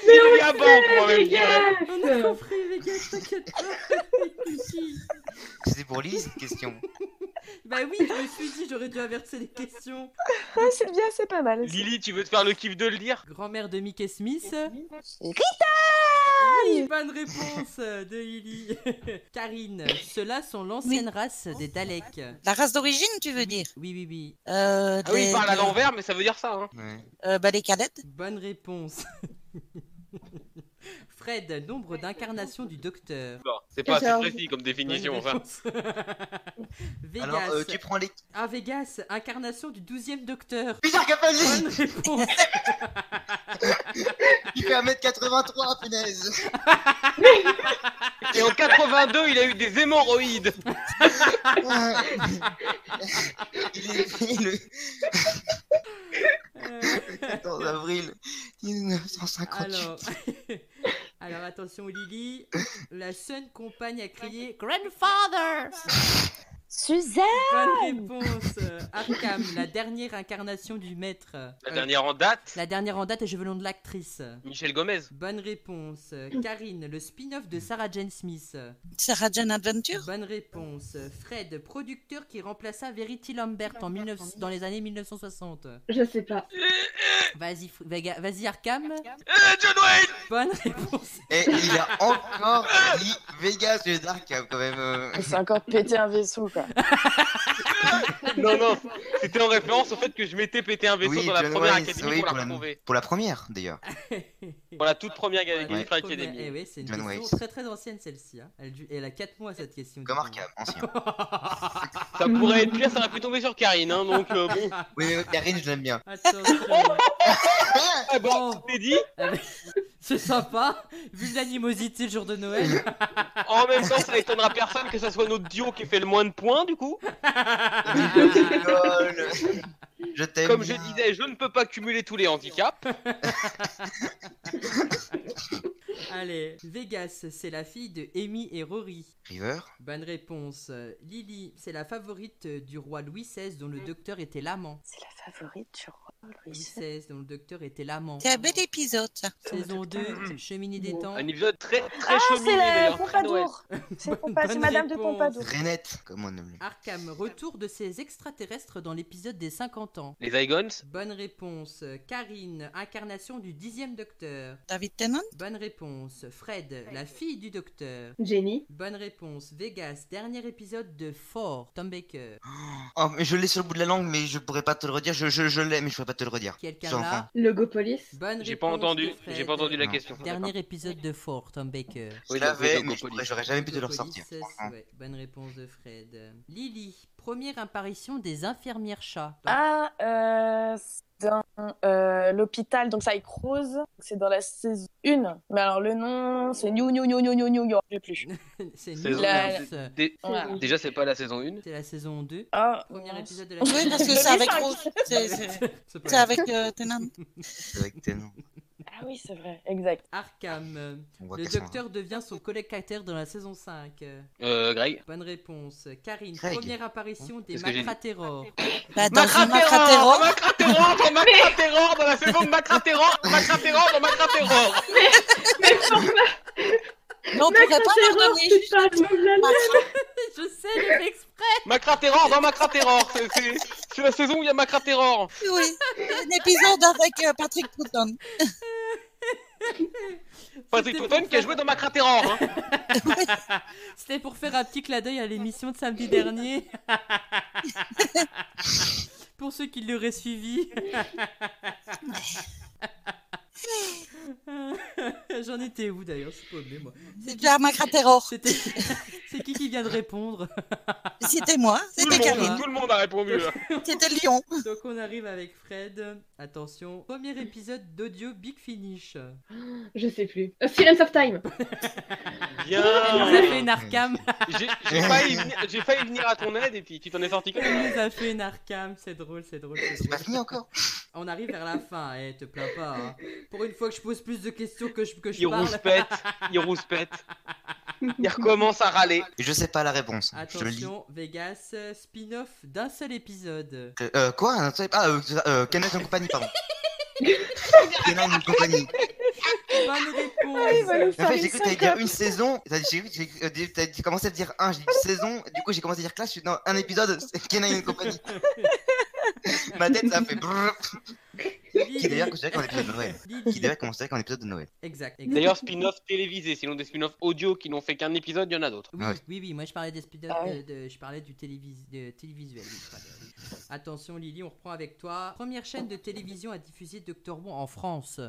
[SPEAKER 3] Sylvia Banque, on va même dire.
[SPEAKER 1] On a
[SPEAKER 7] Dégueulasse.
[SPEAKER 1] compris, les gars, t'inquiète pas.
[SPEAKER 5] C'était pour Lily cette question.
[SPEAKER 1] bah oui, je me suis dit, j'aurais dû inverser les questions.
[SPEAKER 6] Ah, Sylvia, c'est pas mal.
[SPEAKER 3] Lily, tu veux te faire le kiff de le dire
[SPEAKER 1] Grand-mère de Mickey Smith. Oui, bonne réponse euh, de Lily. Karine, ceux-là sont l'ancienne race des Daleks.
[SPEAKER 2] La race d'origine, tu veux dire
[SPEAKER 1] Oui, oui, oui.
[SPEAKER 2] euh,
[SPEAKER 3] Ah oui,
[SPEAKER 2] des-
[SPEAKER 3] il parle à
[SPEAKER 2] des-
[SPEAKER 3] l'envers, mais ça veut dire ça. Hein.
[SPEAKER 5] Ouais.
[SPEAKER 2] euh, bah, les cadettes.
[SPEAKER 1] Bonne réponse. Fred, nombre d'incarnations du docteur.
[SPEAKER 3] Bon, c'est pas assez
[SPEAKER 4] Quatorze.
[SPEAKER 3] précis comme
[SPEAKER 1] Bonne
[SPEAKER 3] définition, enfin.
[SPEAKER 1] réponse. Vegas.
[SPEAKER 5] Alors euh, tu prends les.
[SPEAKER 1] Ah, Vegas, incarnation du 12e docteur.
[SPEAKER 5] Peter Capaldi
[SPEAKER 1] Bonne réponse.
[SPEAKER 5] Il fait 1m83, punaise
[SPEAKER 3] Et en 82, il a eu des hémorroïdes.
[SPEAKER 5] Il est né le
[SPEAKER 1] Euh,
[SPEAKER 5] 14 avril 1958.
[SPEAKER 1] alors, Alors attention Lily, la seule compagne a crié Grandfather
[SPEAKER 6] Suzanne
[SPEAKER 1] Bonne réponse euh, Arkham, la dernière incarnation du maître.
[SPEAKER 3] La
[SPEAKER 1] Euh,
[SPEAKER 3] dernière en date,
[SPEAKER 1] la dernière en date et je veux le nom de l'actrice.
[SPEAKER 3] Michel Gomez.
[SPEAKER 1] Bonne réponse. Euh, Karine, le spin-off de Sarah Jane Smith.
[SPEAKER 2] Sarah Jane Adventure
[SPEAKER 1] Bonne réponse. euh, Fred, producteur qui remplaça Verity Lambert en 19 dans les années 1960.
[SPEAKER 4] Je sais pas.
[SPEAKER 1] Vas-y, Fou- Vega- vas-y Arkham.
[SPEAKER 3] Eh, John Wayne
[SPEAKER 1] Bonne réponse.
[SPEAKER 5] Et il a encore dit Vegas, le Dark, quand même. euh.
[SPEAKER 6] Elle s'est encore pété un vaisseau, quoi.
[SPEAKER 3] Non, non, c'était en référence au fait que je m'étais pété un vaisseau
[SPEAKER 5] Oui,
[SPEAKER 3] dans la
[SPEAKER 5] John
[SPEAKER 3] première
[SPEAKER 5] Wayne,
[SPEAKER 3] académie
[SPEAKER 5] oui,
[SPEAKER 3] pour la
[SPEAKER 5] pour la-
[SPEAKER 3] retrouver.
[SPEAKER 5] Pour la première, d'ailleurs.
[SPEAKER 3] Pour la toute première
[SPEAKER 1] Ouais,
[SPEAKER 3] Gallifrey
[SPEAKER 1] première-
[SPEAKER 3] Academy.
[SPEAKER 1] Eh oui, c'est une
[SPEAKER 5] John
[SPEAKER 1] question
[SPEAKER 5] Waits.
[SPEAKER 1] très très ancienne celle-ci. hein. Elle, du- elle a 4 mois cette question.
[SPEAKER 5] Comme
[SPEAKER 1] du coup.
[SPEAKER 5] Arkham, ancien.
[SPEAKER 3] Ça pourrait être pire, ça aurait pu tomber sur Karine, hein, donc euh, bon.
[SPEAKER 5] Oui, oui, oui, Karine, je l'aime bien.
[SPEAKER 1] Attention.
[SPEAKER 3] Ah bon,
[SPEAKER 1] Bon.
[SPEAKER 3] t'es dit
[SPEAKER 1] C'est sympa, vu l'animosité le jour de Noël.
[SPEAKER 3] En même temps, ça étonnera personne que ça soit notre duo qui fait le moins de points, du coup.
[SPEAKER 5] Lol. Je t'aime.
[SPEAKER 3] Ah. Comme je
[SPEAKER 5] Eh bien.
[SPEAKER 3] disais, je ne peux pas cumuler tous les handicaps.
[SPEAKER 1] Allez, Vegas, c'est la fille de Amy et Rory.
[SPEAKER 5] River,
[SPEAKER 1] Bonne réponse. Euh, Lily, c'est la favorite euh, du roi Louis XVI dont le docteur était l'amant.
[SPEAKER 6] C'est la favorite du roi
[SPEAKER 1] Louis
[SPEAKER 6] Louis.
[SPEAKER 1] XVI dont le docteur était l'amant.
[SPEAKER 2] C'est un bel épisode, ça.
[SPEAKER 1] Saison 2, cheminée des temps.
[SPEAKER 3] Un épisode très, très
[SPEAKER 6] Ah,
[SPEAKER 3] cheminé,
[SPEAKER 6] c'est la
[SPEAKER 3] d'ailleurs, très Noël.
[SPEAKER 6] Pompadour C'est Pompa- c'est
[SPEAKER 1] bonne
[SPEAKER 6] Madame de
[SPEAKER 1] réponse.
[SPEAKER 6] Pompadour.
[SPEAKER 5] Renette, comme on nomme.
[SPEAKER 1] Arkham, retour de ces extraterrestres dans l'épisode des 50 ans.
[SPEAKER 3] Les Aigons
[SPEAKER 1] Bonne réponse. Karine, incarnation du dixième docteur.
[SPEAKER 2] David Tennant
[SPEAKER 1] Bonne réponse. Fred, la fille du docteur.
[SPEAKER 4] Jenny.
[SPEAKER 1] Bonne réponse. Vegas, dernier épisode de Fort, Tom Baker.
[SPEAKER 5] Oh, mais je l'ai sur le bout de la langue, mais je pourrais pas te le redire. Je, je, je l'ai, mais je pourrais pas te le redire.
[SPEAKER 1] Quelqu'un
[SPEAKER 5] Sur le
[SPEAKER 1] là
[SPEAKER 4] Logopolis.
[SPEAKER 1] Bonne réponse.
[SPEAKER 3] J'ai pas
[SPEAKER 1] de
[SPEAKER 3] entendu,
[SPEAKER 1] Fred.
[SPEAKER 3] j'ai pas entendu la
[SPEAKER 5] Non.
[SPEAKER 3] question.
[SPEAKER 1] Dernier épisode de Fort, Tom Baker.
[SPEAKER 5] Je
[SPEAKER 3] Oui,
[SPEAKER 5] l'avais,
[SPEAKER 3] donc,
[SPEAKER 5] mais
[SPEAKER 3] donc,
[SPEAKER 5] je
[SPEAKER 3] police.
[SPEAKER 5] pourrais- j'aurais jamais pu te le euh,
[SPEAKER 1] Police,
[SPEAKER 5] ressortir.
[SPEAKER 1] c'est-
[SPEAKER 5] franchement.
[SPEAKER 1] ouais, bonne réponse de Fred. Lily, première apparition des infirmières chats.
[SPEAKER 6] Ah, euh, c'est dans euh, l'hôpital, donc ça y Rose. C'est dans la saison 1. Mais alors le nom, c'est New New New New New New York, je sais plus.
[SPEAKER 1] Bah, C'est
[SPEAKER 3] Saison-
[SPEAKER 1] New
[SPEAKER 6] La-
[SPEAKER 1] Girls.
[SPEAKER 3] Dé-
[SPEAKER 6] Voilà.
[SPEAKER 3] Déjà, c'est pas la saison 1.
[SPEAKER 1] C'est la saison 2.
[SPEAKER 6] Ah,
[SPEAKER 1] Premier
[SPEAKER 6] mince.
[SPEAKER 1] épisode de la
[SPEAKER 2] Oui, parce que c'est avec Rose. C'est c'est-
[SPEAKER 1] C'est pas
[SPEAKER 2] c'est
[SPEAKER 1] grave.
[SPEAKER 2] avec euh, Tennant.
[SPEAKER 5] C'est vrai que t'es non.
[SPEAKER 6] Ah oui, c'est vrai, exact.
[SPEAKER 1] Arkham.
[SPEAKER 5] On voit
[SPEAKER 1] Le
[SPEAKER 5] qu'elles sont-
[SPEAKER 1] docteur devient son collègue caractère dans la saison 5.
[SPEAKER 3] Euh, Greg
[SPEAKER 1] Bonne réponse. Karine,
[SPEAKER 5] Craig.
[SPEAKER 1] première apparition des
[SPEAKER 3] Qu'est-ce Hein? que j'ai dit
[SPEAKER 1] Macraterror.
[SPEAKER 2] Bah, dans une
[SPEAKER 3] Macraterror
[SPEAKER 2] Macraterror.
[SPEAKER 3] Macraterror dans Macraterror dans la saison de Macraterror Macraterror dans Macraterror
[SPEAKER 2] Mais on pourrait pas leur
[SPEAKER 4] Macraterror,
[SPEAKER 2] donner
[SPEAKER 4] c'est
[SPEAKER 2] juste
[SPEAKER 4] pas le nom de la
[SPEAKER 2] Macra-
[SPEAKER 1] Je sais, j'ai fait exprès.
[SPEAKER 3] Macraterror dans Macraterror C'est- c'est- C'est la saison où il y a Macraterror
[SPEAKER 2] Oui, un épisode avec euh, Patrick Troughton.
[SPEAKER 3] Patrick
[SPEAKER 1] C'était
[SPEAKER 3] Troughton
[SPEAKER 1] pour
[SPEAKER 3] qui a
[SPEAKER 1] faire-
[SPEAKER 3] joué dans Macraterror hein.
[SPEAKER 1] C'était pour faire un petit clin d'œil à l'émission de samedi dernier. pour ceux qui l'auraient suivi. J'en étais où d'ailleurs Je suis paumé moi.
[SPEAKER 2] C'est bien Macraterror.
[SPEAKER 1] C'était... C'est qui qui vient de répondre
[SPEAKER 2] C'était moi,
[SPEAKER 3] tout, le
[SPEAKER 2] c'était Karine,
[SPEAKER 3] monde, tout le monde a répondu hein. là.
[SPEAKER 2] c'était Lyon.
[SPEAKER 1] Donc on arrive avec Fred. Attention, premier épisode d'audio Big Finish.
[SPEAKER 4] Je sais plus. Euh, Silence of Time.
[SPEAKER 1] Il nous a
[SPEAKER 3] Bien
[SPEAKER 1] fait une Arkham.
[SPEAKER 3] J'ai j'ai failli, venir- j'ai failli venir à ton aide et puis tu t'en es sorti comme
[SPEAKER 1] Il nous a fait une Arkham. C'est drôle, c'est drôle, c'est
[SPEAKER 5] hein. C'est pas fini
[SPEAKER 1] drôle.
[SPEAKER 5] encore.
[SPEAKER 1] On arrive vers la fin. Eh, te plains pas. hein. Pour une fois que je pose plus de questions que je, que je
[SPEAKER 3] Il
[SPEAKER 1] parle.
[SPEAKER 3] rouspète, il rouspète. Il recommence à râler.
[SPEAKER 5] Et Je sais pas la réponse. Je le lis.
[SPEAKER 1] Attention, Vegas, euh, spin-off d'un seul épisode.
[SPEAKER 5] Que- Euh, quoi un seul- Ah, euh, euh, Kenan and Company, pardon. Kenan and Company.
[SPEAKER 1] Bonne
[SPEAKER 6] Il va nous
[SPEAKER 1] réponse.
[SPEAKER 5] En
[SPEAKER 6] faire
[SPEAKER 5] fait, j'ai
[SPEAKER 6] une
[SPEAKER 5] cru que t'allais dire
[SPEAKER 6] syncope.
[SPEAKER 5] une saison. T'as dit- j'ai cru que j'ai- euh, dit- t'as dit- commencé à dire un, j'ai dit saison. Du coup, j'ai commencé à dire classe. Je suis dans un épisode, c'est Kenan and Company. Ma tête, ça a fait brrr. Qui d'ailleurs
[SPEAKER 1] Lily.
[SPEAKER 5] considéré qu'on est épisode de Noël. Qui
[SPEAKER 1] Lily.
[SPEAKER 5] d'ailleurs considéré qu'on est épisode de Noël.
[SPEAKER 1] Exact. exact.
[SPEAKER 3] D'ailleurs, spin-off télévisé, sinon des spin-off audio qui n'ont fait qu'un épisode, il y en a d'autres.
[SPEAKER 1] Oui,
[SPEAKER 5] Ouais.
[SPEAKER 1] oui, oui, moi je parlais des speed
[SPEAKER 6] Ah ouais.
[SPEAKER 1] de- de- je parlais du télévis- de télévisuel. oui, pas de- Attention Lily, on reprend avec toi. Première chaîne de télévision à diffuser Doctor Who en France.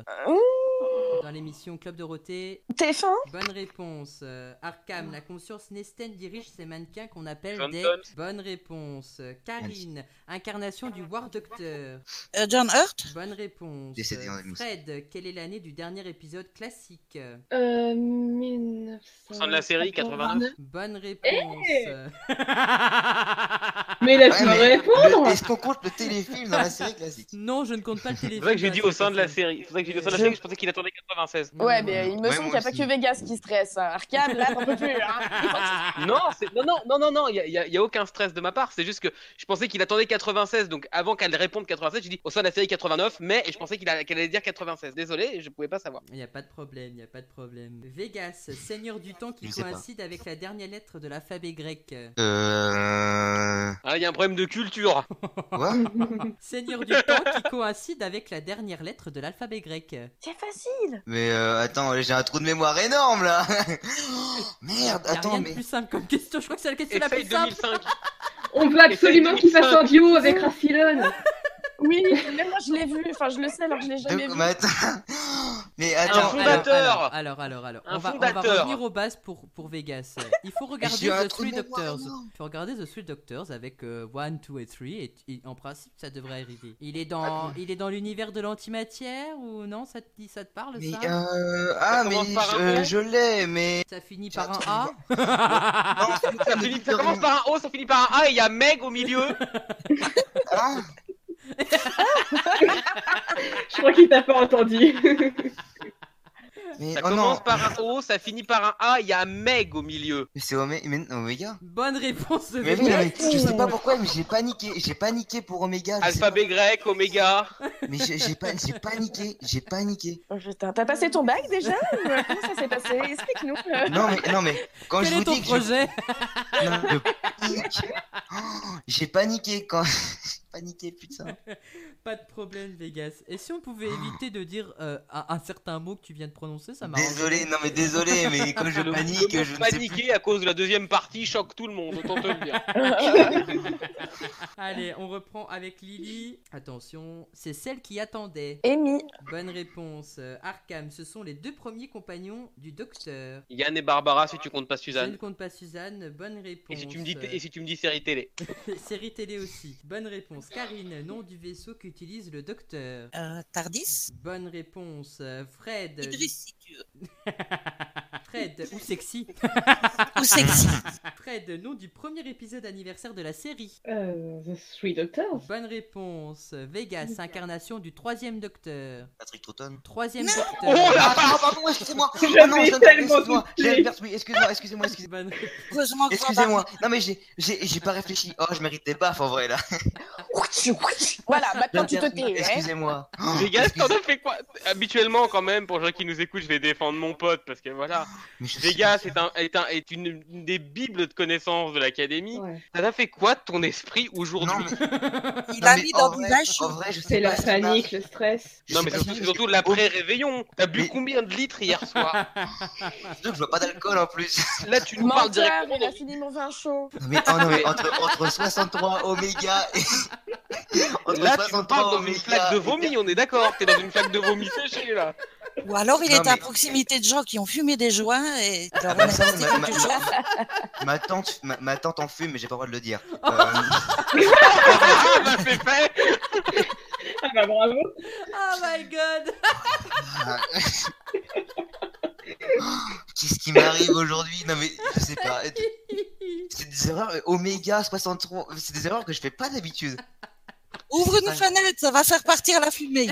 [SPEAKER 1] Dans l'émission Club Dorothée,
[SPEAKER 6] TF1
[SPEAKER 1] bonne réponse. Euh, Arkham, la conscience Nesten dirige ces mannequins qu'on appelle
[SPEAKER 3] Johnson.
[SPEAKER 1] des... Bonne réponse. Karine, incarnation du War Doctor.
[SPEAKER 2] Euh, John Hurt
[SPEAKER 1] Bonne réponse.
[SPEAKER 5] Décédé en 2006.
[SPEAKER 1] Fred, quelle est l'année du dernier épisode classique
[SPEAKER 4] Euh, 1900.
[SPEAKER 1] Eh
[SPEAKER 3] Fin de la série, 89.
[SPEAKER 1] Bonne réponse.
[SPEAKER 4] Mais laisse
[SPEAKER 5] Ouais,
[SPEAKER 4] me
[SPEAKER 5] mais-
[SPEAKER 1] Oh
[SPEAKER 4] répondre
[SPEAKER 5] Le- Est-ce qu'on compte le téléfilm dans la série classique
[SPEAKER 1] Non, je ne compte pas le téléphone.
[SPEAKER 3] C'est vrai que j'ai dit au sein de la
[SPEAKER 1] série.
[SPEAKER 3] série. C'est vrai que j'ai dit au sein de la
[SPEAKER 1] Je-
[SPEAKER 3] série que je pensais qu'il attendait 96.
[SPEAKER 6] Ouais, mais il
[SPEAKER 5] Ouais,
[SPEAKER 6] me semble
[SPEAKER 5] moi
[SPEAKER 6] qu'il n'y a pas
[SPEAKER 5] aussi.
[SPEAKER 6] que Vegas qui stresse. hein. Arkham, là, t'en peux plus. Hein.
[SPEAKER 3] Non, c'est- non, non, non, non, non, il n'y a, y a aucun stress de ma part. C'est juste que je pensais qu'il attendait 96, donc avant qu'elle réponde 96, j'ai dit au sein de la série 89, mais et je pensais qu'il a- qu'elle allait dire 96. Désolé, je pouvais pas savoir.
[SPEAKER 1] Il n'y a pas de problème, il n'y a pas de problème. Vegas, seigneur du temps qui
[SPEAKER 5] Je sais pas.
[SPEAKER 1] coïncide avec la dernière lettre de l'alphabet grec.
[SPEAKER 5] Euh.
[SPEAKER 3] Ah, Il y a un problème de culture.
[SPEAKER 5] Quoi
[SPEAKER 1] Seigneur du temps qui coïncide avec la dernière lettre de l'alphabet grec.
[SPEAKER 6] C'est facile.
[SPEAKER 5] Mais euh, attends, j'ai un trou de mémoire énorme là Merde,
[SPEAKER 1] Il n'y a
[SPEAKER 5] attends,
[SPEAKER 1] rien de
[SPEAKER 5] mais.
[SPEAKER 1] plus simple comme question, je crois que c'est la question la
[SPEAKER 3] Essaye
[SPEAKER 1] plus simple.
[SPEAKER 3] 2005.
[SPEAKER 7] On veut absolument qu'il fasse un duo avec Racilon.
[SPEAKER 6] Oui, même moi, je l'ai vu. Enfin, je le sais, alors que je l'ai jamais
[SPEAKER 5] De-
[SPEAKER 6] vu.
[SPEAKER 5] mais attends. Mais attends,
[SPEAKER 3] Un fondateur.
[SPEAKER 1] Alors, alors, alors, alors,
[SPEAKER 3] Un
[SPEAKER 1] on, va, on va
[SPEAKER 3] fondateur.
[SPEAKER 1] revenir aux bases pour, pour Vegas. Il faut regarder
[SPEAKER 5] J'ai un
[SPEAKER 1] The
[SPEAKER 5] trou
[SPEAKER 1] Three
[SPEAKER 5] de mémoire
[SPEAKER 1] Doctors.
[SPEAKER 5] énorme.
[SPEAKER 1] Il faut regarder The Three Doctors avec 1, 2 et 3 et, et en principe ça devrait arriver. Il est dans, il est dans l'univers de l'antimatière ou non ça te, dit, ça te parle
[SPEAKER 5] mais
[SPEAKER 1] ça
[SPEAKER 5] euh... Ah, mais
[SPEAKER 3] commence par un
[SPEAKER 5] je,
[SPEAKER 3] O.
[SPEAKER 5] je l'ai, mais.
[SPEAKER 1] Ça finit
[SPEAKER 5] J'ai
[SPEAKER 1] par
[SPEAKER 5] un
[SPEAKER 1] un
[SPEAKER 5] trou de
[SPEAKER 1] A
[SPEAKER 5] Non, c'est
[SPEAKER 3] Ah, Ça, finit- ça commence par un O, ça finit par un A et il y a Meg au milieu.
[SPEAKER 5] Oh Ah,
[SPEAKER 4] Je crois qu'il t'a pas entendu.
[SPEAKER 5] mais
[SPEAKER 3] Ça
[SPEAKER 5] oh
[SPEAKER 3] commence
[SPEAKER 5] non,
[SPEAKER 3] par un O, ça finit par un A, il y a Meg au milieu.
[SPEAKER 5] mais c'est Omé- mais non, Omega.
[SPEAKER 1] Bonne réponse de
[SPEAKER 5] Mais oui,
[SPEAKER 1] Vegas.
[SPEAKER 5] mais je sais pas pourquoi, mais j'ai paniqué, j'ai paniqué pour Omega. je sais pas.
[SPEAKER 3] Alphabet grec, oméga.
[SPEAKER 5] Mais j'ai j'ai pas- j'ai paniqué, j'ai paniqué.
[SPEAKER 6] Oh, putain, t'as passé ton bac déjà ou, euh, Comment ça s'est passé Explique-nous. euh.
[SPEAKER 5] Non mais non mais quand
[SPEAKER 1] Quel
[SPEAKER 5] je vous
[SPEAKER 1] est ton
[SPEAKER 5] dis que je-
[SPEAKER 1] projet
[SPEAKER 5] Non, je panique. Oh, j'ai paniqué quand j'ai paniqué putain.
[SPEAKER 1] Pas de problème, Vegas. Et si on pouvait éviter de dire euh, un, un certain mot que tu viens de prononcer, ça m'arrange.
[SPEAKER 5] Désolé, non mais désolé, mais quand je
[SPEAKER 3] Le-
[SPEAKER 5] panique,
[SPEAKER 3] le
[SPEAKER 5] je ne sais plus.
[SPEAKER 3] Paniquer à cause de la deuxième partie choque tout le monde, autant te le dire.
[SPEAKER 1] Allez, on reprend avec Lily. Attention, c'est celle qui attendait.
[SPEAKER 6] Amy,
[SPEAKER 1] Bonne réponse. Euh, Arkham, ce sont les deux premiers compagnons du docteur.
[SPEAKER 3] Yann et Barbara, si tu comptes pas
[SPEAKER 1] Je
[SPEAKER 3] Suzanne.
[SPEAKER 1] ne compte pas Suzanne, bonne
[SPEAKER 3] Et
[SPEAKER 1] réponse.
[SPEAKER 3] si tu me dis, et si tu me dis série télé.
[SPEAKER 1] Euh, Série télé aussi, bonne réponse. Karine, nom du vaisseau qu'utilise le docteur.
[SPEAKER 2] Euh, Tardis
[SPEAKER 1] Bonne réponse. Euh, Fred.
[SPEAKER 2] Idriss, si tu veux.
[SPEAKER 1] Fred, ou sexy.
[SPEAKER 2] Ou sexy.
[SPEAKER 1] Fred, nom du premier épisode anniversaire de la série.
[SPEAKER 4] Euh, The Three Doctors
[SPEAKER 1] Bonne réponse. Vegas, incarnation du troisième docteur.
[SPEAKER 5] Patrick Troughton.
[SPEAKER 1] Troisième
[SPEAKER 2] Non
[SPEAKER 1] docteur.
[SPEAKER 3] Oh là
[SPEAKER 5] Ah pardon, pardon, excusez-moi.
[SPEAKER 4] J'avais
[SPEAKER 5] Ah non, je-
[SPEAKER 4] tellement
[SPEAKER 5] excuse-moi.
[SPEAKER 4] douté.
[SPEAKER 5] J'avais perdu. Excusez-moi, excusez-moi, excusez-moi.
[SPEAKER 1] Bonne réponse.
[SPEAKER 2] Heureusement que
[SPEAKER 5] Excusez-moi. Non mais j'ai j'ai j'ai pas réfléchi. Oh, je mérite des baffes en vrai là.
[SPEAKER 6] voilà, maintenant tu te
[SPEAKER 5] J'interviens.
[SPEAKER 6] tais. hein.
[SPEAKER 5] Excusez-moi. Oh,
[SPEAKER 3] Vegas,
[SPEAKER 5] excuse-
[SPEAKER 3] t'en as fait quoi Habituellement, quand même, pour les gens qui nous écoutent, je vais défendre mon pote parce que voilà.
[SPEAKER 5] mais je-
[SPEAKER 3] Vegas est, un, est, un- est une, une des bibles de connaissances de l'académie.
[SPEAKER 4] Ouais.
[SPEAKER 3] Ça t'a fait quoi de ton esprit aujourd'hui
[SPEAKER 5] Non, mais-
[SPEAKER 2] Il
[SPEAKER 5] non,
[SPEAKER 2] a
[SPEAKER 5] mais
[SPEAKER 2] mis
[SPEAKER 5] en
[SPEAKER 3] oh,
[SPEAKER 2] dans
[SPEAKER 5] vrai-
[SPEAKER 2] du vachou.
[SPEAKER 5] En vrai, je sais
[SPEAKER 4] C'est la
[SPEAKER 5] pas si on a-
[SPEAKER 4] panique, le stress.
[SPEAKER 5] je
[SPEAKER 3] Non,
[SPEAKER 5] sais
[SPEAKER 3] mais
[SPEAKER 5] pas
[SPEAKER 3] surtout,
[SPEAKER 5] si-
[SPEAKER 3] c'est surtout l'après-réveillon. T'as bu
[SPEAKER 5] Mais-
[SPEAKER 3] combien de litres hier soir
[SPEAKER 5] Surtout que je vois pas d'alcool en plus.
[SPEAKER 3] Là, tu nous parles
[SPEAKER 6] Menteur,
[SPEAKER 3] directement.
[SPEAKER 6] il a fini mon vin chaud.
[SPEAKER 5] Non, mais, oh non, mais entre, entre 63 oméga et. entre
[SPEAKER 3] Là, tu nous
[SPEAKER 5] 63
[SPEAKER 3] parles dans une
[SPEAKER 5] oméga
[SPEAKER 3] flaque de
[SPEAKER 5] et-
[SPEAKER 3] vomi, on est d'accord. T'es dans une flaque de vomi séchée, là.
[SPEAKER 2] Ou alors il
[SPEAKER 5] Non,
[SPEAKER 2] était
[SPEAKER 5] mais-
[SPEAKER 2] à proximité de gens qui ont fumé des joints et
[SPEAKER 5] Ah bah ça, ma, ma- ma- ma tante, ma, ma tante en fume, mais j'ai pas le droit de le dire. Euh,
[SPEAKER 3] ah, bah, c'est fait
[SPEAKER 4] Ah bah bravo
[SPEAKER 1] Oh my god
[SPEAKER 5] Euh, Qu'est-ce qui m'arrive aujourd'hui Non, mais je sais pas. C'est des erreurs. euh, Oméga 63. C'est des erreurs que je fais pas d'habitude.
[SPEAKER 2] Ouvre une fenêtre, ça va faire partir la fumée.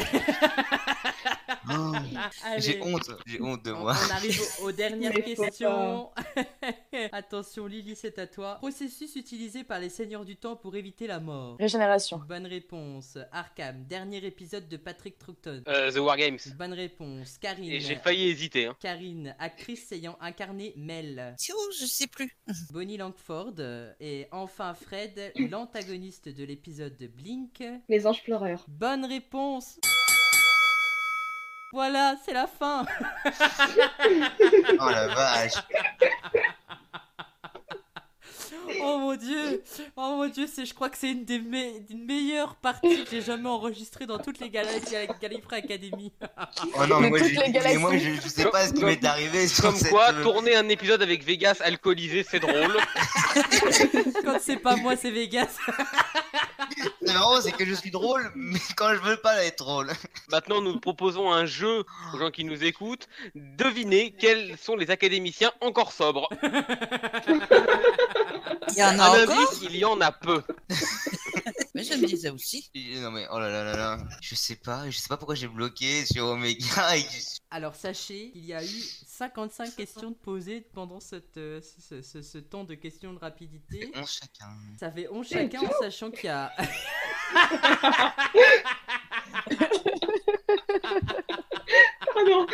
[SPEAKER 5] Oh,
[SPEAKER 1] Ah, Allez,
[SPEAKER 5] J'ai honte. J'ai honte de
[SPEAKER 1] On,
[SPEAKER 5] moi.
[SPEAKER 1] on arrive aux, aux dernières
[SPEAKER 4] Mais faut
[SPEAKER 1] questions. Attention, Lily, c'est à toi. Processus utilisé par les seigneurs du temps pour éviter la mort.
[SPEAKER 6] Régénération.
[SPEAKER 1] Bonne réponse. Arkham, dernier épisode de Patrick Troughton.
[SPEAKER 3] Euh, The War Games.
[SPEAKER 1] Bonne réponse.
[SPEAKER 3] Et j'ai
[SPEAKER 1] Karine.
[SPEAKER 3] failli hésiter. hein.
[SPEAKER 1] Karine, actrice ayant incarné Mel.
[SPEAKER 2] Tiens, oh, je sais plus.
[SPEAKER 1] Bonnie Langford. euh, Et enfin Fred, l'antagoniste de l'épisode de Blink.
[SPEAKER 4] Les anges pleureurs.
[SPEAKER 1] Bonne réponse. Voilà, c'est la fin.
[SPEAKER 5] Oh la vache.
[SPEAKER 1] Oh mon dieu, oh mon dieu, c'est, je crois que c'est une des me- des meilleures parties que j'ai jamais enregistrées dans toutes les galaxies avec Gallifrey Academy.
[SPEAKER 5] Oh non, mais
[SPEAKER 6] De
[SPEAKER 5] moi,
[SPEAKER 6] toutes
[SPEAKER 5] j'ai-
[SPEAKER 6] les
[SPEAKER 5] mais moi, je,
[SPEAKER 6] galaxies.
[SPEAKER 5] je sais pas ce qui m'est arrivé sur
[SPEAKER 3] Comme
[SPEAKER 5] cette.
[SPEAKER 3] quoi,
[SPEAKER 5] euh,
[SPEAKER 3] tourner un épisode avec Vegas alcoolisé, c'est drôle.
[SPEAKER 1] Quand c'est pas moi, c'est Vegas.
[SPEAKER 5] C'est marrant, c'est que je suis drôle, mais quand je veux pas être drôle.
[SPEAKER 3] Maintenant, nous proposons un jeu aux gens qui nous écoutent. Devinez quels sont les académiciens encore sobres.
[SPEAKER 2] Il y en a
[SPEAKER 3] Un
[SPEAKER 2] encore
[SPEAKER 3] indice, il y en a peu.
[SPEAKER 2] Mais je me disais aussi.
[SPEAKER 5] Et- Non mais oh là là là là, je sais pas, je sais pas pourquoi j'ai bloqué sur Omega. et que-
[SPEAKER 1] Alors sachez qu'il y a eu 55 questions de posées pendant cette, euh, ce, ce- ce temps de questions de rapidité.
[SPEAKER 5] On chacun.
[SPEAKER 1] Ça fait 11 chacun en sachant qu'il y a...
[SPEAKER 4] Ah non,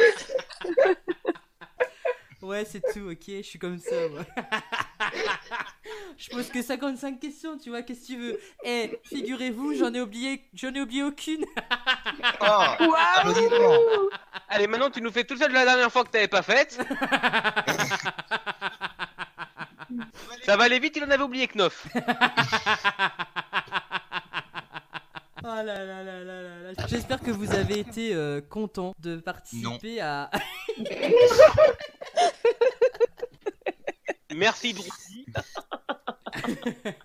[SPEAKER 1] Ouais, c'est tout, ok, je suis comme ça, moi. je pose que 55 questions, tu vois, qu'est-ce que tu veux Eh, figurez-vous, j'en ai oublié, j'en ai oublié aucune.
[SPEAKER 5] Oh, applaudissements.
[SPEAKER 3] Allez, maintenant, tu nous fais toute celle de la dernière fois que t'avais pas faite. Ça va aller vite, il en avait oublié que 9.
[SPEAKER 1] Oh là là là là là là. J'espère que vous avez été euh, content de participer à...
[SPEAKER 3] Merci, Drouzy.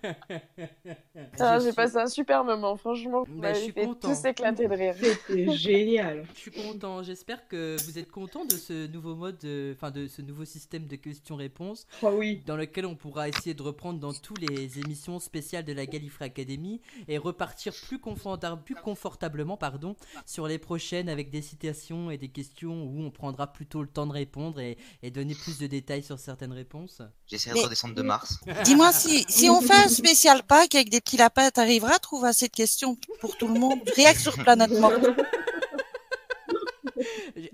[SPEAKER 6] Ah,
[SPEAKER 1] Je
[SPEAKER 6] J'ai
[SPEAKER 1] suis-
[SPEAKER 6] passé un super moment, franchement.
[SPEAKER 1] Bah, je suis
[SPEAKER 6] été
[SPEAKER 1] content.
[SPEAKER 6] tous éclatés de rire.
[SPEAKER 4] c'était génial.
[SPEAKER 1] Je suis content, j'espère que vous êtes content de ce nouveau mode, de- enfin de ce nouveau système de questions-réponses
[SPEAKER 4] Oh oui.
[SPEAKER 1] dans lequel on pourra essayer de reprendre dans toutes les émissions spéciales de la Gallifrey Academy et repartir plus, conforta- plus confortablement pardon, sur les prochaines avec des citations et des questions où on prendra plutôt le temps de répondre et, et donner plus de détails sur certaines réponses.
[SPEAKER 5] J'essaierai
[SPEAKER 2] Mais-
[SPEAKER 5] de redescendre de Mars. Oh
[SPEAKER 2] Dis-moi si, si on fait un spécial pack avec des petits lapins, t'arriveras à trouver assez de questions pour tout le monde. Rien que sur Planète Morte.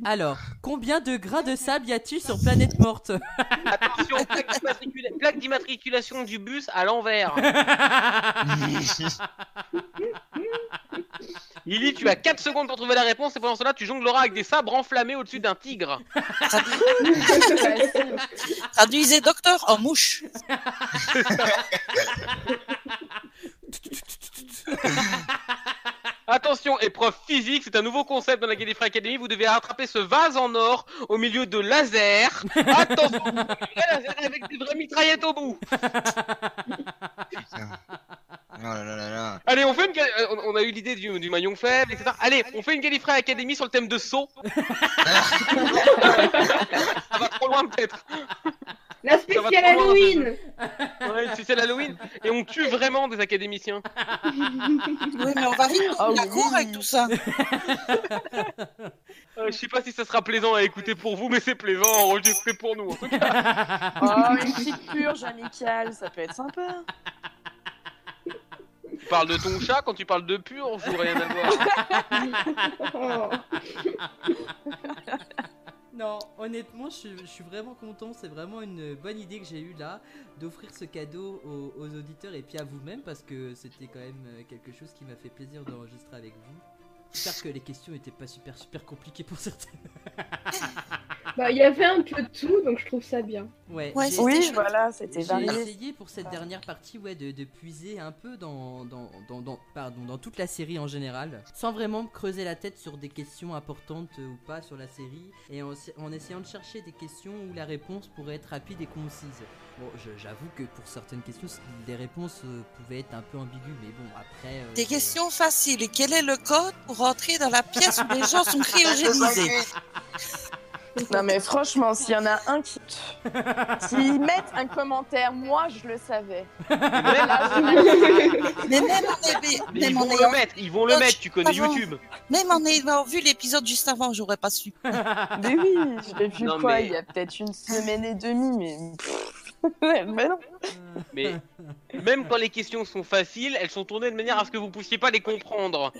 [SPEAKER 1] Alors, combien de grains de sable y a-t-il sur Planète Morte
[SPEAKER 3] Attention, plaque d'immatricula- plaque d'immatriculation du bus à l'envers. Lily, tu as 4 secondes pour trouver la réponse et pendant cela, tu jongleras avec des sabres enflammés au-dessus d'un tigre.
[SPEAKER 2] Traduisez docteur en mouche.
[SPEAKER 3] Attention, épreuve physique, c'est un nouveau concept dans la Gallifrey Academy. Vous devez attraper ce vase en or au milieu de lasers. Attention, vous avez des vrais lasers avec des vraies mitraillettes au bout.
[SPEAKER 5] Putain. Oh là là là là.
[SPEAKER 3] Allez, on fait une. ga- euh, on- On a eu l'idée du, du maillon faible, etc. Allez, on fait une Gallifrey Academy sur le thème de saut. Ça va trop loin peut-être.
[SPEAKER 4] La
[SPEAKER 3] Ça
[SPEAKER 4] spéciale
[SPEAKER 3] va trop loin,
[SPEAKER 4] Halloween
[SPEAKER 3] Ouais, tu sais l'Halloween et on tue vraiment des académiciens.
[SPEAKER 2] Oui, mais on va vite
[SPEAKER 6] Ah
[SPEAKER 2] tourner la
[SPEAKER 6] oui.
[SPEAKER 2] cour avec tout ça.
[SPEAKER 3] Euh, je sais pas si ça sera plaisant à écouter pour vous, mais c'est plaisant à enregistrer pour nous.
[SPEAKER 6] Oh, une petite purge amicale, ça peut être sympa.
[SPEAKER 3] tu parles de ton chat quand tu parles de pur, je voudrais rien à
[SPEAKER 4] Oh.
[SPEAKER 3] voir.
[SPEAKER 1] Non, honnêtement, je, suis- je suis vraiment content. C'est vraiment une bonne idée que j'ai eue là d'offrir ce cadeau aux, aux auditeurs et puis à vous-même parce que c'était quand même euh, quelque chose qui m'a fait plaisir d'enregistrer avec vous. J'espère que les questions n'étaient pas super super compliquées pour certains.
[SPEAKER 4] Bah, il y avait un peu de tout, donc je trouve ça bien.
[SPEAKER 1] Ouais.
[SPEAKER 2] Ouais,
[SPEAKER 1] j'ai-
[SPEAKER 2] c'est-
[SPEAKER 6] Oui, voilà, c'était
[SPEAKER 1] J'ai
[SPEAKER 6] varié.
[SPEAKER 1] essayé pour cette dernière partie ouais, de, de puiser un peu dans, dans, dans, dans- pardon, dans toute la série en général, sans vraiment me creuser la tête sur des questions importantes euh, ou pas sur la série, et en, en essayant de chercher des questions où la réponse pourrait être rapide et concise. Bon, je- j'avoue que pour certaines questions, c- les réponses euh, pouvaient être un peu ambiguës, mais bon, après... euh,
[SPEAKER 2] Des
[SPEAKER 1] je-
[SPEAKER 2] questions faciles. Et quel est le code pour entrer dans la pièce où les gens sont cryogénisés
[SPEAKER 6] Non, mais franchement, s'il y en a un qui. S'ils mettent un commentaire, moi je le savais.
[SPEAKER 2] Mais même en, ayant-
[SPEAKER 3] Mais ils
[SPEAKER 2] même en
[SPEAKER 3] vont le
[SPEAKER 2] ayant-
[SPEAKER 3] mettre, ils vont le mettre, tu connais
[SPEAKER 2] Avant.
[SPEAKER 3] YouTube.
[SPEAKER 2] même en ayant vu l'épisode juste avant, j'aurais pas su.
[SPEAKER 6] Mais oui, je l'ai vu
[SPEAKER 3] Non,
[SPEAKER 6] quoi,
[SPEAKER 3] mais-
[SPEAKER 6] il y a peut-être une semaine et demie, mais. pff, mais non.
[SPEAKER 3] Mais même quand les questions sont faciles, elles sont tournées de manière à ce que vous puissiez pas les comprendre.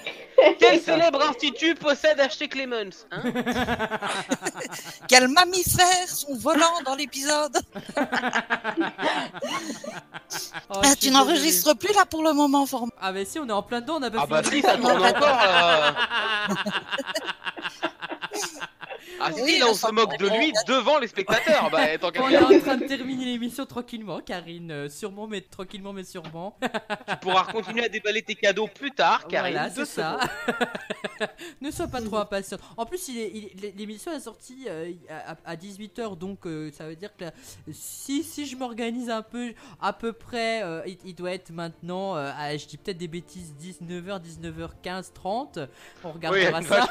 [SPEAKER 3] Quel célèbre institut possède H.T. Clemens hein
[SPEAKER 2] Quels mammifères sont volants dans l'épisode
[SPEAKER 1] Oh, je
[SPEAKER 2] Ah,
[SPEAKER 1] suis
[SPEAKER 2] Tu
[SPEAKER 1] désolé.
[SPEAKER 2] n'enregistres plus là pour le moment, Forme.
[SPEAKER 1] Ah mais si, on est en plein dedans, on a pas
[SPEAKER 3] Ah bah
[SPEAKER 1] fini.
[SPEAKER 3] si, ça tourne encore euh, là. Ah si,
[SPEAKER 2] Oui,
[SPEAKER 3] là on
[SPEAKER 2] là,
[SPEAKER 3] se moque de lui devant les spectateurs. Bah tant qu'à
[SPEAKER 1] On
[SPEAKER 3] faire,
[SPEAKER 1] est en train de terminer l'émission tranquillement, Karine, euh, sûrement mais tranquillement mais sûrement.
[SPEAKER 3] tu pourras continuer à déballer tes cadeaux plus tard, car
[SPEAKER 1] voilà, c'est ça. ne sois pas trop impatient. En plus, il est- il est- l'émission est sortie euh, à, à 18h, donc euh, ça veut dire que là, si, si je m'organise un peu, à peu près, euh, il, il doit être maintenant, euh, ah, je dis peut-être des bêtises, 19h, 19h15, 30. On regardera
[SPEAKER 3] Oui,
[SPEAKER 1] ça.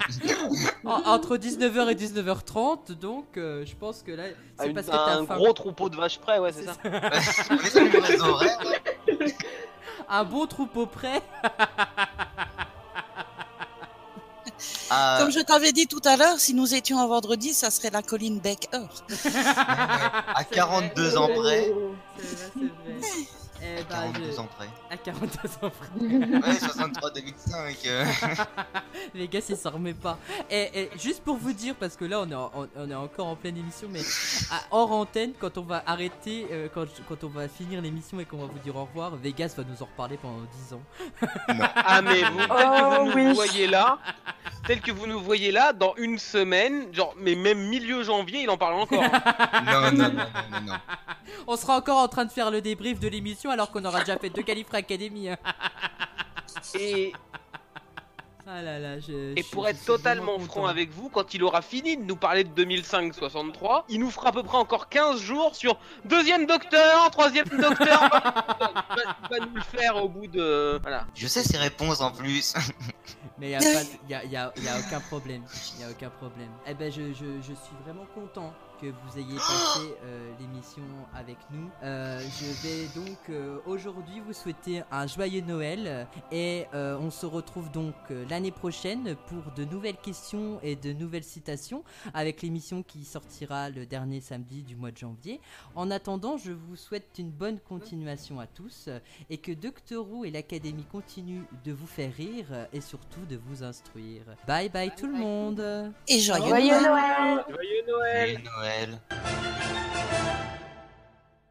[SPEAKER 1] En- entre 19h et 19h30, donc euh, je pense que là,
[SPEAKER 8] À
[SPEAKER 1] c'est
[SPEAKER 8] une-
[SPEAKER 1] parce que
[SPEAKER 8] à
[SPEAKER 1] t'as
[SPEAKER 8] un
[SPEAKER 1] faim.
[SPEAKER 8] gros troupeau de vaches près, ouais, c'est ça.
[SPEAKER 5] On est sur les mauvais horaires.
[SPEAKER 1] Un beau troupeau près.
[SPEAKER 5] Ah,
[SPEAKER 2] Comme je t'avais dit tout à l'heure, si nous étions un vendredi, ça serait la colline Becker.
[SPEAKER 5] à 42
[SPEAKER 4] Euh,
[SPEAKER 5] ans près.
[SPEAKER 1] C'est vrai, c'est vrai. Eh ben,
[SPEAKER 5] 42
[SPEAKER 1] je-
[SPEAKER 5] ans près.
[SPEAKER 1] À 42 ans près.
[SPEAKER 5] Ouais, 63 2005. euh.
[SPEAKER 1] Les gars, ils s'en remet pas. Et, et juste pour vous dire, parce que là, on est, en- on, on est encore en pleine émission, mais à- hors antenne, quand on va arrêter, euh, quand, je- quand on va finir l'émission et qu'on va vous dire au revoir, Vegas va nous en reparler pendant 10 ans.
[SPEAKER 3] Ah mais vous, tel que
[SPEAKER 6] Oh,
[SPEAKER 3] vous nous
[SPEAKER 6] oui.
[SPEAKER 3] voyez là, tel que vous nous voyez là, dans une semaine, genre, mais même milieu janvier, il en parle encore.
[SPEAKER 5] Non, non, non, non, non, non.
[SPEAKER 1] On sera encore en train de faire le débrief de l'émission alors qu'on aura déjà fait deux qualifs Academy. hein.
[SPEAKER 3] Et,
[SPEAKER 1] Ah là là, je.
[SPEAKER 3] et
[SPEAKER 1] je-
[SPEAKER 3] pour
[SPEAKER 1] je hein.
[SPEAKER 3] être
[SPEAKER 1] suis
[SPEAKER 3] totalement
[SPEAKER 1] vraiment
[SPEAKER 3] franc
[SPEAKER 1] content.
[SPEAKER 3] avec vous, quand il aura fini de nous parler de 2005-63, il nous fera à peu près encore 15 jours sur deuxième docteur, troisième docteur. Il va, il va nous le faire au bout de... Voilà.
[SPEAKER 5] Je sais ses réponses en plus.
[SPEAKER 1] Mais y a, pas de- y a- y a- y a aucun problème. Y a aucun problème. Eh ben, je, je- je suis vraiment content que vous ayez passé euh, l'émission avec nous. Euh, je vais donc euh, aujourd'hui vous souhaiter un joyeux Noël euh, et euh, on se retrouve donc euh, l'année prochaine pour de nouvelles questions et de nouvelles citations avec l'émission qui sortira le dernier samedi du mois de janvier. En attendant, je vous souhaite une bonne continuation à tous et que Doctorou et l'Académie continuent de vous faire rire euh, et surtout de vous instruire. Bye bye, tout le monde
[SPEAKER 2] Et joyeux
[SPEAKER 6] Joyeux
[SPEAKER 2] Noël.
[SPEAKER 6] Noël
[SPEAKER 3] Joyeux Noël
[SPEAKER 5] Noël.